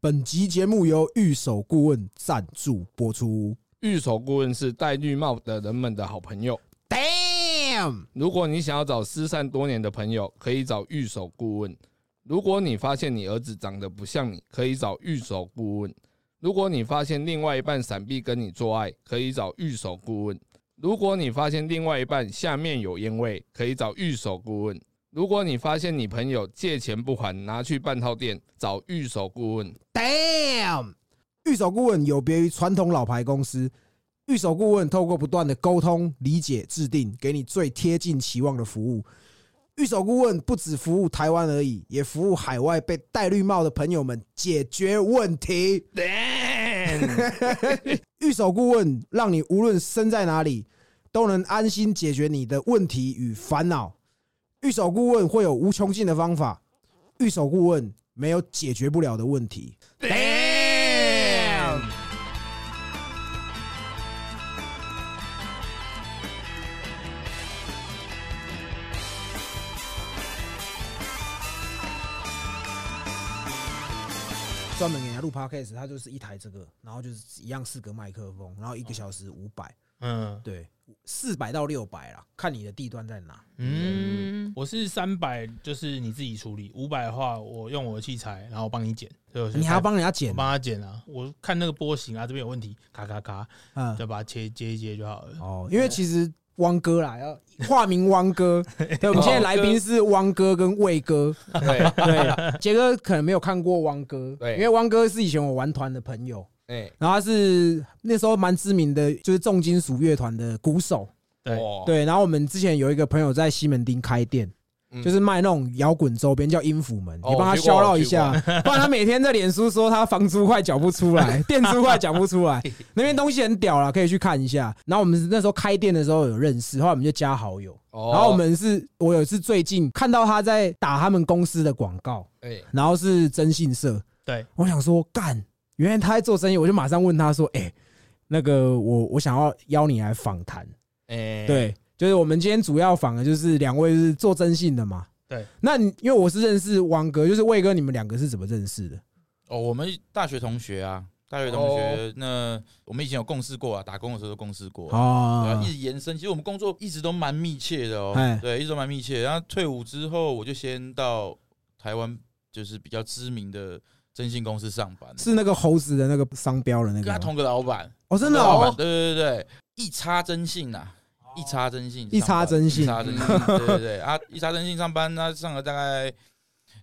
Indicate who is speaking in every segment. Speaker 1: 本集节目由御守顾问赞助播出。
Speaker 2: 御守顾问是戴绿帽的人们的好朋友。
Speaker 1: Damn，
Speaker 2: 如果你想要找失散多年的朋友，可以找御守顾问；如果你发现你儿子长得不像你，可以找御守顾问；如果你发现另外一半闪避跟你做爱，可以找御守顾问；如果你发现另外一半下面有烟味，可以找御守顾问；如果你发现你朋友借钱不还，拿去半套店，找御守顾问。
Speaker 1: Damn！御守顾问有别于传统老牌公司，御守顾问透过不断的沟通、理解、制定，给你最贴近期望的服务。御守顾问不只服务台湾而已，也服务海外被戴绿帽的朋友们解决问题。御守顾问让你无论身在哪里，都能安心解决你的问题与烦恼。御守顾问会有无穷尽的方法，御守顾问没有解决不了的问题。
Speaker 2: Damn！
Speaker 1: 专门给人家录 podcast，它就是一台这个，然后就是一样四个麦克风，然后一个小时五百，
Speaker 2: 嗯
Speaker 1: 对，四百到六百啦，看你的地段在哪。
Speaker 3: 嗯，我是三百，就是你自己处理；五百的话，我用我的器材，然后帮你剪。所以我是
Speaker 1: 你还要
Speaker 3: 看
Speaker 1: 帮人家剪
Speaker 3: 我，帮他剪啊？我看那个波形啊，这边有问题，咔咔咔，
Speaker 1: 嗯，
Speaker 3: 就把它切接一接就好了。
Speaker 1: 哦，因为其实汪哥啦，要化名汪哥，对，我们现在来宾是汪哥跟魏哥，
Speaker 2: 对，
Speaker 1: 对，杰哥可能没有看过汪哥，
Speaker 2: 对
Speaker 1: 因为汪哥是以前我玩团的朋友，
Speaker 2: 哎、
Speaker 1: 然后他是那时候蛮知名的，就是重金属乐团的鼓手，
Speaker 3: 对
Speaker 2: 哇，
Speaker 1: 对，然后我们之前有一个朋友在西门町开店，
Speaker 2: 嗯
Speaker 1: 就是卖那种摇滚周边，叫音符门，
Speaker 2: 哦
Speaker 1: 你帮他
Speaker 2: 我去过
Speaker 1: 销绕一
Speaker 2: 我去过
Speaker 1: 下， 不然他每天在脸书说他房租快缴不出 来，店租快缴不出来，那边东西很屌啦，可以去看一下。然后我们那时候开店的时候有认识，后来我们就加好友。
Speaker 2: 哦
Speaker 1: 然后我们是，我有一次最近看到他在打他们公司的广告，
Speaker 2: 哎、
Speaker 1: 然后是征信社，
Speaker 3: 对，
Speaker 1: 我想说干，原来他在做生意，我就马上问他说，哎、那个我我想要邀你来访谈。
Speaker 2: 哎、
Speaker 1: 对，就是我们今天主要访的就是两位是做征信的嘛。
Speaker 3: 对，
Speaker 1: 那你因为我是认识王哥，就是魏哥，你们两个是怎么认识的？
Speaker 4: 哦，我们大学同学啊，大学同学，
Speaker 1: 哦
Speaker 4: 那我们以前有共事过啊，打工的时候都共事过、啊，然
Speaker 1: 哦
Speaker 4: 后一，直延伸。其实我们工作一直都蛮密切的哦
Speaker 1: 哎，
Speaker 4: 对，一直都蛮密切。然后退伍之后，我就先到台湾，就是比较知名的征信公司上班，
Speaker 1: 是那个猴子的那个商标的那
Speaker 4: 跟
Speaker 1: 个吗。
Speaker 4: 他同个老板，
Speaker 1: 哦，真的
Speaker 4: 老板，
Speaker 1: 哦，
Speaker 4: 对对对对，一插征信啊。
Speaker 3: 哦
Speaker 4: 一插征信，
Speaker 1: 一插征信
Speaker 4: 一插征信，对对对啊！一插征信上班，他上了大概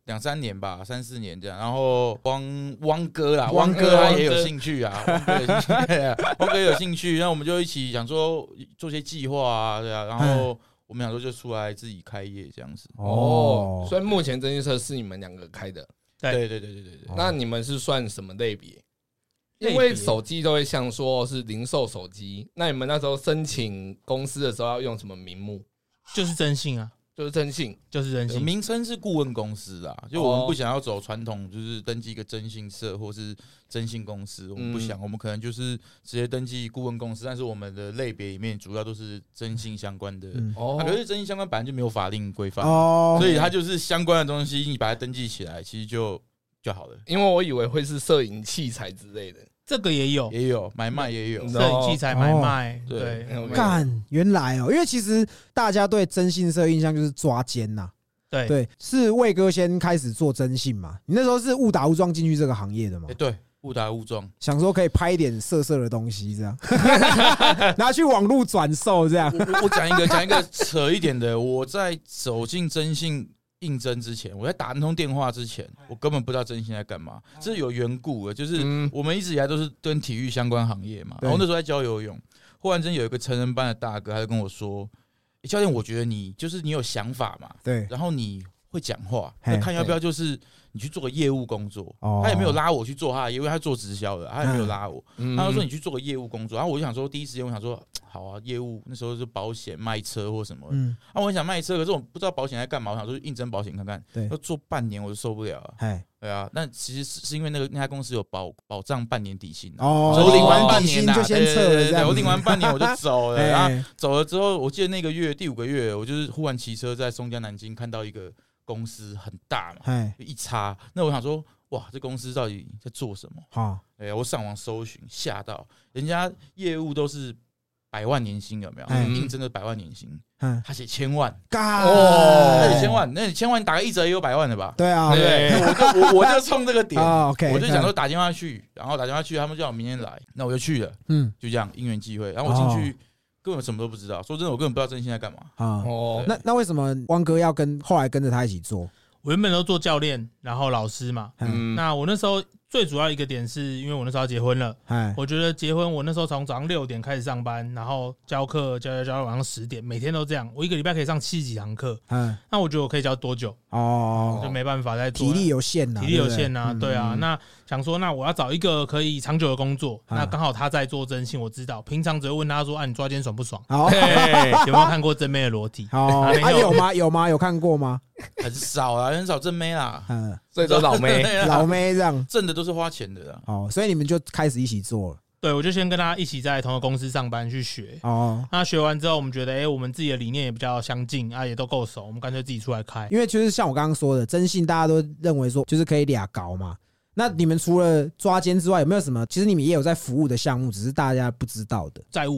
Speaker 4: 两三年吧，三四年这样。然后汪汪哥啦，
Speaker 1: 汪
Speaker 4: 汪
Speaker 1: 哥
Speaker 4: 哥他也
Speaker 3: 汪哥
Speaker 4: 有兴趣啊，汪哥有兴趣，对啊汪哥有兴趣，然后我们就一起想说做些计划啊，对啊。然后
Speaker 1: 哎
Speaker 4: 我们想说就出来自己开业这样子。
Speaker 2: 哦，
Speaker 1: 哦，
Speaker 2: 所以目前征信社是你们两个开的，
Speaker 3: 对
Speaker 4: 对对对对对对，
Speaker 2: 那你们是算什么类别？因
Speaker 3: 类
Speaker 2: 为
Speaker 3: 别
Speaker 2: 手机都会像说是零售手机，那你们那时候申请公司的时候要用什么名目？
Speaker 3: 就是征信啊，
Speaker 2: 就是征信
Speaker 3: 就是征信。
Speaker 4: 呃名称是顾问公司啦，就我
Speaker 2: 哦
Speaker 4: 们不想要走传统，就是登记一个征信社或是征信公司，我们不想，我们可能就是直接登记顾问公司，但是我们的类别里面主要都是征信相关的。
Speaker 1: 嗯，
Speaker 2: 哦
Speaker 4: 啊，可是征信相关本来就没有法令规范，
Speaker 1: 哦
Speaker 4: 所，以它就是相关的东西，你把它登记起来，其实就就好了。
Speaker 2: 因为我以为会是摄影器材之类的，
Speaker 3: 这个也有
Speaker 4: 也有买卖，也有
Speaker 2: 嗯
Speaker 3: 摄影器材买卖，
Speaker 4: 对
Speaker 3: 对，
Speaker 2: 嗯
Speaker 1: 干，原来哦，因为其实大家对征信社印象就是抓奸呐，
Speaker 3: 对
Speaker 1: 对，是魏哥先开始做征信嘛？你那时候是误打误撞进去这个行业的吗
Speaker 4: 哎，？对，误打误撞。
Speaker 1: 想说可以拍一点色色的东西， 这样拿去网络转售，这样
Speaker 4: 我我我讲一个讲一个扯一点的，我在走进征信应征之前，我在打那通电话之前，我根本不知道征信在干嘛，这是有缘故的，就是
Speaker 2: 嗯，
Speaker 4: 我们一直以来都是跟体育相关行业嘛，
Speaker 1: 对
Speaker 4: 然后那时候在教游泳，忽然间有一个成人班的大哥，他就跟我说：“诶教练，我觉得你就是你有想法嘛，
Speaker 1: 对。
Speaker 4: 然后你会讲话，
Speaker 1: 嘿
Speaker 4: 那看要不要就是你去做个业务工作。”
Speaker 1: 哦
Speaker 4: 他也没有拉我去做他的业务，因为他做直销的，他也没有拉我。
Speaker 2: 嗯
Speaker 4: 他就说你去做个业务工作，然后我就想说，第一时间我想说，好啊，业务那时候是保险卖车或什么的，
Speaker 1: 嗯，
Speaker 4: 啊，我很想卖车，可是我不知道保险在干嘛，我想说去应征保险看看，
Speaker 1: 对
Speaker 4: 要做半年我就受不了啊，
Speaker 1: 哎，
Speaker 4: 对啊，那其实是是因为那个那家公司有保保障半年底薪啊、
Speaker 1: 哦，
Speaker 4: 所以我领完
Speaker 2: 哦
Speaker 4: 半年
Speaker 1: 底薪
Speaker 4: 啊，
Speaker 1: 就先
Speaker 4: 对对
Speaker 1: 撤了，
Speaker 4: 对
Speaker 1: 这
Speaker 4: 对，
Speaker 1: 样
Speaker 4: 我领完半年 我就走了，啊然后
Speaker 1: 哎，
Speaker 4: 走了之后，我记得那个月第五个月，我就是忽然骑车在松江南京看到一个公司很大嘛，
Speaker 1: 哎，
Speaker 4: 一查，那我想说，哇，这公司到底在做什么？
Speaker 1: 哈，
Speaker 4: 哎呀，我上网搜寻，吓到，人家业务都是百万年薪，有没有？
Speaker 1: 哎
Speaker 4: 明明真的百万年薪，
Speaker 1: 嗯，
Speaker 4: 他写千万，
Speaker 1: 干
Speaker 4: 那
Speaker 2: 哦
Speaker 4: 你千万，那你千万打个一折也有百万的吧？
Speaker 1: 对啊，
Speaker 4: 对，我就我我就冲这个点，
Speaker 1: 啊，OK，
Speaker 4: 我就想说打电话去，然后打电话去，他们叫我明天来，那我就去了，
Speaker 1: 嗯，
Speaker 4: 就这样因缘际会，然后我
Speaker 1: 哦
Speaker 4: 进去根本什么都不知道，说真的，我根本不知道真心在干嘛。
Speaker 1: 啊，
Speaker 2: 哦，
Speaker 1: 那那为什么汪哥要跟后来跟着他一起做？
Speaker 3: 我原本都做教练，然后老师嘛。
Speaker 1: 嗯，
Speaker 2: 嗯，
Speaker 3: 那我那时候最主要一个点是因为我那时候要结婚了，
Speaker 1: 哎，
Speaker 3: 我觉得结婚我那时候从早上六点开始上班，然后教课教教教到晚上十点，每天都这样，我一个礼拜可以上七几堂课。
Speaker 1: 嗯，
Speaker 3: 那我觉得我可以教多久，
Speaker 1: 哦
Speaker 3: 我就，没办法再做
Speaker 1: 体
Speaker 3: 了
Speaker 1: 力有限呐，
Speaker 3: 体力有限
Speaker 1: 呐
Speaker 3: 啊，，对啊。
Speaker 1: 嗯
Speaker 3: 那想说，那我要找一个可以长久的工作，
Speaker 1: 啊
Speaker 3: 那刚好他在做真性，我知道。平常只会问他说：“啊，你抓奸爽不爽？
Speaker 1: 好，
Speaker 3: 嘿 有没有看过真妹的裸体
Speaker 1: 好，
Speaker 3: 啊没有
Speaker 1: 啊，有吗？有吗？有看过吗？
Speaker 4: 很少啊，很少正妹啦，
Speaker 1: 嗯，
Speaker 2: 所以都老 妹
Speaker 4: 对啊
Speaker 1: 老妹这样，
Speaker 4: 挣的都是花钱的啦。
Speaker 1: 哦，所以你们就开始一起做了，？”
Speaker 3: 对，我就先跟他一起在同一个公司上班去学。
Speaker 1: 哦，
Speaker 3: 那学完之后，我们觉得，哎、我们自己的理念也比较相近啊，也都够熟，我们干脆自己出来开。
Speaker 1: 因为就是像我刚刚说的，征信大家都认为说就是可以俩搞嘛。那你们除了抓奸之外，有没有什么？其实你们也有在服务的项目，只是大家不知道的
Speaker 3: 债务，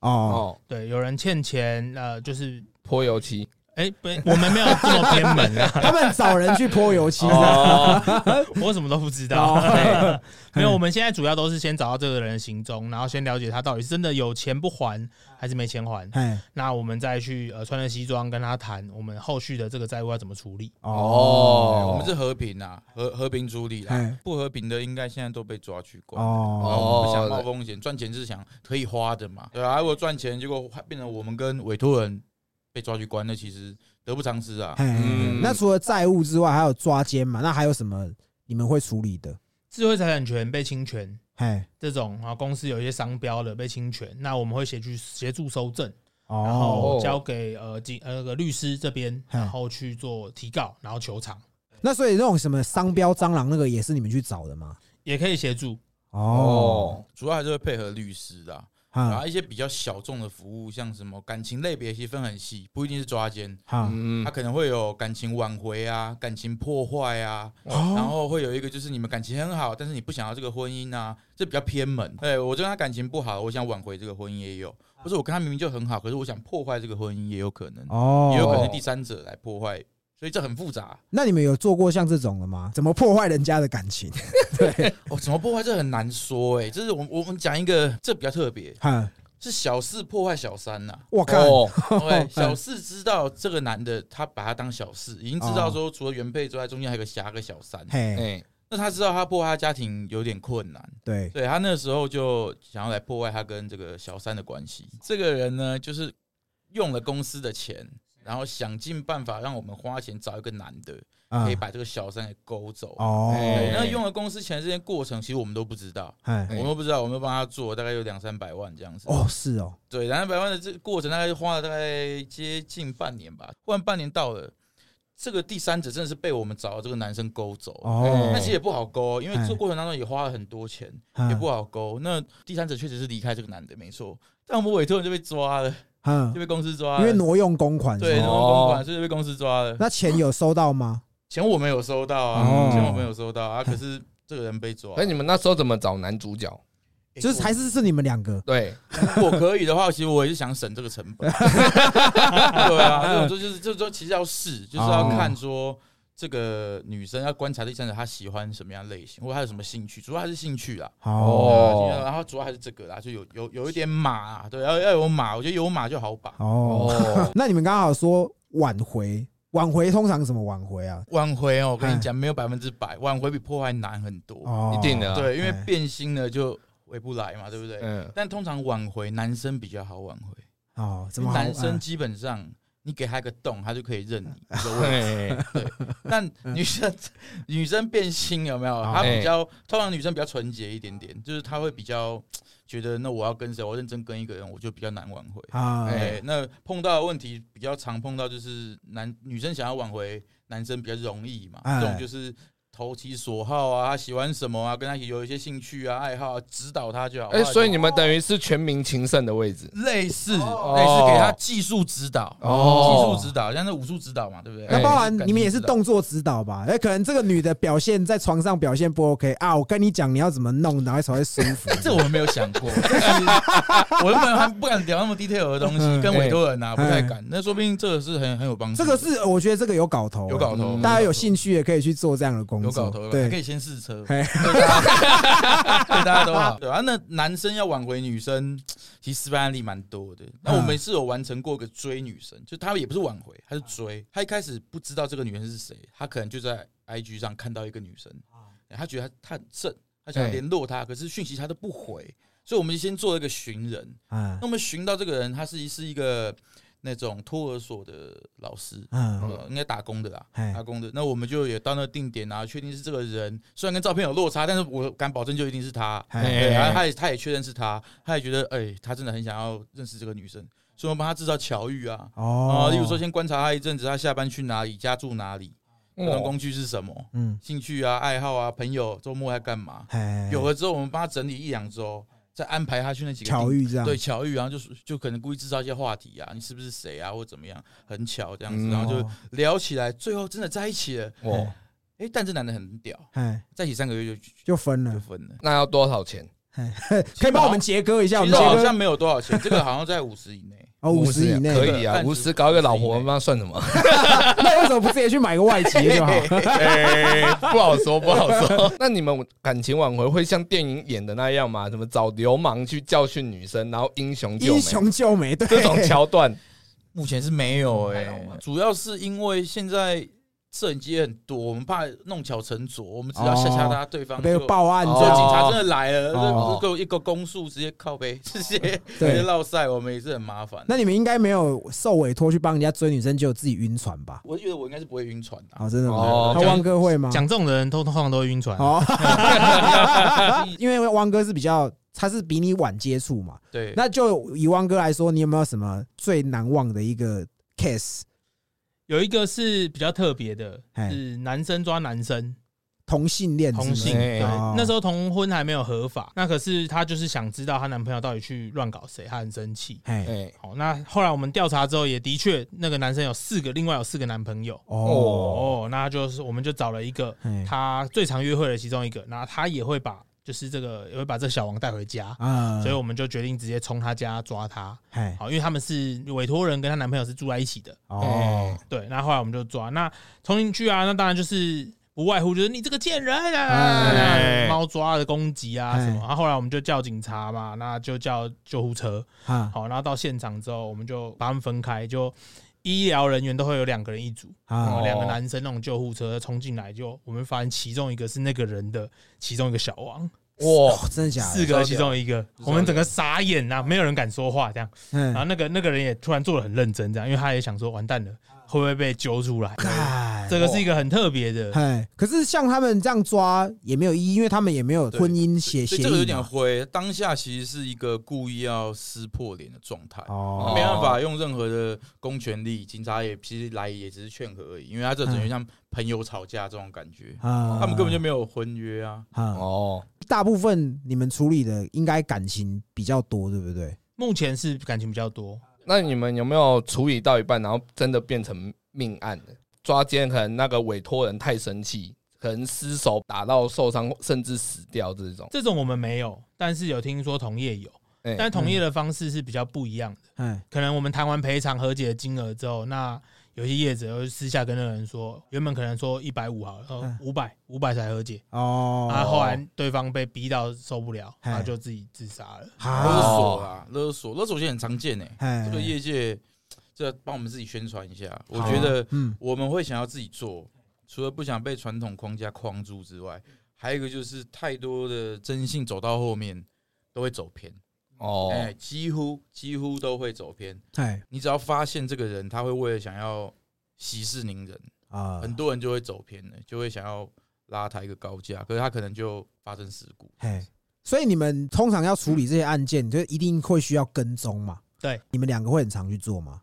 Speaker 1: 哦。
Speaker 2: 哦，
Speaker 3: 对，有人欠钱，呃，就是，
Speaker 2: 泼油 漆
Speaker 3: 哎、不，我们没有这么偏门啊，
Speaker 1: 他们找人去泼油漆，
Speaker 2: 哦，
Speaker 3: 我什么都不知道。
Speaker 1: 哦
Speaker 3: 没有，我们现在主要都是先找到这个人的行踪，然后先了解他到底是真的有钱不还，还是没钱还。
Speaker 1: 哎，
Speaker 3: 那我们再去呃穿着西装跟他谈，我们后续的这个债务要怎么处理。
Speaker 1: 哦，
Speaker 4: 我们是和平啊，和和平处理啦，
Speaker 1: 哎，
Speaker 4: 不和平的应该现在都被抓去关。然
Speaker 1: 哦，
Speaker 4: 后我们不想冒风险，赚钱是想可以花的嘛，对啊，如果赚钱，结果变成我们跟委托人被抓去关，那其实得不偿失啊。
Speaker 1: 哎，
Speaker 2: 嗯
Speaker 1: 那除了债务之外，还有抓奸嘛？那还有什么你们会处理的？
Speaker 3: 智慧财产权被侵权
Speaker 1: 哎，
Speaker 3: 这种啊，然后公司有一些商标的被侵权，那我们会协去协助收证，然
Speaker 1: 哦，
Speaker 3: 后交给呃警呃那个律师这边，
Speaker 1: 嗯
Speaker 3: 然后去做提告，然后求偿
Speaker 1: 那所以那种什么商标、蟑螂那个也是你们去找的吗？
Speaker 3: 也可以协助。
Speaker 1: 哦，
Speaker 2: 哦，
Speaker 4: 主要还是会配合律师啦，然
Speaker 1: 哈
Speaker 4: 后一些比较小众的服务，像什么感情类别，其实分很细，不一定是抓奸，
Speaker 1: 哈，
Speaker 2: 嗯
Speaker 4: 它，可能会有感情挽回啊、感情破坏啊，然
Speaker 1: 哦，
Speaker 4: 后会有一个就是你们感情很好，但是你不想要这个婚姻啊，这比较偏门。对我跟他感情不好，我想挽回这个婚姻也有，或者我跟他明明就很好，可是我想破坏这个婚姻也有可能，
Speaker 1: 哦，
Speaker 4: 也有可能是第三者来破坏，所以这很复杂。
Speaker 1: 那你们有做过像这种的吗？怎么破坏人家的感情？
Speaker 4: 哦，怎么破坏这很难说哎、这是我们我们讲一个，这比较特别，
Speaker 1: 哈，
Speaker 4: 是小四破坏小 三呐、
Speaker 1: 我靠，
Speaker 2: 哦，
Speaker 4: 对，
Speaker 1: 嗯
Speaker 4: 小四知道这个男的，他把他当小四，已经知道说除了原配之外，中间还有个侠个小三。
Speaker 1: 哦嘿，
Speaker 2: 哎，
Speaker 4: 那他知道他破坏他家庭有点困难，
Speaker 1: 对，
Speaker 4: 对他那时候就想要来破坏他跟这个小三的关系。这个人呢，就是用了公司的钱，然后想尽办法让我们花钱找一个男的，
Speaker 1: 啊
Speaker 4: 可以把这个小三给勾走。对，
Speaker 1: 哦，
Speaker 4: 那用了公司钱这些过程，其实我们都不知道，
Speaker 1: 哎
Speaker 4: 我，们都不知道，我们帮他做大概有两三百万这样子。
Speaker 1: 哦，是哦，
Speaker 4: 对，两三百万的这个过程大概花了大概接近半年吧，忽然半年到了，这个第三者真的是被我们找的这个男生勾走，
Speaker 1: 哦，
Speaker 4: 哎但其实也不好勾，因为
Speaker 1: 哎嗯
Speaker 4: 这过程当中也花了很多钱，也不好勾。那第三者确实是离开这个男的，没错，但我们委托人就被抓了，
Speaker 1: 嗯
Speaker 4: 就，被公司抓
Speaker 1: 因为
Speaker 4: 了，
Speaker 1: 挪用公款，
Speaker 4: 对，
Speaker 1: 是
Speaker 4: 然
Speaker 1: 吗
Speaker 2: 挪
Speaker 4: 后公款就是被公司抓了，
Speaker 1: 那钱有收到吗？
Speaker 4: 钱我没有收到
Speaker 1: 哦
Speaker 4: 啊，钱我没有收到啊，可是这个人被抓
Speaker 2: 那。你们那时候怎么找男主角？
Speaker 4: 哎
Speaker 1: 就是还是是你们两个
Speaker 2: 对，
Speaker 4: 如果可以的话，其实我也是想省这个成本。对啊，这种就是这种其实要试，就是要看说这个女生要观察第三者她喜欢什么样类型，或者她有什么兴趣，主要还是兴趣啦。
Speaker 1: 哦
Speaker 2: 哦
Speaker 4: 对啊然后主要还是这个啦，就有有有一点马啊，对，要要有马，我觉得有马就好把。
Speaker 1: 哦，
Speaker 2: 哦，
Speaker 1: 那你们刚好说挽回，挽回通常怎么挽回啊？
Speaker 4: 挽回哦，我跟你讲，没有百分之百，挽回比破坏难很多。
Speaker 1: 哦，
Speaker 2: 一定的啊
Speaker 4: 对，因为
Speaker 1: 哎
Speaker 4: 变心了就回不来嘛，对不对？
Speaker 2: 嗯，
Speaker 4: 但通常挽回男生比较好挽回，
Speaker 1: 哦，怎
Speaker 4: 因
Speaker 1: 么
Speaker 4: 为
Speaker 1: 好
Speaker 4: 男生
Speaker 1: 哎
Speaker 4: 基本上你给他一个洞，他就可以认你。你知道为什么吗
Speaker 2: 对，
Speaker 4: 但女生 女生变心有没有？
Speaker 1: 哦
Speaker 4: 她比较通常女生比较纯洁一点点，就是她会比较觉得那我要跟谁，我认真跟一个人，我就比较难挽回。
Speaker 1: 啊？
Speaker 4: 哎、
Speaker 2: 哎
Speaker 4: 那碰到的问题比较常碰到就是男女生想要挽回，男生比较容易嘛，
Speaker 1: 哎
Speaker 4: 这种就是投其所好啊，他喜欢什么啊，跟他有一些兴趣啊、爱好啊，指导他就好。
Speaker 2: 哎，所以你
Speaker 4: 们
Speaker 2: 们等于是全民情圣的位置。
Speaker 4: 类似、
Speaker 2: 哦
Speaker 4: 类似给他技术指导，
Speaker 2: 哦
Speaker 4: 技术指导，像是武术指导嘛，对不对？
Speaker 1: 那
Speaker 2: 哎
Speaker 1: 包含你们也是
Speaker 4: 动。
Speaker 1: 动作指导吧？哎，可能这个女的表现在床上表现不 OK 啊，我跟你讲你要怎么弄，然后才会舒 服。
Speaker 4: 这我们没有想过，这其实 我原本还不敢聊那么 detail 的东西，跟委托人啊不太敢。那说不定这个是很很有帮助
Speaker 1: 嗯这
Speaker 4: 的，
Speaker 1: 个是我觉得这个有搞头，啊
Speaker 4: 有搞头，
Speaker 2: 嗯
Speaker 1: 大家有兴趣也可以去做这样的工
Speaker 4: 有搞
Speaker 1: 作
Speaker 4: 头，有搞头，。还可
Speaker 1: 对，
Speaker 4: 以先试车，
Speaker 1: 嘿
Speaker 4: 对大家对大家都 好。对啊，那男生要挽回女生，其实失败案例蛮多的。那我们是有完成过一个追女生，就他也不是挽回，他是追。他一开始不知道这个女生是谁，他可能就在 IG 上看到一个女生，他觉得他他很正，他想
Speaker 2: 哎
Speaker 4: 联络她，可是讯息他都不回，所以我们先做一个寻人。
Speaker 1: 啊
Speaker 4: 那我们寻到这个人，他是是一个那种托儿所的老师，
Speaker 1: 嗯
Speaker 4: 呃，应该打工的啦，
Speaker 1: 嘿
Speaker 4: 打工的。那我们就也到那定点啊，确定是这个人。虽然跟照片有落差，但是我敢保证就一定是他。
Speaker 1: 哎
Speaker 4: 对，然后
Speaker 2: 哎
Speaker 4: 他也他也确认是他，他也觉得哎、他真的很想要认识这个女生，所以我们帮他制造巧遇啊。
Speaker 1: 哦
Speaker 4: 啊，，例如说，先观察他一阵子，他下班去哪里，家住哪里，
Speaker 1: 哦
Speaker 4: 交通工具是什么，
Speaker 1: 嗯，
Speaker 4: 兴趣啊、爱好啊、朋友，周末在干嘛。
Speaker 1: 哎，
Speaker 4: 有了之后，我们帮他整理一两周，再安排他去那几个地
Speaker 1: 巧遇啊这样，
Speaker 4: 对，巧遇，然后就是就可能故意制造一些话题啊，你是不是谁啊，或者怎么样，很巧这样子，
Speaker 2: 嗯
Speaker 4: 然后就
Speaker 1: 哦，
Speaker 4: 聊起来，最后真的在一起了。
Speaker 2: 哦，
Speaker 4: 哎、但这男的很屌，
Speaker 1: 哎，
Speaker 4: 在一起三个月就
Speaker 1: 就分
Speaker 4: 就
Speaker 1: 了，
Speaker 4: 分了。
Speaker 2: 那要多少钱？
Speaker 1: 可以帮我们切割一下，我
Speaker 4: 其
Speaker 1: 们
Speaker 4: 实
Speaker 1: 切
Speaker 4: 好像
Speaker 1: 割
Speaker 4: 没有多少钱，这个好像在五十以内。
Speaker 1: 哦五十以内，
Speaker 2: 可以啊，
Speaker 4: 对
Speaker 2: 五十搞一个老婆，
Speaker 4: 50以内
Speaker 2: 那算什么？
Speaker 1: 那为什么不直接去买个外籍 就好？
Speaker 2: 哎，不好说，不好说。 那你们感情挽回会像电影演的那样吗？什么找流氓去教训女生，然后英雄 救
Speaker 1: 英
Speaker 2: 美
Speaker 1: 雄救美，对，
Speaker 2: 这种 桥段？
Speaker 4: 目前是没有哎、
Speaker 2: 还好吗
Speaker 4: 主要是因为现在摄影机也很多，我们怕弄巧成拙，我们只要吓吓他，对方
Speaker 1: 被
Speaker 4: 就。嗯
Speaker 1: 报案
Speaker 2: 哦
Speaker 4: 所以警
Speaker 1: 就
Speaker 4: 察真的来了，
Speaker 1: 哦
Speaker 4: 就就一个公诉直接靠背， 直接直
Speaker 1: 对
Speaker 4: 接落赛，我们也是很麻烦。
Speaker 1: 那你们应该没有受委托去帮人家追女生，就有自己晕船吧？
Speaker 4: 我觉得我应该是不会晕船的、啊
Speaker 1: 哦，真的吗？
Speaker 2: 哦
Speaker 1: 那汪哥会吗？
Speaker 3: 讲这种的人都通常都会晕船。
Speaker 1: 哦，因为汪哥是比较，他是比你晚接触嘛。
Speaker 4: 对，
Speaker 1: 那就以汪哥来说，你有没有什么最难忘的一个 case？
Speaker 3: 有一个是比较特别的，
Speaker 1: 哎
Speaker 3: 是男生抓男生
Speaker 1: 同性恋是吗，
Speaker 3: 同性。
Speaker 2: 哎
Speaker 3: 对，
Speaker 1: 哦
Speaker 3: 那时候同婚还没有合法，那可是她就是想知道她男朋友到底去乱搞谁，她很生气。
Speaker 1: 哎，
Speaker 2: 哎，
Speaker 3: 好，那后来我们调查之后，也的确那个男生有四个，另外有四个男朋友。
Speaker 1: 哦，
Speaker 3: 哦，那就是我们就找了一个
Speaker 1: 哎
Speaker 3: 他最常约会的其中一个，那他也会把就是这个也会把这个小王带回家，
Speaker 1: 啊
Speaker 3: 所以我们就决定直接冲他家抓他。
Speaker 1: 哎，
Speaker 3: 好，因为他们是委托人跟她男朋友是住在一起的，
Speaker 1: 哦，
Speaker 3: 对。那后来我们就抓，那冲进去啊，那当然就是不外乎就是你这个贱人哎啊，
Speaker 2: 哎
Speaker 3: 猫抓的攻击啊
Speaker 1: 哎
Speaker 3: 什么。然后后来我们就叫警察嘛，那就叫救护车。
Speaker 1: 哈
Speaker 3: 好，然后到现场之后，我们就把他们分开，就医疗人员都会有两个人一组，
Speaker 1: 啊
Speaker 2: 哦
Speaker 3: 两个男生那种救护车冲进来，就我们发现其中一个是那个人的其中一个小王，
Speaker 2: 哇，
Speaker 1: 哦，真的假
Speaker 3: 四
Speaker 1: 的？
Speaker 3: 个其中一个，我们整个傻眼呐、啊，没有人敢说话这样。然后
Speaker 1: 嗯，
Speaker 3: 那个那个人也突然做的很认真这样，因为他也想说完蛋了，会不会被揪出来？
Speaker 1: 哎干
Speaker 3: 这个是一个很特别的，
Speaker 1: 哎，可是像他们这样抓也没有意义，因为他们也没有婚姻协
Speaker 4: 所
Speaker 1: 协
Speaker 4: 以这个有
Speaker 1: 议
Speaker 4: 点
Speaker 1: 嘛。
Speaker 4: 灰。当下其实是一个故意要撕破脸的状态，
Speaker 1: 哦
Speaker 4: 他没办法用任何的公权力，警察也其实来也只是劝和而已，因为他这等于像朋友吵架这种感觉，
Speaker 1: 嗯啊
Speaker 4: 他们根本就没有婚约啊。
Speaker 1: 啊，
Speaker 2: 哦，
Speaker 1: 大部分你们处理的应该感情比较多，对不对？
Speaker 3: 目前是感情比较多。
Speaker 2: 那你们有没有处理到一半，然后真的变成命案了？抓奸可能那个委托人太生气，可能失手打到受伤，甚至死掉这种。
Speaker 3: 这种我们没有，但是有听说同业有，
Speaker 2: 哎
Speaker 3: 但同业的方式是比较不一样的。
Speaker 1: 哎，
Speaker 3: 可能我们谈完赔偿和解的金额之后，那有些业者会私下跟那个人说，原本可能说一百五好了呃
Speaker 1: 嗯，
Speaker 3: 五百五百才和解，
Speaker 1: 哦，
Speaker 4: 啊
Speaker 3: 啊然后后来对方被逼到受不了，
Speaker 1: 嘿
Speaker 3: 他就自己自杀了。
Speaker 4: 勒
Speaker 1: 好，
Speaker 4: 索啊，勒索，勒索现在很常见诶、
Speaker 1: 哦哎
Speaker 4: 这个业界这帮我们自己宣传一下。我觉得
Speaker 1: 嗯，
Speaker 4: 我们会想要自己做，除了不想被传统框架框住之外，还有一个就是太多的征信走到后面都会走偏，
Speaker 2: 哦，
Speaker 4: 哎，几乎几乎都会走偏。
Speaker 1: 哎
Speaker 4: 你只要发现这个人，他会为了想要息事宁人，
Speaker 1: 啊，
Speaker 4: 很多人就会走偏了，就会想要拉他一个高价，可是他可能就发生事故。
Speaker 1: 嘿，所以你们通常要处理这些案件，就一定会需要跟踪嘛？
Speaker 3: 对，
Speaker 1: 你们两个会很常去做吗？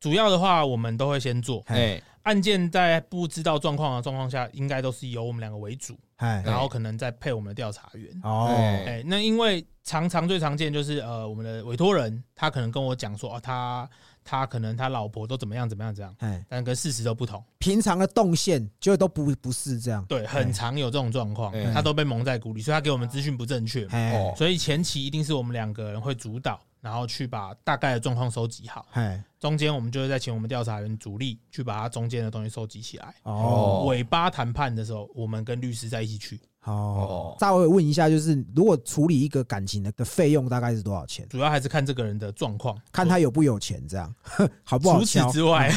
Speaker 3: 主要的话，我们都会先做
Speaker 1: 哎
Speaker 2: 哎，
Speaker 3: 案件在不知道状况的状况下，应该都是由我们两个为主，
Speaker 1: 哎，
Speaker 3: 然后可能再配我们的调查员。
Speaker 1: 哦，
Speaker 3: 哎、那因为常常最常见就是呃，我们的委托人他可能跟我讲说，哦，他他可能他老婆都怎么样怎么样怎么样，
Speaker 1: 哎，
Speaker 3: 但跟事实都不同。
Speaker 1: 平常的动线就都不不是这样，
Speaker 3: 对，很常有这种状况
Speaker 2: 哎，
Speaker 3: 他都被蒙在鼓里，所以他给我们资讯不正确嘛。
Speaker 1: 哎
Speaker 2: 哦，
Speaker 3: 所以前期一定是我们两个人会主导，然后去把大概的状况收集好，
Speaker 1: 哎，
Speaker 3: 中间我们就会再请我们调查员主力去把它中间的东西收集起来。
Speaker 1: 哦，
Speaker 3: 尾巴谈判的时候，我们跟律师在一起去，
Speaker 1: 哦
Speaker 2: 哦，
Speaker 1: 稍微问一下，就是如果处理一个感情的的费用大概是多少钱？
Speaker 3: 主要还是看这个人的状况，
Speaker 1: 看他有不有钱，这样 好不好
Speaker 3: 除此
Speaker 1: 敲？嗯
Speaker 3: 之 外，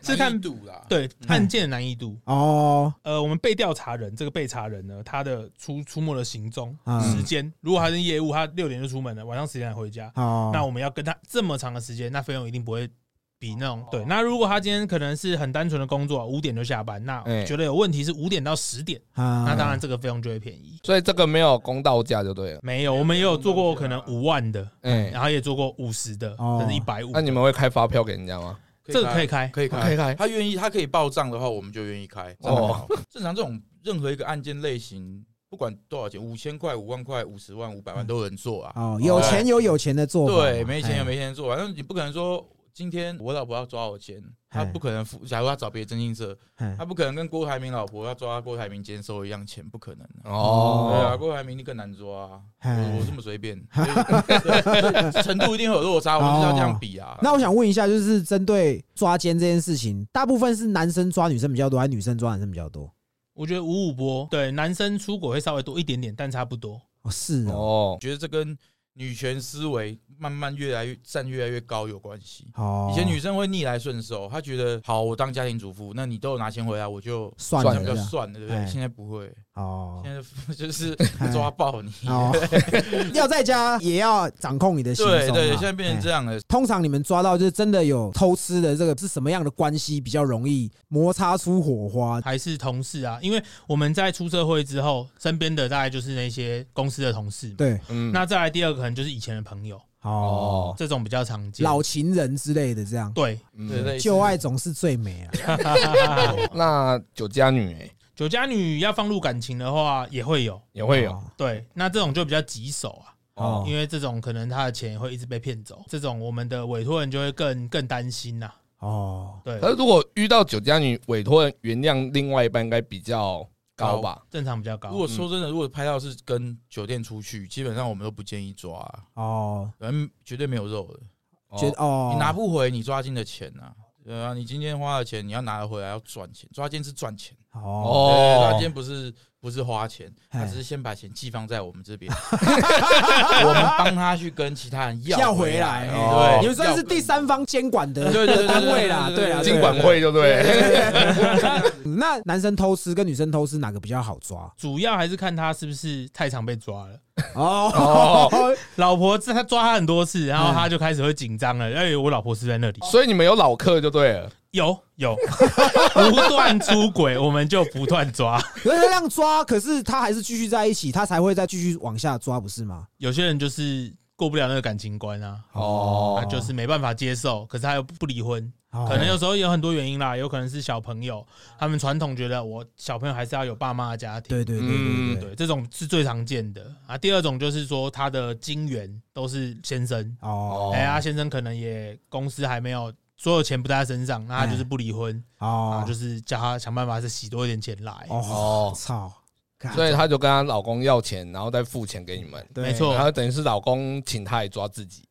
Speaker 3: 是看
Speaker 4: 难易度啦，，
Speaker 3: 对案件难易度。
Speaker 1: 哦，
Speaker 3: 呃，我们被调查人这个被查人呢，他的出出没的行踪
Speaker 1: 嗯
Speaker 3: 时间，如果他是业务，他六点就出门了，晚上十点才回家，
Speaker 1: 哦，
Speaker 3: 那我们要跟他这么长的时间，那费用一定不会比那
Speaker 1: 哦
Speaker 3: 种对。那如果他今天可能是很单纯的工作，五点就下班，那
Speaker 2: 哎
Speaker 3: 觉得有问题是五点到十点，
Speaker 1: 啊
Speaker 3: 那当然这个费用就会便宜。
Speaker 2: 所以这个没有公道价就对了。
Speaker 3: 没有，我们也有做过可能五万的，
Speaker 2: 哎、
Speaker 3: 然后也做过五十的，
Speaker 1: 哦
Speaker 3: 甚至一百五
Speaker 2: 那。你们会开发票给人家吗？
Speaker 3: 这个可以开
Speaker 4: 可以开，
Speaker 2: 可以开
Speaker 4: 他愿意，他可以报账的话，我们就愿意开。
Speaker 2: 哦
Speaker 4: 哦，正常这种任何一个案件类型，不管多少钱，五千块、五万块、五十万、五百万都有人做啊。
Speaker 1: 哦，有钱有有钱的做法嘛，
Speaker 4: 对，没钱
Speaker 1: 哎
Speaker 4: 有没钱做，反正你不可能说今天我老婆要抓我钱，他
Speaker 1: 嘿
Speaker 4: 不可能付。假如他找别的征信社，
Speaker 1: 哎
Speaker 4: 他不可能跟郭台铭老婆要抓郭台铭兼收一样钱，不可能啊。对啊，
Speaker 2: 哦，
Speaker 4: 郭台铭你更难抓啊！
Speaker 1: 嘿
Speaker 4: 我我这么随便， 所以对所以程度一定会有落差，我们就是要这样比啊。
Speaker 1: 哦那我想问一下，就是针对抓奸这件事情，大部分是男生抓女生比较多，还是女生抓男生比较多？
Speaker 3: 我觉得五五波对男生出轨会稍微多一点点，但差不多。
Speaker 1: 哦，是哦，
Speaker 2: 哦，
Speaker 4: 觉得这跟女权思维慢慢越来越站越来越高有关系。
Speaker 1: 哦，
Speaker 4: 以前女生会逆来顺受，她觉得好，我当家庭主妇，那你都有拿钱回来，我就
Speaker 1: 算
Speaker 4: 那
Speaker 1: 了
Speaker 4: 比较
Speaker 1: 这样
Speaker 4: 算了，对不
Speaker 1: 哎
Speaker 4: 对？现在不会，
Speaker 1: 哦哎
Speaker 4: 现在 就是抓爆你。
Speaker 1: 哦，要在家也要掌控你的行踪啊。
Speaker 4: 对对，现在变成这
Speaker 1: 哎。
Speaker 4: 样了。
Speaker 1: 通常你们抓到就是真的有偷吃的这个是什么样的关系比较容易摩擦出火花？
Speaker 3: 还是同事啊，因为我们在出社会之后，身边的大概就是那些公司的同事嘛。
Speaker 1: 对，
Speaker 2: 嗯，
Speaker 3: 那再来第二个可能就是以前的朋友，
Speaker 1: 哦，
Speaker 3: 这种比较常见。
Speaker 1: 老情人之类的这样，
Speaker 3: 对，
Speaker 2: 嗯
Speaker 4: 对对，
Speaker 1: 旧爱总是最美啊。
Speaker 2: 那酒家女、欸、
Speaker 3: 酒家女要放入感情的话，也会有。
Speaker 2: 也会有
Speaker 1: 哦
Speaker 3: 对，那这种就比较棘手啊，
Speaker 1: 哦
Speaker 3: 因为这种可能他的钱也会一直被骗走，这种我们的委托人就会更更担心呐、
Speaker 1: 哦，
Speaker 3: 对
Speaker 2: 可，是如果遇到酒家女，委托人原谅另外一半应该比较高吧？
Speaker 3: 正常比较
Speaker 4: 如
Speaker 3: 高。
Speaker 4: 果
Speaker 1: 嗯
Speaker 4: 说真的，如果拍到是跟酒店出去，基本上我们都不建议抓啊，
Speaker 1: 哦，
Speaker 4: 反正绝对没有肉的。
Speaker 2: 哦
Speaker 1: 觉得哦，
Speaker 4: 你拿不回你抓金的钱呐、对啊，你今天花的钱你要拿得回来，要赚钱，抓金是赚钱，
Speaker 1: 哦，
Speaker 4: 对
Speaker 2: 哦，
Speaker 4: 抓金不是不是花钱，
Speaker 1: 哎
Speaker 4: 他只是先把钱寄放在我们这边， 我们帮他去跟其他人
Speaker 1: 要
Speaker 4: 回
Speaker 1: 回来，
Speaker 2: 哦
Speaker 4: 对，
Speaker 1: 你们算是
Speaker 4: 要
Speaker 1: 第三方监管的
Speaker 4: 对对对对
Speaker 1: 单位啦，
Speaker 4: 对
Speaker 1: 对
Speaker 4: 对
Speaker 1: 啦，
Speaker 4: 对
Speaker 2: 金管会就对了，
Speaker 1: 嗯 那男生偷吃跟女生偷吃哪个比较好抓？
Speaker 3: 主要还是看他是不是太常被抓了，
Speaker 1: 哦，
Speaker 3: 老婆他抓他很多次，然后他就开始会紧张
Speaker 1: 嗯
Speaker 3: 了。哎，我老婆是在那里，
Speaker 1: 哦
Speaker 2: 所以你们有老客就对了。
Speaker 3: 有有 不断出轨，我们就不断抓。
Speaker 1: 可是他这样抓，可是他还是继续在一起，他才会再继续往下抓，不是吗？
Speaker 3: 有些人就是过不了那个感情关啊，
Speaker 2: 哦
Speaker 3: 啊，就是没办法接受，可是他又不离婚，
Speaker 1: 哦
Speaker 3: 可能有时候有很多原因啦，有可能是小朋友，他们传统觉得我小朋友还是要有爸妈的家庭，
Speaker 1: 对对对对对
Speaker 3: 对，这种是最常见的啊。第二种就是说他的金源都是先生，
Speaker 1: 哦
Speaker 3: 哎呀，先生可能也公司还没有。所有钱不在他身上，那他
Speaker 1: 哎
Speaker 3: 就是不离婚、啊，
Speaker 1: 哦
Speaker 3: 就是叫他想办法是洗多一点钱来。
Speaker 1: 哦，
Speaker 2: 哦，
Speaker 1: 操，干
Speaker 2: 所以她就跟她老公要钱，然后再付钱给你们，
Speaker 1: 对
Speaker 3: 没错
Speaker 2: 然后等于是老公请她也抓自己。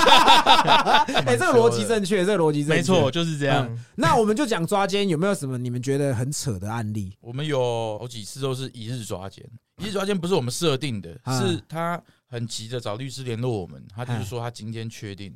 Speaker 1: 哎，这个逻辑正确，这个逻辑正确，
Speaker 3: 没错，。就是这样。
Speaker 1: 那我们就讲抓奸，有没有什么你们觉得很扯的案例？
Speaker 4: 我们有好几次都是一日抓奸，一日抓奸不是我们设定的，
Speaker 1: 啊
Speaker 4: 是他很急着找律师联络我们，他就是说他今天确定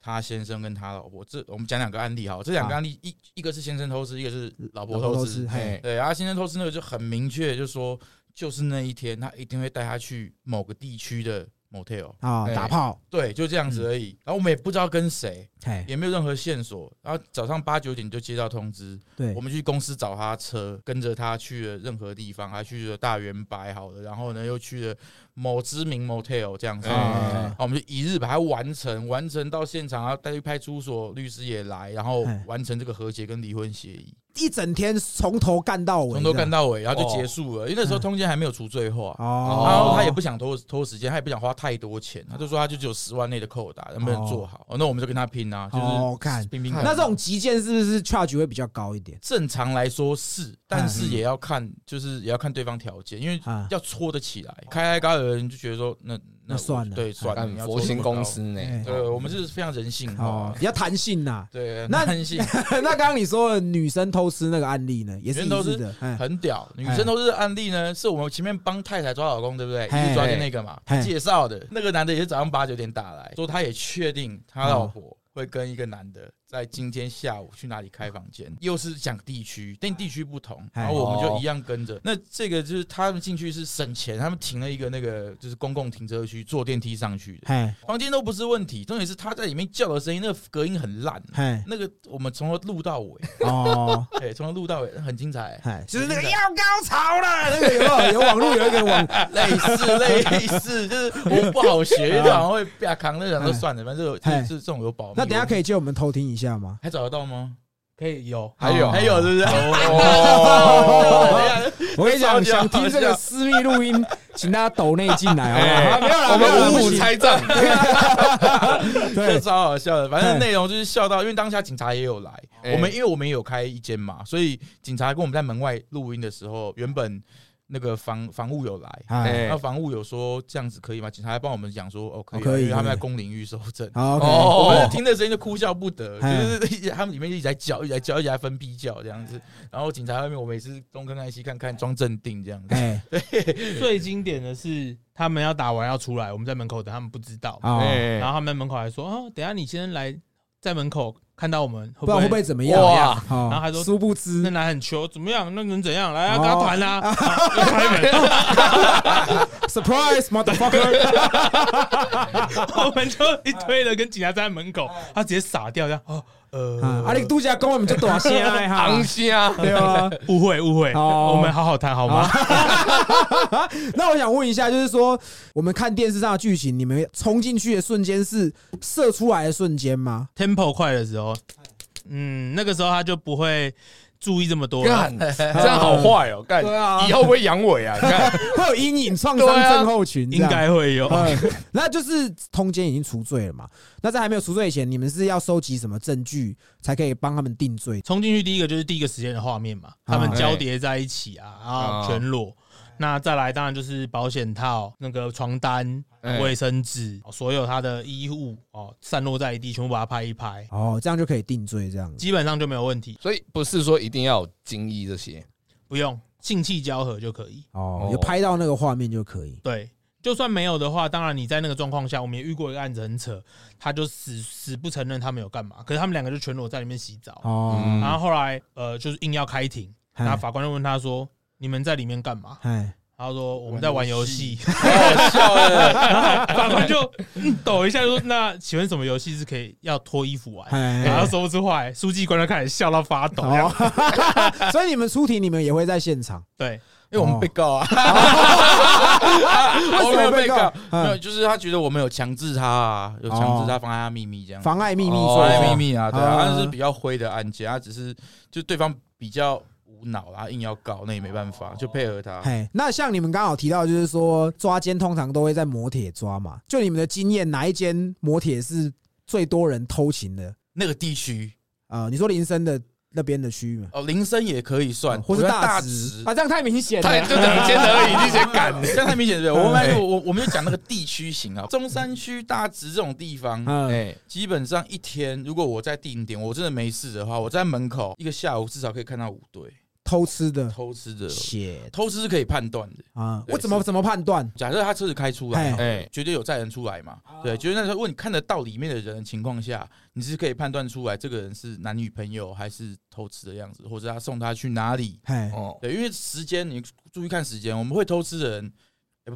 Speaker 4: 他先生跟他老婆，这我们讲两个案例哈，这两个案例一一个是先生偷吃，一个是啊老婆偷吃，
Speaker 1: 嘿，
Speaker 4: 对，然啊后先生偷吃那个就很明确，就说就是那一天他一定会带他去某个地区的 motel，
Speaker 1: 啊，
Speaker 2: 哎
Speaker 1: 打炮，
Speaker 4: 对，就这样子而已。然后我们也不知道跟谁，
Speaker 1: 嘿，
Speaker 4: 也没有任何线索。然后早上八九点就接到通知，
Speaker 1: 对
Speaker 4: 我，们去公司找他车，跟着他去了任何地方，还去了大圆白好了，然后呢又去了某知名 motel 这样子。
Speaker 2: 哎
Speaker 1: 啊
Speaker 4: 然后我们就一日把它完成，完成到现场，然后带去派出所，律师也来，然后
Speaker 1: 哎
Speaker 4: 完成这个和解跟离婚协议，
Speaker 1: 一整天从头干到尾，
Speaker 4: 从头干
Speaker 1: 到
Speaker 4: 到尾，然后就结束了。因为那时候
Speaker 1: 嗯
Speaker 4: 通奸还没有除罪化，
Speaker 1: 哦，
Speaker 4: 然后他也不想拖拖时间，他也不想花太多钱，他就说他就只有十万内的扣打，能不能做好？哦那我们就跟他拼啊，
Speaker 1: 哦
Speaker 4: 就
Speaker 1: 看
Speaker 4: 是拼拼看。
Speaker 1: 那这种极限是不是 charge 会比较高一点
Speaker 4: 正常来说是，但是也要看，就是也要看对方条件，因为
Speaker 1: 嗯啊？
Speaker 4: 要搓得起来。开开高的人就觉得说，那
Speaker 1: 那算了
Speaker 4: 对，算了，
Speaker 2: 干
Speaker 4: 你要
Speaker 2: 佛
Speaker 4: 搓
Speaker 2: 心
Speaker 4: 那么高
Speaker 2: 公司呢？啊
Speaker 1: 哎
Speaker 4: 对，我们是非常人性
Speaker 1: 哦
Speaker 4: 化，，。
Speaker 1: 比较弹性呐
Speaker 4: 对，
Speaker 1: 那
Speaker 4: 男性
Speaker 1: 那刚刚你说的女生偷吃那个案例呢，也是
Speaker 4: 女
Speaker 1: 一
Speaker 4: 生偷吃
Speaker 1: 致的，哎
Speaker 4: 很屌，女生都是案例呢，是我们前面帮太太抓老公，对不对？
Speaker 1: 嘿
Speaker 4: 一直抓进那个嘛
Speaker 1: 嘿，
Speaker 4: 介绍的
Speaker 1: 哎
Speaker 4: 那个男的也是早上八九点打来，说他也确定他老婆
Speaker 1: 嗯
Speaker 4: 会跟一个男的在今天下午去哪里开房
Speaker 1: 嗯
Speaker 4: 间，又是讲地区，但地区不同，
Speaker 1: 嘿
Speaker 4: 然后我们就一样跟
Speaker 1: 哦
Speaker 4: 着。那这个就是他们进去是省钱，他们停了一个那个就是公共停车区，坐电梯上去的，
Speaker 1: 嘿
Speaker 4: 房间都不是问题，重点是他在里面叫的声音，那个隔音很烂。
Speaker 1: 嘿
Speaker 4: 那个我们从头录到尾，
Speaker 1: 哦，
Speaker 4: 对，从头录到尾很精彩。
Speaker 1: 嘿，就是那个要高潮了，那个有没有有网络有一个网
Speaker 4: 类似类似，就是我不好学，就好像会被扛那想说算了，反正有
Speaker 1: 哎
Speaker 4: 就是这种有
Speaker 2: 哦
Speaker 4: 保密。
Speaker 1: 那等一下可
Speaker 4: 以
Speaker 1: 以借我们偷听一下吗？
Speaker 4: 还找得到吗？
Speaker 3: 可以有
Speaker 2: 还有
Speaker 4: 还有是不是？
Speaker 1: 哦
Speaker 4: 哦，
Speaker 1: 我跟你讲，
Speaker 4: 超级好
Speaker 1: 想听这个
Speaker 4: 笑
Speaker 1: 私密录音，请大家抖内进 来，好
Speaker 2: 哎
Speaker 1: 不好？没有啦，
Speaker 2: 我
Speaker 1: 没有啦
Speaker 2: 们
Speaker 1: 不
Speaker 2: 五五
Speaker 1: 行
Speaker 2: 拆账，
Speaker 4: 这
Speaker 2: 哎
Speaker 1: 对，
Speaker 4: 超好笑的。反正内容就是笑到，因为当下警察也有来，
Speaker 2: 哎
Speaker 4: 我们因为我们也有开一间嘛，所以警察跟我们在门外录音的时候，原本那个房房务有来。
Speaker 1: 哎，
Speaker 2: 哎
Speaker 4: 那房务有说这样子可以吗？警察还帮我们讲说，哦，可以啊，
Speaker 1: 哦可以
Speaker 4: 因为他们
Speaker 1: 可以
Speaker 4: 在公领域收证。
Speaker 1: 好
Speaker 2: 哦
Speaker 1: ，OK，
Speaker 4: 我们听的声音就哭笑不得，
Speaker 1: 哎
Speaker 4: 就是他们里面一直在叫，一直在叫，一直在分批叫这样子。然后警察外面，我每次东看看西看看，装镇定这样子。
Speaker 1: 哎，
Speaker 3: 最经典的是他们要打完要出来，我们在门口等，他们不知道，
Speaker 1: 好，
Speaker 2: 哎
Speaker 3: 然后他们在门口还说哦，等一下你先来在门口看到我们，
Speaker 1: 不知
Speaker 3: 会
Speaker 1: 道会不会
Speaker 3: 会？
Speaker 1: 怎么样？
Speaker 2: 哇
Speaker 1: 好，
Speaker 3: 然后他说
Speaker 1: 殊不
Speaker 3: 那
Speaker 1: 知，
Speaker 3: 男很球怎么样？那能怎样？来啊，
Speaker 1: 哦
Speaker 3: 跟他团啊！啊又开门，
Speaker 1: surprise motherfucker，
Speaker 3: 我们就一堆人跟警察站在门口，他直接傻掉，这样哦，
Speaker 1: 啊啊，
Speaker 3: 呃，
Speaker 1: 你度假公我们就大声的哈
Speaker 2: 昂，虾，
Speaker 1: 对吧？
Speaker 3: 误会误会，
Speaker 1: 哦
Speaker 3: 我们好好谈好吗？
Speaker 1: 那我想问一下，就是说我们看电视上的剧情，你们冲进去的瞬间是射出来的瞬间吗？
Speaker 3: tempo 快的时候，嗯，那个时候他就不会注意这么多了。
Speaker 2: 干， 这样好坏哦，干
Speaker 1: 对，啊
Speaker 2: 以后会阳痿啊，干，
Speaker 1: 会有阴影创
Speaker 2: 对
Speaker 1: 伤
Speaker 2: 啊
Speaker 1: 症候群，
Speaker 3: 应。该会有，
Speaker 1: 嗯 那就是通奸已经除罪了嘛？那在还没有除罪以前，你们是要收集什么证据才可以帮他们定罪？
Speaker 3: 冲进去第一个就是第一个时间的画面嘛，
Speaker 1: 啊
Speaker 3: 他们交叠在一起啊，然后全裸。那再来当然就是保险套、那个床单、
Speaker 2: 哎
Speaker 3: 卫生纸，哦所有他的衣物哦，散落在一地，全部把它拍一拍，
Speaker 1: 哦，这样就可以定罪，这样子。
Speaker 3: 基本上就没有问题，
Speaker 2: 所以不是说一定要有精液这 些，
Speaker 3: 不用性器交合就可以。
Speaker 1: 哦
Speaker 2: 哦，
Speaker 1: 有拍到那个画面就可以。
Speaker 3: 对，就算没有的话，当然你在那个状况下，我们也遇过一个案子很扯，他就死死不承认他们有干嘛，可是他们两个就全裸在里面洗澡，
Speaker 1: 哦，
Speaker 2: 嗯
Speaker 3: 然后后来呃就是硬要开庭，
Speaker 1: 嗨
Speaker 3: 然后法官就问他说：“你们在里面干嘛
Speaker 1: 嗨，？”
Speaker 3: 他说：“我们在玩游戏。
Speaker 4: 好笑的，”
Speaker 3: 欸法官就、嗯、抖一下就说：“那请问什么游戏是可以要脱衣服玩？”然后
Speaker 1: 嗨，
Speaker 3: 说不出话来，书记官就开始笑到发抖。这样
Speaker 1: 哦， 所以你们出庭，你们也会在现场。
Speaker 3: 对，
Speaker 4: 因为我们被告啊，
Speaker 1: 哦 啊
Speaker 4: 我们有被告，没
Speaker 1: 嗯
Speaker 4: 有，就是他觉得我们有强制他啊，有强制他妨碍他秘密这样，
Speaker 1: 妨碍秘密
Speaker 2: 哦
Speaker 1: 罪，
Speaker 4: 妨碍秘密啊，对
Speaker 1: 哦
Speaker 4: 啊，他是比较灰的案件，他只是就对方比较无脑啦，硬要告，那也没办法，就配合他。
Speaker 1: 嘿，那像你们刚好提到，就是说抓奸通常都会在摩铁抓嘛，就你们的经验，哪一间摩铁是最多人偷情的？
Speaker 4: 那个地区
Speaker 1: 啊，你说林森的那边的区域嘛，
Speaker 4: 哦，铃声也可以算，
Speaker 1: 或是
Speaker 4: 我觉得大
Speaker 1: 直
Speaker 4: 直
Speaker 1: 啊，这样太明显
Speaker 2: 他也
Speaker 1: 了。
Speaker 2: 就两间而已，你先
Speaker 4: 敢，
Speaker 2: 干，
Speaker 4: 这样太明显了。我
Speaker 2: 哎
Speaker 4: 们我我我们就讲那个地区型啊，中山区、大直这种地方，
Speaker 1: 嗯，
Speaker 2: 哎，
Speaker 4: 基本上一天，如果我在定点，我真的没事的话，我在门口一个下午至少可以看到五对
Speaker 1: 偷吃的
Speaker 4: 偷吃的，
Speaker 1: 血
Speaker 4: 偷吃是可以判断的。
Speaker 1: 啊，
Speaker 4: 对
Speaker 1: 我怎么
Speaker 4: 是
Speaker 1: 怎么判断？
Speaker 4: 假设他车子开出来，
Speaker 1: 哎，啊
Speaker 2: 哎，
Speaker 4: 绝对有载人出来嘛？对，就是那时候，如果你看得到里面的人的情况下，你是可以判断出来这个人是男女朋友还是偷吃的样子，或者他送他去哪里。
Speaker 1: 哎，
Speaker 2: 哦，
Speaker 4: 对，因为时间你注意看时间，我们会偷吃的人，欸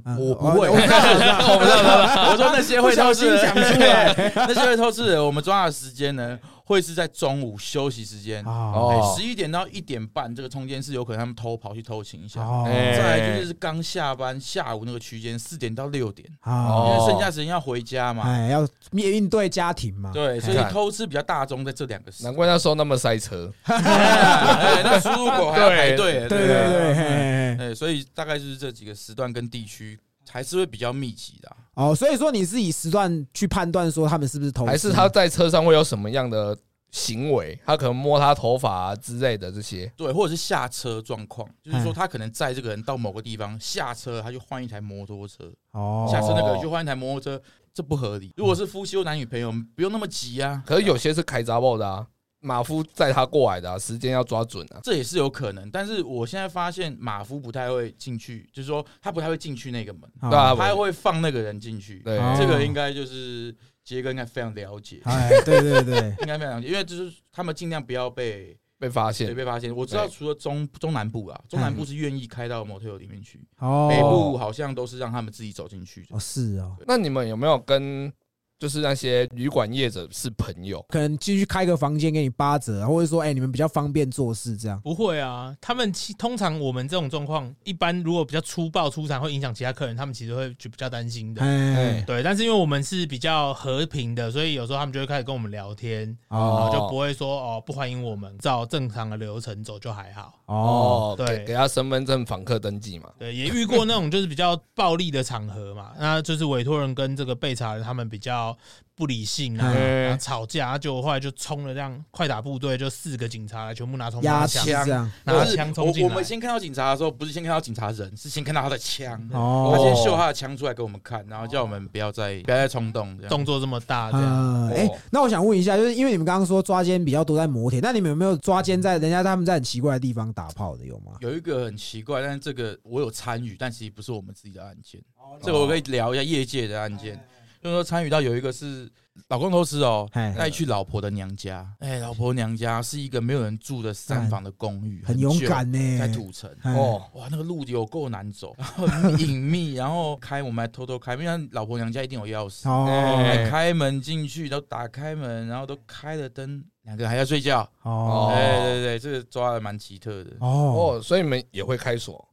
Speaker 1: 嗯
Speaker 4: 我不会，
Speaker 1: 我知道我知道
Speaker 4: 我不知道，我不知道我说那些会偷吃
Speaker 1: 不小心讲出
Speaker 4: 来，那些会偷吃的，我们抓的时间呢，会是在中午休息时间，哎
Speaker 1: 哦
Speaker 2: 哦
Speaker 4: 十一点到一点半这个中间是有可能他们偷跑去偷情一下。
Speaker 1: 哦
Speaker 2: 哎
Speaker 4: 再来就是刚下班下午那个区间，四点到六点，因
Speaker 1: 哦，
Speaker 4: 为剩下时间要回家嘛。
Speaker 1: 哎，要面应对家庭嘛，
Speaker 4: 对，所以
Speaker 2: 看
Speaker 4: 偷吃比较大宗在这两个时
Speaker 2: 难怪那时候那么塞车。
Speaker 4: 哎，那输入口还要排队，啊
Speaker 1: 对对对，嘿嘿嘿
Speaker 4: 哎，所以大概就是这几个时段跟地区还是会比较密集的啊。
Speaker 1: 哦，所以说你是以时段去判断说他们是不是偷吃，
Speaker 2: 还是他在车上会有什么样的行为？他可能摸他头发啊之类的这些。
Speaker 4: 对，或者是下车状况，就是说
Speaker 1: 嗯
Speaker 4: 他可能载这个人到某个地方下车，他就换一台摩托车，
Speaker 1: 哦
Speaker 4: 下车那个人就换一台摩托车，这不合理。如果是夫妻或男女朋友，不用那么急啊，
Speaker 2: 可是有些是开杂报的啊，马夫载他过来的啊，时间要抓准啊。
Speaker 4: 这也是有可能。但是我现在发现马夫不太会进去，就是说他不太会进去那个门，
Speaker 1: 哦
Speaker 2: 对啊，
Speaker 4: 他会放那个人进去。
Speaker 2: 对，
Speaker 1: 哦
Speaker 4: 这个应该就是杰哥应该非常了解，
Speaker 1: 哎，对对对，
Speaker 4: 应该非常了解，因为就是他们尽量不要被
Speaker 2: 被发
Speaker 4: 对
Speaker 2: 现。
Speaker 4: 被发现。我知道
Speaker 2: 对
Speaker 4: 除了中中南部啊，中南
Speaker 1: 嗯
Speaker 4: 部是愿意开到 motel 里面去，
Speaker 1: 哦，
Speaker 4: 北部好像都是让他们自己走进去的。
Speaker 1: 哦是哦，
Speaker 2: 那你们有没有跟就是那些旅馆业者是朋友？
Speaker 1: 可能进去开个房间给你八折啊，或者说哎你们比较方便做事这样，
Speaker 3: 不会啊，他们其通常我们这种状况，一般如果比较粗暴出场会影响其他客人，他们其实会就比较担心的。
Speaker 1: 哎
Speaker 2: 哎
Speaker 3: 对，但是因为我们是比较和平的，所以有时候他们就会开始跟我们聊天，
Speaker 1: 哦
Speaker 2: 哦
Speaker 3: 就不会说哦不欢迎我们，照正常的流程走就还好。
Speaker 1: 哦
Speaker 2: 哦，
Speaker 3: 对
Speaker 2: 给给他身份证、访客登记嘛。
Speaker 3: 对，也遇过那种就是比较暴力的场合嘛，那就是委托人跟这个被查人他们比较不理性啊，
Speaker 2: 嗯
Speaker 3: 然后吵架，就后来就冲了这样快打部队，就四个警察全部拿冲
Speaker 1: 压
Speaker 3: 锋
Speaker 1: 制
Speaker 3: 枪，
Speaker 1: 这样
Speaker 3: 拿
Speaker 4: 就是
Speaker 3: 枪
Speaker 4: 我
Speaker 3: 冲进
Speaker 4: 我
Speaker 3: 来
Speaker 4: 们。先看到警察的时候，不是先看到警察人，是先看到他的枪。他
Speaker 1: 哦
Speaker 4: 先秀他的枪出来给我们看，然后叫我们不要再不要再冲动这样。
Speaker 3: 哦动作这么大，这样、
Speaker 1: 啊，哎、
Speaker 2: 哦
Speaker 1: 那我想问一下，就是因为你们刚刚说抓奸比较多在摩铁，那你们有没有抓奸在人家他们在很奇怪的地方打炮的有吗？
Speaker 4: 有一个很奇怪，但是这个我有参与，但其实不是我们自己的案件。哦
Speaker 1: 哦
Speaker 4: 这个我可以聊一下业界的案件，就是说参与到有一个是老公偷吃哦
Speaker 1: 哎，
Speaker 4: 带去老婆的娘家。哎，老婆娘家是一个没有人住的三房的公寓，
Speaker 1: 哎很勇
Speaker 4: 旧
Speaker 1: 敢呢、
Speaker 4: 啊在土城。
Speaker 1: 哎
Speaker 2: 哦，
Speaker 4: 哇，那个路有够难走， 很隐秘，然后开我们还偷偷开，因为他老婆娘家一定有钥匙，
Speaker 1: 哦
Speaker 4: 还开门进去，然后打开门，然后都开了灯，两个人还在睡觉。
Speaker 1: 哦
Speaker 4: 对对对，这个抓的蛮奇特的，
Speaker 1: 哦，
Speaker 2: 哦，所以你们也会开锁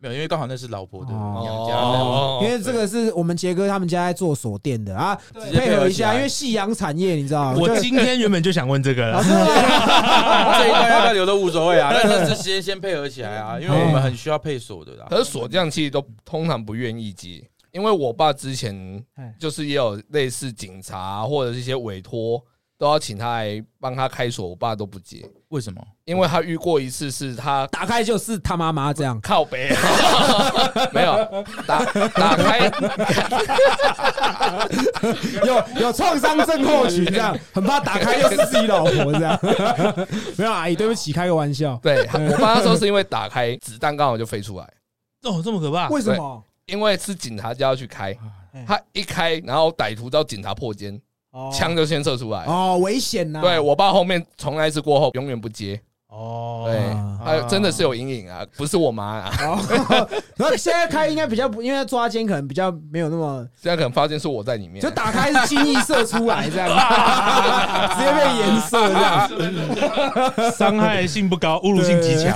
Speaker 4: 没有，因为刚好那是老婆的
Speaker 1: 哦
Speaker 4: 娘家，
Speaker 2: 哦，
Speaker 1: 因为这个是我们杰哥他们家在做锁店的啊，
Speaker 4: 直接
Speaker 1: 配合一
Speaker 4: 起
Speaker 1: 下，
Speaker 4: 来
Speaker 1: 因为夕阳产业你知道吗？
Speaker 3: 我
Speaker 1: 就
Speaker 3: 今天原本就想问这个
Speaker 1: 老
Speaker 3: 了，
Speaker 1: 师
Speaker 4: 这一段要不要留都无所 谓啊，但是这些先配合起来啊，因为我
Speaker 1: 哎
Speaker 4: 们很需要配锁的啦。
Speaker 2: 可是锁匠其实都通常不愿意接，因为我爸之前
Speaker 1: 哎
Speaker 2: 就是也有类似警察啊或者是一些委托都要请他来帮他开锁，我爸都不接，
Speaker 4: 为什么？
Speaker 2: 因为他遇过一次是他
Speaker 1: 打开就是他妈妈这 样，
Speaker 2: 靠北，啊 没有打打开
Speaker 1: 有有创伤症候群这样，很怕打开又是自己老婆这样。 没有阿姨，对不起，开个玩笑。
Speaker 2: 对，他我爸那时候是因为打开子弹刚好就飞出来，
Speaker 3: 哦，这么可怕，
Speaker 1: 为什么？
Speaker 2: 因为是警察就要去开，
Speaker 1: 啊
Speaker 2: 他一开然后歹徒到警察破监，
Speaker 1: 哦
Speaker 2: 枪就先射出来。
Speaker 1: 哦，危险呐！
Speaker 2: 对我爸后面从那一次过后永远不接，
Speaker 3: 哦，
Speaker 2: 对
Speaker 1: 啊，
Speaker 2: 他真的是有阴影啊，不是我妈啊，
Speaker 1: 哦， 然后现在开应该比较不，因为抓奸可能比较没有那么，
Speaker 2: 现在可能发现是我在里面
Speaker 1: 就，打开是精液射出来 这样，直接被颜色这样。
Speaker 3: 伤害性不高，侮辱性极强。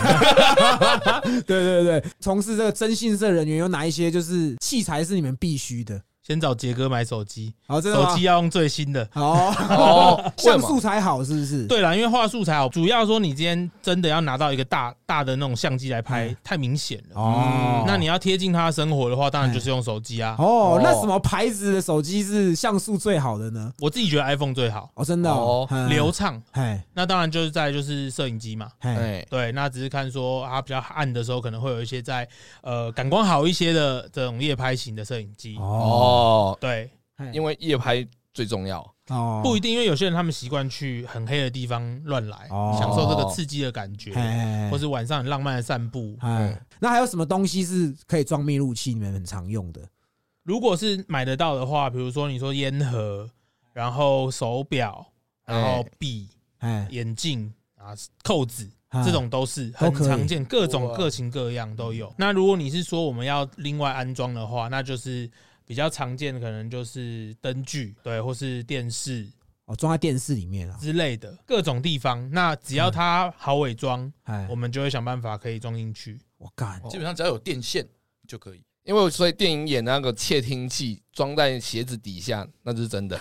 Speaker 1: 对对对，从事这个征信社人员有哪一些就是器材是你们必须的？
Speaker 3: 先找杰哥买手机，
Speaker 1: 好，真的
Speaker 3: 手
Speaker 1: 吗
Speaker 3: 机？啊要用最新的。
Speaker 1: 哦，
Speaker 2: 哦，为什
Speaker 1: 像素
Speaker 2: 么？
Speaker 1: 才好是不是？
Speaker 3: 对啦，因为画素材好，主要说你今天真的要拿到一个大大的那种相机来拍
Speaker 1: 嗯，
Speaker 3: 太明显了。
Speaker 1: 哦，
Speaker 3: 嗯那你要贴近他的生活的话，当然就是用手机啊。
Speaker 1: 哦
Speaker 2: 哦，
Speaker 1: 那什么牌子的手机是像素最好的呢？
Speaker 3: 我自己觉得 iPhone 最好，
Speaker 1: 哦，真的哦
Speaker 2: 哦，
Speaker 1: 嗯
Speaker 3: 流畅。
Speaker 1: 嘿
Speaker 3: 那当然就是在就是摄影机嘛。
Speaker 1: 嘿
Speaker 2: 哎，
Speaker 3: 对，那只是看说它比较暗的时候，可能会有一些在呃感光好一些的这种夜拍型的摄影机。
Speaker 1: 哦哎
Speaker 2: 哦，
Speaker 3: 对，
Speaker 2: 因
Speaker 1: 为
Speaker 2: 为夜拍最重要，
Speaker 1: 哦
Speaker 3: 不一定，因为有些人他们习惯去很黑的地方乱来，
Speaker 1: 哦
Speaker 3: 享受这个刺激的感觉，
Speaker 1: 嘿
Speaker 3: 或是晚上很浪漫的散步。
Speaker 1: 哎，那还有什么东西是可以装密录器？你们很常用的？
Speaker 3: 如果是买得到的话，比如说你说烟盒，然后手表，然后
Speaker 2: 哎
Speaker 3: 笔、
Speaker 1: 哎，
Speaker 3: 眼镜啊、扣子，
Speaker 1: 啊
Speaker 3: 这种都是
Speaker 1: 都
Speaker 3: 很
Speaker 1: 可以
Speaker 3: 常见，各种
Speaker 4: 哇
Speaker 3: 各型各样都有。那如果你是说我们要另外安装的话，那就是比较常见的，可能就是灯具，对，或是电视
Speaker 1: 哦装在电视里面啊，
Speaker 3: 之类的各种地方。那只要它好伪装，
Speaker 1: 哎
Speaker 4: 哦
Speaker 3: 我，们就会想办法可以装进去。
Speaker 1: 我干，
Speaker 4: 基本上只要有电线就可以。
Speaker 2: 因为所以电影演那个窃听器装在鞋子底下，那就是真的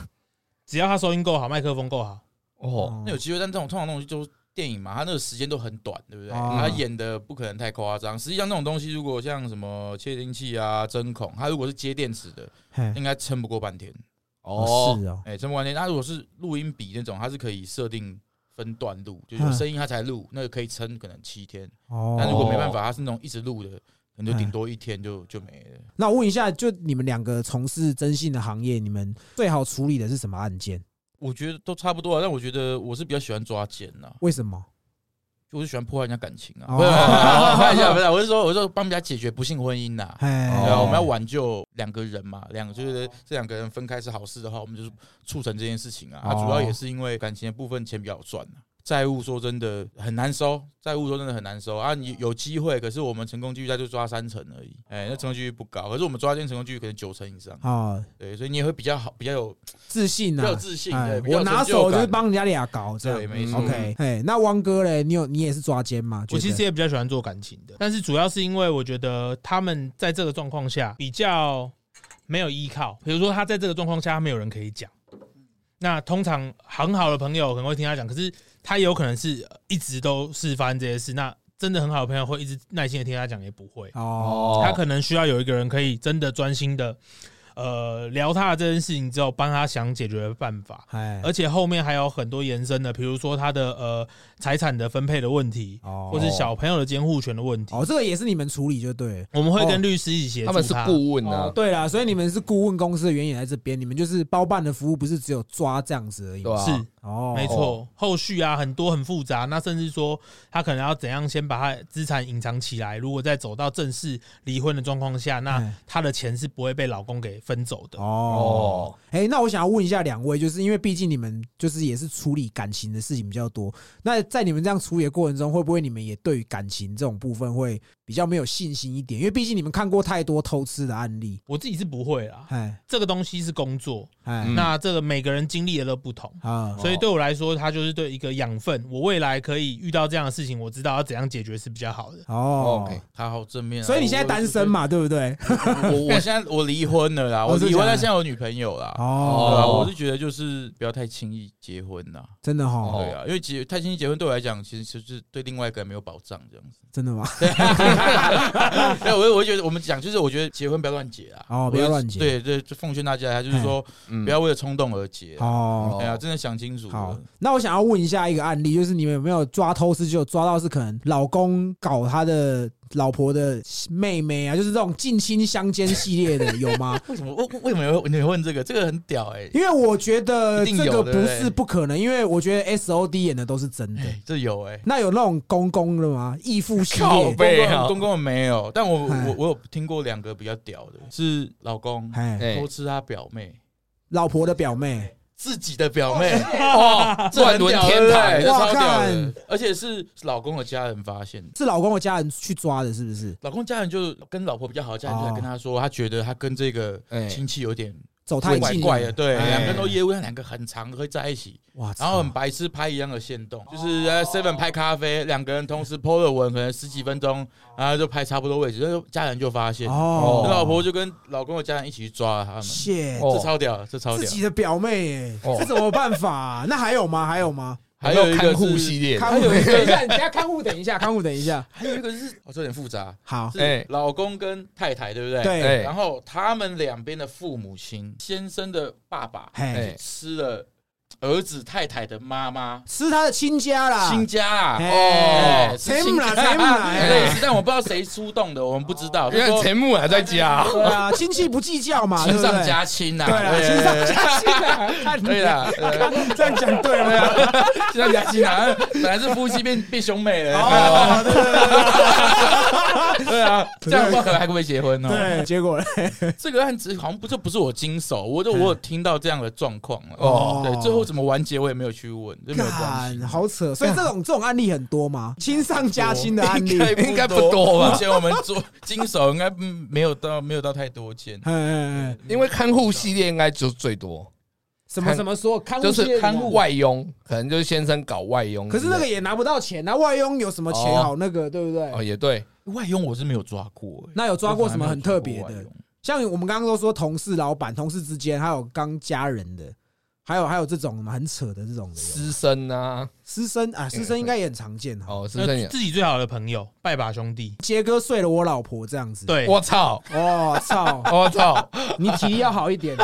Speaker 3: 只要它收音够好，麦克风够好，
Speaker 2: 哦。
Speaker 4: 那有机会，但这种通常东西就是电影嘛，它那个时间都很短，对不对？
Speaker 1: 啊
Speaker 4: 它演的不可能太夸张。实际上，那种东西如果像什么窃听器啊、针孔，它如果是接电池的，
Speaker 1: 嘿
Speaker 4: 应该撑不过半天。
Speaker 1: 哦，是哦，
Speaker 4: 哎、撑不过半天。它如果是录音笔那种，它是可以设定分段录，就是有声音它才录，那个可以撑可能七天。
Speaker 1: 嗯哦，哎
Speaker 4: 但如果没办法，它是那种一直录的，可能就顶多一天就就没了。
Speaker 1: 哦那我问一下，就你们两个从事征信的行业，你们最好处理的是什么案件？
Speaker 4: 我觉得都差不多啊，但我觉得我是比较喜欢抓奸呐、
Speaker 1: 为什么？
Speaker 4: 我是喜欢破坏人家感情啊。
Speaker 1: 哦
Speaker 4: 不是，开玩笑，不是，啊我是说，我是说帮人家解决不幸婚姻呐、
Speaker 1: 哎，
Speaker 4: 对啊，
Speaker 2: 哦
Speaker 4: 我们要挽救两个人嘛，两个
Speaker 1: 哦
Speaker 4: 就是这两个人分开是好事的话，我们就是促成这件事情啊。啊，
Speaker 1: 哦
Speaker 4: 主要也是因为感情的部分钱比较好赚啊债务说真的很难收，债务说真的很难收啊！你有机会，可是我们成功几率再就抓三成而已，哎、那成功几率不高。可是我们抓奸成功几率可能九成以上，
Speaker 1: 哦，
Speaker 4: 对，所以你也会比较好，比较有
Speaker 1: 自信
Speaker 4: 比
Speaker 1: 啊，
Speaker 4: 较有自信，
Speaker 1: 哎
Speaker 4: 对，比较
Speaker 1: 我
Speaker 4: 有
Speaker 1: 拿
Speaker 4: 成
Speaker 1: 手
Speaker 4: 感
Speaker 1: 就是帮人家俩搞这
Speaker 4: 对，嗯
Speaker 1: 样。
Speaker 4: 没错。
Speaker 1: OK，哎，那汪哥嘞，你有你也是抓奸吗？
Speaker 3: 我其
Speaker 1: 觉
Speaker 3: 实
Speaker 1: 得
Speaker 3: 也比较喜欢做感情的，但是主要是因为我觉得他们在这个状况下比较没有依靠，比如说他在这个状况下他没有人可以讲。那通常很好的朋友可能会听他讲，可是他有可能是呃一直都是发生这些事。那真的很好的朋友会一直耐心的听他讲，也不会。
Speaker 1: 哦，
Speaker 2: 哦，
Speaker 3: 他可能需要有一个人可以真的专心的，呃，聊他的这件事情之后，帮他想解决的办法。
Speaker 1: 哎，
Speaker 3: 而且后面还有很多延伸的，比如说他的呃财产的分配的问题，
Speaker 1: 哦
Speaker 3: 或是小朋友的监护权的问题，
Speaker 1: 哦，这个也是你们处理就对了。
Speaker 3: 我们会
Speaker 1: 哦
Speaker 3: 跟律师一起协助
Speaker 2: 他们是顾问啊
Speaker 1: 哦，，对啦，所以你们是顾问公司的原因也在这边，你们就是包办的服务，不是只有抓这样子而已
Speaker 2: 对。吧？啊
Speaker 3: 是
Speaker 1: 哦，
Speaker 3: 没错，后续啊很多很复杂，那甚至说他可能要怎样先把他的资产隐藏起来，如果再走到正式离婚的状况下，那
Speaker 1: 哎
Speaker 3: 他的钱是不会被老公给分走的。
Speaker 1: 哦
Speaker 2: 哦，
Speaker 1: 哎、那我想要问一下两位，就是因为毕竟你们就是也是处理感情的事情比较多，那在你们这样处理的过程中，会不会你们也对于感情这种部分会比较没有信心一点？因为毕竟你们看过太多偷吃的案例，
Speaker 3: 我自己是不会啦，
Speaker 1: 哎
Speaker 3: 这个东西是工作，
Speaker 1: 哎
Speaker 2: 嗯
Speaker 3: 那这个每个人经历的都不同。
Speaker 1: 啊
Speaker 3: 所以对我来说，它就是对一个养分。我未来可以遇到这样的事情，我知道要怎样解决是比较好的。
Speaker 1: 哦
Speaker 2: OK，
Speaker 4: 他好正面啊、
Speaker 1: 所以你现在单身嘛，对不对？
Speaker 4: 我？我我我现在我离婚了啦，
Speaker 1: 哦
Speaker 4: 我
Speaker 1: 真的
Speaker 4: 离婚，
Speaker 1: 假的
Speaker 4: 但现在有女朋友啦。对
Speaker 1: 哦，
Speaker 4: 啊，我是觉得就是不要太轻易结婚呐、
Speaker 1: 真的哈、
Speaker 2: 哦
Speaker 4: 对啊，因为结太轻易结婚对我来讲，其实就是对另外一个人没有保障这样子。
Speaker 1: 真的吗？
Speaker 4: 对，我我觉得我们讲就是，我觉得结婚不要乱结啊，
Speaker 1: 哦不要乱结
Speaker 4: 我对对，就奉劝大家，就是说
Speaker 2: 嗯
Speaker 4: 不要为了冲动而结啊。
Speaker 1: 哦。
Speaker 4: 哎呀，真的想清楚。
Speaker 1: 好，那我想要问一下一个案例，就是你们有没有抓偷吃，就有抓到是可能老公搞他的老婆的妹妹啊，就是这种近亲相奸系列的，有 吗？
Speaker 4: 为什么为为什么你会问这个？这个很屌哎、
Speaker 1: 因为我觉得这个
Speaker 4: 一定有对
Speaker 1: 不
Speaker 4: 不
Speaker 1: 是
Speaker 4: 对
Speaker 1: 不可能，因为我觉得 S O D 演的都是真的。
Speaker 4: 哎这有哎、
Speaker 1: 那有那种公公的吗？义父系
Speaker 2: 靠
Speaker 1: 列？
Speaker 2: 背对啊
Speaker 4: 东宫没有，但我
Speaker 1: 哎
Speaker 4: 我我有听过两个比较屌的，是老公
Speaker 1: 哎，
Speaker 2: 哎
Speaker 4: 偷吃他表妹。
Speaker 1: 老婆的表妹，
Speaker 4: 自己的 表妹，
Speaker 2: 哦，
Speaker 4: 这很
Speaker 2: 乱伦
Speaker 4: 屌
Speaker 2: 天
Speaker 4: 对不对
Speaker 2: 堂哎
Speaker 4: 这超屌
Speaker 1: 哇
Speaker 4: 的，而且是老公的家人发现的。
Speaker 1: 是老公的家人去抓的，是不是？
Speaker 4: 老公家人就跟老婆比较好，家人就在跟他说，他觉得他跟这个
Speaker 2: 哎
Speaker 4: 亲戚有点
Speaker 1: 走太
Speaker 4: 怪
Speaker 1: 近了，
Speaker 4: 怪的，对，
Speaker 1: 哎哦
Speaker 4: 两个人都业务，他两个很常会在一起，
Speaker 1: 哇操，
Speaker 4: 然后很白痴拍一样的线动，就是呃 seven 拍咖啡，两个人同时 po 了文，可能十几分钟，然后就拍差不多位置，然后家人就发现，
Speaker 1: 哦，
Speaker 4: 老婆就跟老公的家人一起去抓他们，
Speaker 1: 谢
Speaker 2: 哦
Speaker 4: 这超屌，这超
Speaker 1: 自
Speaker 4: 屌。
Speaker 1: 己的表妹耶，
Speaker 2: 哦
Speaker 1: 这怎么办法啊？那还有吗？还有吗？
Speaker 4: 还有一
Speaker 2: 看
Speaker 4: 个
Speaker 2: 护
Speaker 4: 是
Speaker 2: 系列，
Speaker 1: 看护，等一下，你等一下看护，等一下，看护，等一下，
Speaker 4: 还有一个是，哦，这有点复杂，
Speaker 1: 好，
Speaker 4: 是
Speaker 2: 哎
Speaker 4: 老公跟太太，对不对？
Speaker 1: 对，
Speaker 2: 哎
Speaker 4: 然后他们两边的父母亲，先生的爸爸
Speaker 1: 嘿
Speaker 2: 哎，
Speaker 4: 吃了儿子太太的妈妈
Speaker 1: 吃他的亲家啦，
Speaker 4: 亲家啊，
Speaker 1: 哎
Speaker 4: 哦，是
Speaker 1: 亲
Speaker 4: 亲
Speaker 1: 啦
Speaker 4: 家
Speaker 1: 亲啦哦哎
Speaker 4: 类似，但我不知道谁出动的，我们不知道，
Speaker 2: 因
Speaker 4: 就
Speaker 2: 为
Speaker 4: 说
Speaker 2: 钱木还在家，
Speaker 1: 对啊，亲戚不计较嘛，对
Speaker 4: 亲
Speaker 1: 不对
Speaker 4: 上？加哎亲啊呐，
Speaker 1: 对啦，亲上加亲啊，看
Speaker 4: 对
Speaker 1: 你
Speaker 4: 啦，对啦
Speaker 1: 这样讲对
Speaker 4: 哎
Speaker 1: 了。
Speaker 4: 对啊， 亲上加亲啊，本来是夫妻变变兄妹了，
Speaker 1: 哦，对对对
Speaker 4: 对啊，这样不知道可能还可不可以结婚哦？
Speaker 1: 对，结果嘞，
Speaker 4: 这个案子好像不就不是我经手，我就我有听到这样的状况了。
Speaker 1: 哦
Speaker 4: 对，最后怎么完结我也没有去问，这没有关
Speaker 1: 干
Speaker 4: 系。
Speaker 1: 好扯，所以这种这种案例很多嘛，亲上加亲的案例
Speaker 4: 应，该
Speaker 2: 应该不
Speaker 4: 不
Speaker 2: 多吧
Speaker 4: 目前我们做经手应该嗯没有到没有到太多件，
Speaker 1: 哎哎哎，
Speaker 2: 因为看护系列应该就最多，
Speaker 1: 什么什么说看护
Speaker 2: 就
Speaker 1: 系列
Speaker 2: 是
Speaker 1: 里面
Speaker 2: 看护外佣，可能就是先生搞外佣之
Speaker 1: 可
Speaker 2: 类
Speaker 1: 是
Speaker 2: 的。
Speaker 1: 那个也拿不到钱啊，外佣有什么钱好那个，对不对？
Speaker 2: 哦也对，
Speaker 4: 外佣我是没有抓过、欸，
Speaker 1: 那有抓过什么很特别
Speaker 4: 我反而没有抓过
Speaker 1: 的？
Speaker 4: 外佣？
Speaker 1: 像我们刚刚都说同事、老板、同事之间，还有刚家人的，还有还有这种很扯的这种的有吗，
Speaker 2: 私生啊，
Speaker 1: 私生啊，私生应该也很常见哈。
Speaker 2: 哦私生
Speaker 3: 那
Speaker 2: 也，
Speaker 3: 自己最好的朋友拜把兄弟，
Speaker 1: 杰哥睡了我老婆这样子，，
Speaker 3: 对，
Speaker 2: 我操，
Speaker 1: 哦操，
Speaker 2: 我操，
Speaker 1: 你体力要好一点，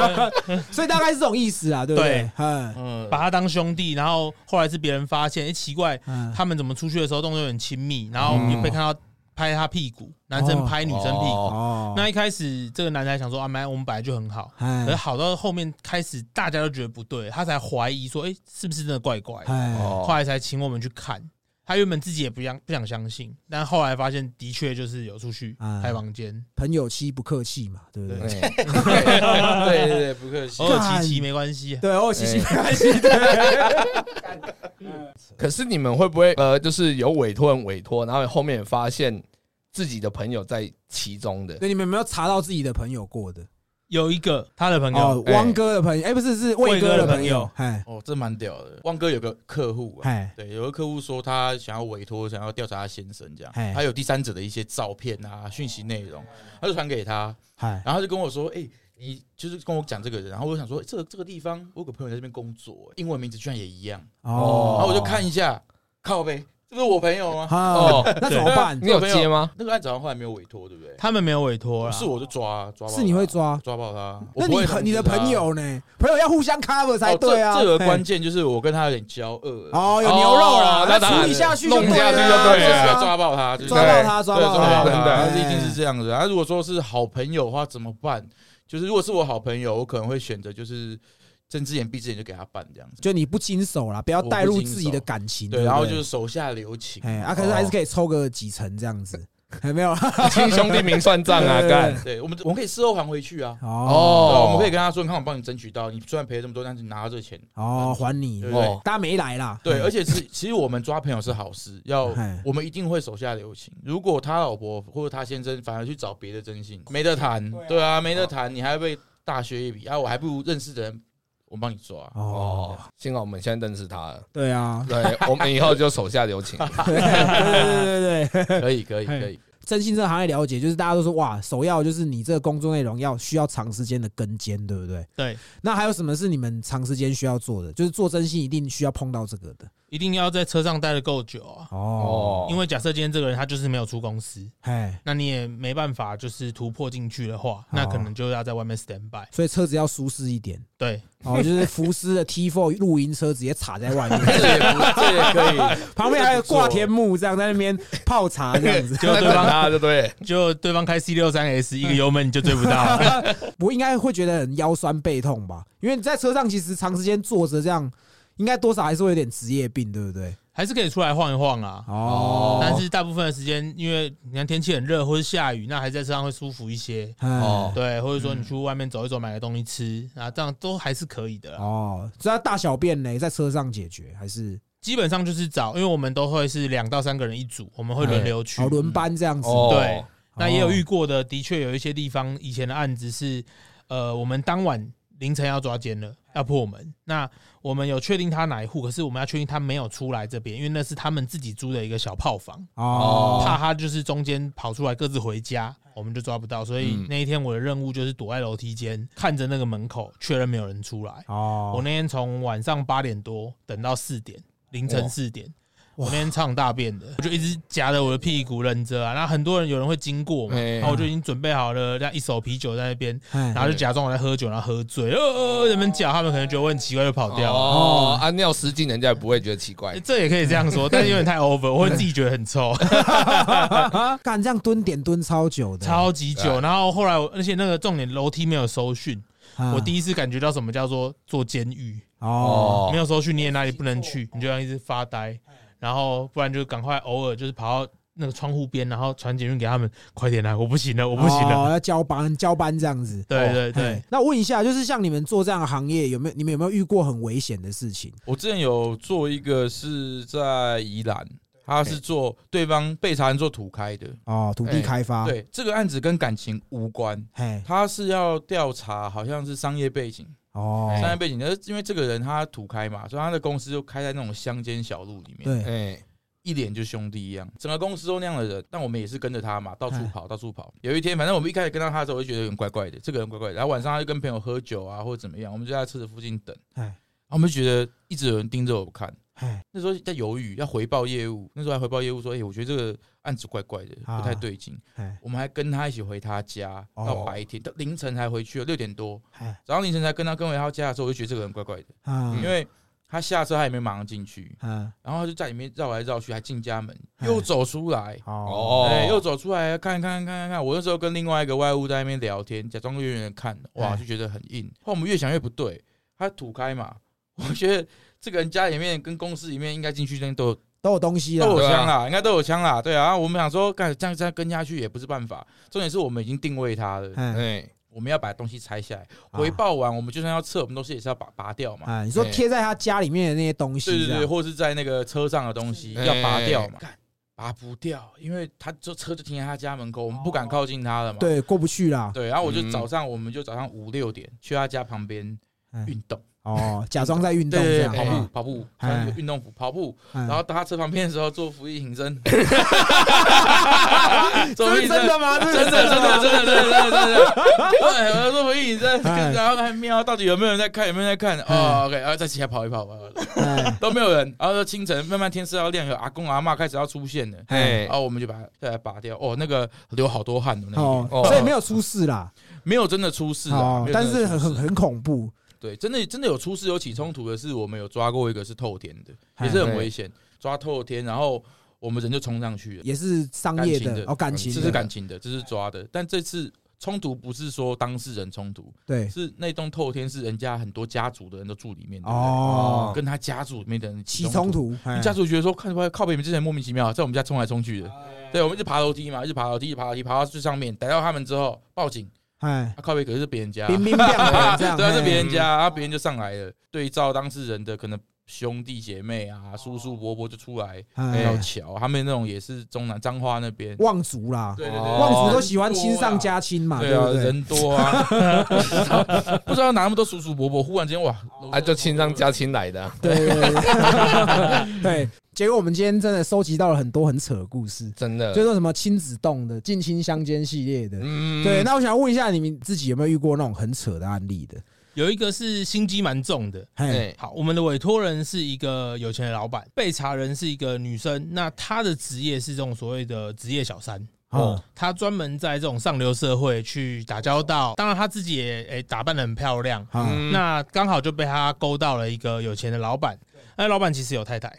Speaker 1: 所以大概是这种意思啊，对不对
Speaker 3: 对？
Speaker 1: 嗯
Speaker 4: 嗯，
Speaker 3: 把他当兄弟，然后后来是别人发现，哎、奇怪，
Speaker 1: 嗯，
Speaker 3: 他们怎么出去的时候动作很亲密，然后有被看到拍他屁股，男生拍女生屁股。
Speaker 2: 哦
Speaker 1: 哦，
Speaker 3: 那一开始这个男的还想说啊，没，我们本来就很好，可是
Speaker 1: 哎
Speaker 3: 好到后面开始大家都觉得不对，他才怀疑说，哎、是不是真的怪怪的？
Speaker 1: 哎，
Speaker 2: 哦
Speaker 3: 后来才请我们去看。他原本自己也不想不想相信，但后来发现的确就是有出去
Speaker 1: 啊
Speaker 3: 开房间，
Speaker 1: 朋友妻不客气嘛，对不对？
Speaker 2: 哎
Speaker 4: 对对对，不客气
Speaker 3: 偶。尔骑骑没关系。啊
Speaker 1: 对，哦，嘻嘻，没关系，
Speaker 2: 可是你们会不会呃，就是有委托人委托，然后后面发现自己的朋友在其中的？
Speaker 1: 对，你们有没有查到自己的朋友过的？
Speaker 3: 有一个他的朋
Speaker 1: 哦
Speaker 3: 友，，
Speaker 2: 哎
Speaker 1: 汪哥的朋友，哎，不是，是魏哥的朋友
Speaker 3: 魏哥的朋友，
Speaker 1: 哎
Speaker 4: 哦，这蛮屌的。汪哥有个客户啊，
Speaker 1: 哎
Speaker 4: 对，有个客户说他想要委托，想要调查他先生这样
Speaker 1: 嘿，
Speaker 4: 他有第三者的一些照片啊、讯息内容，他就传给他，
Speaker 1: 哎，
Speaker 4: 然后他就跟我说：“哎、你就是跟我讲这个人。”然后我想说，哎这个这个地方，我有个朋友在这边工作，英文名字居然也一样，然后
Speaker 1: 哦，
Speaker 4: 我就看一下，靠呗，这不是我朋友吗？
Speaker 1: 哦
Speaker 2: 哦，
Speaker 1: 那怎么办？
Speaker 2: 你有接吗？
Speaker 4: 那个案子好像后来没有委托，对不对？
Speaker 3: 他们没有委托
Speaker 4: 不
Speaker 3: 啦，
Speaker 4: 是我就抓抓爆他，
Speaker 1: 啊是你会抓？
Speaker 4: 抓爆他，
Speaker 1: 那
Speaker 4: 我不
Speaker 1: 你
Speaker 4: 会
Speaker 1: 和
Speaker 4: 通
Speaker 1: 你的
Speaker 4: 知他
Speaker 1: 朋友呢？朋友要互相 cover 才
Speaker 4: 啊哦这
Speaker 1: 对啊。
Speaker 4: 这个
Speaker 1: 哎
Speaker 4: 关键就是我跟他有点交恶，
Speaker 1: 哦，有牛肉啦
Speaker 2: 哦，
Speaker 1: 那
Speaker 2: 那当
Speaker 1: 处
Speaker 2: 然
Speaker 1: 理下去就
Speaker 2: 弄下去
Speaker 1: 对
Speaker 2: 就
Speaker 1: 了
Speaker 2: 对了
Speaker 1: 啊
Speaker 4: 要抓爆他，就是
Speaker 1: 抓
Speaker 2: 对
Speaker 1: 到他，抓
Speaker 4: 对
Speaker 1: 到
Speaker 4: 抓
Speaker 1: 他，
Speaker 4: 爆他，
Speaker 1: 哎
Speaker 4: 这一定是这样子。他如果说是好朋友的话，怎么办？就是如果是我好朋友，我可能会选择就是睁只眼闭只眼就给他办这样子。
Speaker 1: 就你不经手啦，不要带入自己的感情。
Speaker 4: 对，
Speaker 1: 不
Speaker 4: 然后就是哦手下留情。
Speaker 1: 哎，啊，可是还是可以抽个几成这样子，还没有 啦。
Speaker 2: 亲兄弟明算账啊，
Speaker 1: 对
Speaker 2: 干！
Speaker 4: 对我们，我们可以事后还回去啊。
Speaker 1: 哦
Speaker 4: 对啊
Speaker 2: 哦，
Speaker 4: 我们可以跟他说，你看我帮你争取到，你虽然赔了这么多，但是你拿到这个钱。
Speaker 1: 哦，还你
Speaker 4: 对，
Speaker 2: 哦，
Speaker 1: 大家没来啦。
Speaker 4: 对，而且是其实我们抓朋友是好事，要
Speaker 1: 哎
Speaker 4: 我们一定会手下留情。如果他老婆或者他先生反而去找别的征信，没得谈，对啊，没
Speaker 1: 哦
Speaker 4: 得谈，你还被大学一笔啊，我还不如认识的人，我帮你抓。
Speaker 1: 哦
Speaker 2: 哦，，幸好我们现在认识他了，
Speaker 1: 对 啊，
Speaker 2: 对我们以后就手下留情。
Speaker 1: 对对对对，
Speaker 4: 可以，可以，可以。
Speaker 1: 征信这个行业了解，就是大家都说哇，首要就是你这个工作内容要需要长时间的跟监，对不对？
Speaker 3: 对，
Speaker 1: 那还有什么是你们长时间需要做的？就是做征信一定需要碰到这个的
Speaker 3: 一定要在车上待的够久啊。
Speaker 1: 哦。
Speaker 2: 哦，
Speaker 3: 因为假设今天这个人他就是没有出公司，
Speaker 1: 哎，
Speaker 3: 那你也没办法就是突破进去的
Speaker 1: 哦
Speaker 3: 话，那可能就要在外面 stand by。
Speaker 1: 所以车子要舒适一点。
Speaker 3: 对，
Speaker 1: 哦，就是福斯的 T4 露营车直接插在 外面，
Speaker 4: 这也不，这也可以。
Speaker 1: 旁边还有挂天幕，这样在那边泡茶这样子。
Speaker 3: 结果
Speaker 2: 在
Speaker 3: 对
Speaker 2: 等
Speaker 3: 方
Speaker 2: 他，对不对？
Speaker 3: 就对方开 C 六三 S 一个油门你就追不到，
Speaker 1: 我应该会觉得很腰酸背痛吧，因为你在车上其实长时间坐着这样，应该多少还是会有点职业病，对不对？
Speaker 3: 还是可以出来晃一晃啊。
Speaker 1: 哦，
Speaker 3: 但是大部分的时间，因为你看天气很热或是下雨，那还在车上会舒服一些。
Speaker 1: 哦
Speaker 2: 哦嗯
Speaker 3: 对，或者说你去外面走一走，买个东西吃，啊，这样都还是可以的啦。
Speaker 1: 哦，所以他大小便呢，在车上解决还是
Speaker 3: 基本上就是找，因为我们都会是两到三个人一组，我们会轮流去
Speaker 1: 哦。轮班这样子？
Speaker 2: 哦，
Speaker 3: 对那也有遇
Speaker 1: 哦
Speaker 3: 过的，的确有一些地方以前的案子是，呃，我们当晚凌晨要抓奸了，
Speaker 2: 哎
Speaker 3: 要破门。那我们有确定他哪一户，可是我们要确定他没有出来这边，因为那是他们自己租的一个小炮房，
Speaker 1: 哦
Speaker 3: 怕他就是中间跑出来各自回家，我们就抓不到。所以
Speaker 2: 哎嗯
Speaker 3: 那一天我的任务就是躲在楼梯间，看着那个门口，确认没有人出来。我
Speaker 1: 哦，
Speaker 3: 那天从晚上八点多等到四点，凌晨
Speaker 2: 哇
Speaker 3: 四点。
Speaker 1: 哇
Speaker 3: 我那天唱大便的，我就一直夹着我的屁股忍着啊。然后很多人有人会经过嘛，
Speaker 2: 哎
Speaker 3: 然后我就已经准备好了，这样一手啤酒在那边，
Speaker 1: 哎
Speaker 3: 然后就假装我在喝酒，然后喝醉，呃呃，
Speaker 1: 哦
Speaker 3: 呃人们叫他们可能觉得我很奇怪就跑掉了。
Speaker 2: 哦，啊，尿失禁人家也不会觉得奇怪
Speaker 3: 哎。这也可以这样 说，但是有点太 over，我会自己觉得很臭，
Speaker 1: 啊干这样蹲点蹲超久的，
Speaker 3: 超级
Speaker 2: 对
Speaker 3: 久。然后后来我，而且那个重点楼梯没有搜讯，我
Speaker 1: 一
Speaker 3: 第一次感觉到什么叫做做监狱。
Speaker 1: 哦
Speaker 2: 哦
Speaker 3: 没，有时候去你也哪里不能去，你就要一直发呆，然后不然就赶快偶尔就是跑到那个窗户边，然后传简讯给他们，快点来，我不行了，我不行了。
Speaker 1: 哦要交班交班这样子。哦
Speaker 3: 对对
Speaker 1: 嘿
Speaker 3: 对，，
Speaker 1: 那问一下，就是像你们做这样的行业，有没有你们有没有遇过很危险的事情？
Speaker 4: 我之前有做一个是在宜兰，他是做对方被查人做土开的，
Speaker 1: 哦，土地
Speaker 2: 哎
Speaker 1: 开发，，
Speaker 4: 对这个案子跟感情无关，
Speaker 1: 嘿，
Speaker 4: 他是要调查好像是商业背景，
Speaker 1: 哦，
Speaker 4: 商业背景，但是因为这个人他土开嘛，所以他的公司就开在那种乡间小路里面，
Speaker 1: 对，
Speaker 2: 哎，
Speaker 4: 一脸就兄弟一样，整个公司都那样的人，但我们也是跟着他嘛，到处
Speaker 1: 哎
Speaker 4: 跑，到处跑。有一天，反正我们一开始跟到他的时候，我就觉得有点怪怪的，这个人怪怪的，然后晚上他就跟朋友喝酒啊，或者怎么样，我们就在他车子附近等，
Speaker 1: 哎
Speaker 4: 然后我们就觉得一直有人盯着我看。
Speaker 1: 嘿，
Speaker 4: 那时候在犹豫要回报业务，那时候还回报业务说：“哎、我觉得这个案子怪怪的，
Speaker 1: 啊
Speaker 4: 不太对劲。
Speaker 1: 嘿，
Speaker 4: 我们还跟他一起回他家，
Speaker 1: 哦
Speaker 4: 到白天到凌晨才回去，六点多。
Speaker 1: 嘿，
Speaker 4: 早上凌晨才跟他跟回他家的时候，我就觉得这个人怪怪的，
Speaker 1: 啊，
Speaker 3: 嗯
Speaker 4: 因为他下车他也没马上进去，
Speaker 1: 啊，
Speaker 4: 然后他就在里面绕来绕去，还进家门，
Speaker 1: 哎
Speaker 4: 又走出来。
Speaker 1: 哦，
Speaker 2: 哦，
Speaker 4: 哎，又走出来看看看看看。我那时候跟另外一个外务在那边聊天，假装远远的看，哇，
Speaker 1: 哎
Speaker 4: 就觉得很硬。后来我们越想越不对，他土开嘛， 我觉得这个人家里面跟公司里面应该进去的人都有
Speaker 1: 都有东西
Speaker 4: 都
Speaker 1: 了
Speaker 4: 有，枪啦，应该都有枪啦，对啊。然后我们想说，干这样这样跟下去也不是办法。重点是我们已经定位他了，
Speaker 1: 哎，
Speaker 2: 哎，
Speaker 4: 我们要把东西拆下来，
Speaker 1: 啊
Speaker 4: 回报完我们就算要撤，我们东西也是要把拔掉嘛。
Speaker 1: 哎，你说
Speaker 2: 哎
Speaker 1: 贴在他家里面的那些东
Speaker 4: 对
Speaker 1: 西，
Speaker 4: 对
Speaker 1: 这
Speaker 4: 对，
Speaker 1: 样，
Speaker 4: 或是在那个车上的东西
Speaker 2: 哎
Speaker 4: 要拔掉嘛，干拔不掉，因为他就车就停在他家门口，我们不敢靠近他了嘛。
Speaker 1: 哦对，过不去啦，
Speaker 4: 对，然后我就
Speaker 2: 嗯
Speaker 4: 早上，我们就早上五六点去他家旁边
Speaker 1: 哎
Speaker 4: 运动，
Speaker 1: 哦，假装在运动
Speaker 4: 对
Speaker 1: 这
Speaker 4: 对
Speaker 1: 样，
Speaker 4: 对，跑
Speaker 1: 哎
Speaker 4: 步跑步，穿
Speaker 1: 哎
Speaker 4: 运动服跑步，
Speaker 1: 嗯
Speaker 4: 然后到他车旁边的时候 做伏地 挺身，
Speaker 1: 这是
Speaker 4: 做伏地挺身
Speaker 1: 真的吗？这
Speaker 4: 真的真的真的真的真的真的真的
Speaker 1: 是
Speaker 4: 对，我说回影在，
Speaker 1: 哎嗯
Speaker 4: 然后还瞄到底有没有人在看，有没有人在看？哦，OK，然后再起来跑一跑，跑一 跑
Speaker 1: 哎
Speaker 4: 都没有人。然后说清晨慢慢天色要亮，有阿公阿嬷开始要出现了，
Speaker 2: 哎
Speaker 4: 然，后我们就把它再来拔掉。哦，那个流好多汗哦，那
Speaker 1: 哦
Speaker 4: 个，
Speaker 2: 哦
Speaker 1: 所以没有出事啦，
Speaker 4: 没有真的出事啊
Speaker 1: 哦，
Speaker 4: 没有真
Speaker 1: 但是
Speaker 4: 的出
Speaker 1: 很
Speaker 4: 事
Speaker 1: 很很恐怖，
Speaker 4: 对，真的真的有出事有起冲突的是，我们有抓过一个是透天的，
Speaker 1: 哎
Speaker 4: 也是很危险，抓透天，然后我们人就冲上去了，
Speaker 1: 也是商业
Speaker 4: 感
Speaker 1: 的
Speaker 4: 情的
Speaker 1: 哦，感情
Speaker 4: 这
Speaker 1: 的，
Speaker 4: 是感情的，这是抓的，但这次。冲突不是说当事人冲突，
Speaker 1: 对，
Speaker 4: 是那栋透天是人家很多家族的人都住里面，对不对
Speaker 1: 哦，
Speaker 4: 跟他家族里面的人
Speaker 1: 起冲
Speaker 4: 突。
Speaker 1: 突，哎
Speaker 4: 家族觉得说，看出来靠北你们之前莫名其妙在我们家冲来冲去的，
Speaker 1: 哎
Speaker 4: 对，我们一直爬楼梯嘛，一直爬楼梯，一直爬楼梯，爬到最上面，逮到他们之后报警，
Speaker 1: 哎，
Speaker 4: 啊、靠北可是别人家，
Speaker 1: 冰冰亮亮 这样，
Speaker 4: 对啊，是别
Speaker 1: 哎
Speaker 4: 人家，啊，别人就上来了，对照当事人的可能兄弟姐妹啊、叔叔伯伯就出来要
Speaker 1: 哎，
Speaker 4: 瞧，他们那种也是中南彰化那边，
Speaker 1: 望族啦，
Speaker 4: 对对
Speaker 2: 哦
Speaker 4: 对，
Speaker 1: 望族都喜欢亲上加亲嘛，
Speaker 4: 对
Speaker 1: 对
Speaker 4: 啊，
Speaker 1: 不对？
Speaker 4: 人多啊，不知道哪那么多叔叔伯伯，忽然间哇，
Speaker 2: 啊，就亲上加亲来的啊，
Speaker 1: 对对对对对。 结果我们今天真的收集到了很多很扯的故事，
Speaker 2: 真的
Speaker 1: 就，说什么亲子洞的、近亲相间系列的。
Speaker 2: 嗯
Speaker 1: 对，那我想问一下，你们自己有没有遇过那种很扯的案例的？
Speaker 3: 有一个是心机蛮重的。
Speaker 1: 嘿，
Speaker 2: 哎，
Speaker 3: 好，我们的委托人是一个有钱的老板，被查人是一个女生，那她的职业是这种所谓的职业小三。
Speaker 1: 哦
Speaker 3: 哦，她专门在这种上流社会去打交道，当然她自己也诶、打扮的很漂亮，
Speaker 1: 好，
Speaker 2: 嗯
Speaker 3: 那刚好就被他勾到了一个有钱的老板，那老板其实有太太，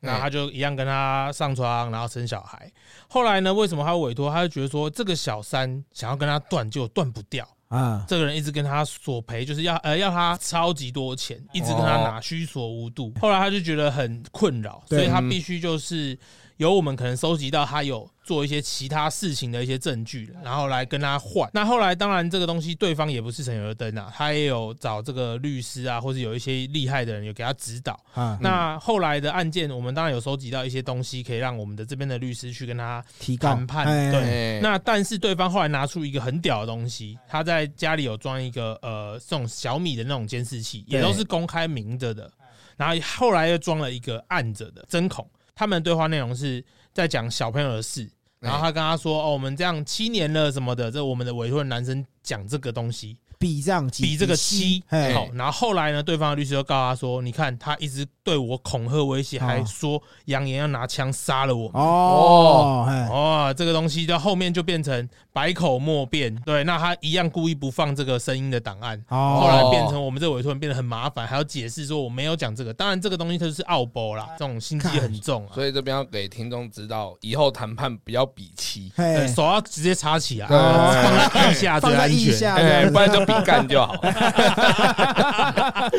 Speaker 3: 那他就一样跟他上床，然后生小孩。后来呢，为什么他会委托？他就觉得说这个小三想要跟他断，就断不掉。
Speaker 1: 啊，
Speaker 3: 这个人一直跟他索赔，就是要呃要他超级多钱，一直跟他拿，虚索无度。后来他就觉得很困扰，
Speaker 1: 对
Speaker 3: 所以他必须就是由我们可能收集到他有做一些其他事情的一些证据，然后来跟他换。那后来当然这个东西对方也不是省油的灯啊，他也有找这个律师啊，或者有一些厉害的人有给他指导。
Speaker 1: 啊，
Speaker 3: 那后来的案件，我们当然有收集到一些东西，可以让我们的这边的律师去跟他
Speaker 1: 提高
Speaker 3: 谈判
Speaker 1: 哎
Speaker 3: 对
Speaker 2: 哎，
Speaker 3: 那但是对方后来拿出一个很屌的东西，他在家里有装一个呃这种小米的那种监视器，也
Speaker 1: 对
Speaker 3: 都是公开明着的，然后后来又装了一个暗着的针孔。他们对话内容是在讲小朋友的事，然后他跟他说：“哦，我们这样七年了什么的，这我们的委托人男生讲这个东西，
Speaker 1: 比这样几
Speaker 3: 比这个七
Speaker 1: 哎，
Speaker 3: 好。”然后后来呢，对方的律师就告他说：“你看，他一直对我恐吓威胁，还
Speaker 1: 哦
Speaker 3: 说扬言要拿枪杀了我。”
Speaker 1: 哦，哎，
Speaker 3: 哦，这个东西到后面就变成百口莫辩。对，那他一样故意不放这个声音的档案，
Speaker 1: 哦
Speaker 3: 后来变成我们这委托人变得很麻烦，还要解释说我没有讲这个。当然，这个东西它就是奥博啦，这种心机很重啊，
Speaker 2: 所以这边要给听众知道，以后谈判不要比七，
Speaker 3: 对，
Speaker 1: 嘿，
Speaker 3: 手要直接插起来，
Speaker 2: 对
Speaker 3: 放在腋下
Speaker 1: 哎放
Speaker 3: 最
Speaker 1: 在
Speaker 3: 安
Speaker 1: 腋
Speaker 3: 全。
Speaker 1: 下这
Speaker 2: 哎，
Speaker 1: 样
Speaker 2: 不
Speaker 1: 子，
Speaker 2: 然就比干就好。
Speaker 4: 然后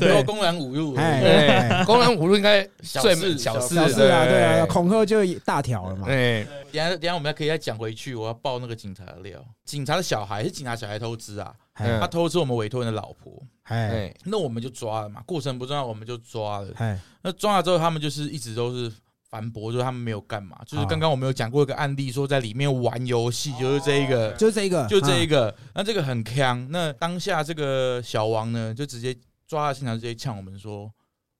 Speaker 3: 对
Speaker 4: 公然侮辱而已，
Speaker 1: 哎
Speaker 2: 哎，公然侮辱应该
Speaker 4: 小
Speaker 2: 最
Speaker 4: 事
Speaker 2: 小事
Speaker 1: 小事啊，
Speaker 2: 对
Speaker 1: 对啊，恐吓就大条了嘛。
Speaker 2: 哎，
Speaker 4: 等一下等一下我们可以再讲回去，我要爆那个警察的料。警察的小孩是警察小孩偷吃啊，
Speaker 1: 哎
Speaker 4: 他偷吃我们委托人的老婆，
Speaker 1: 哎
Speaker 2: 嗯哎，
Speaker 4: 那我们就抓了嘛，过程不重要，我们就抓了。
Speaker 1: 哎，
Speaker 4: 那抓了之后，他们就是一直都是反驳，就是他们没有干嘛。就是
Speaker 1: 啊
Speaker 4: 刚刚我们有讲过一个案例，说在里面玩游戏，就是这一个，
Speaker 1: 就这一个，
Speaker 4: 就这一
Speaker 1: 个，
Speaker 4: 个。那这个很坑。那当下这个小王呢，就直接抓到现场，直接呛我们说：“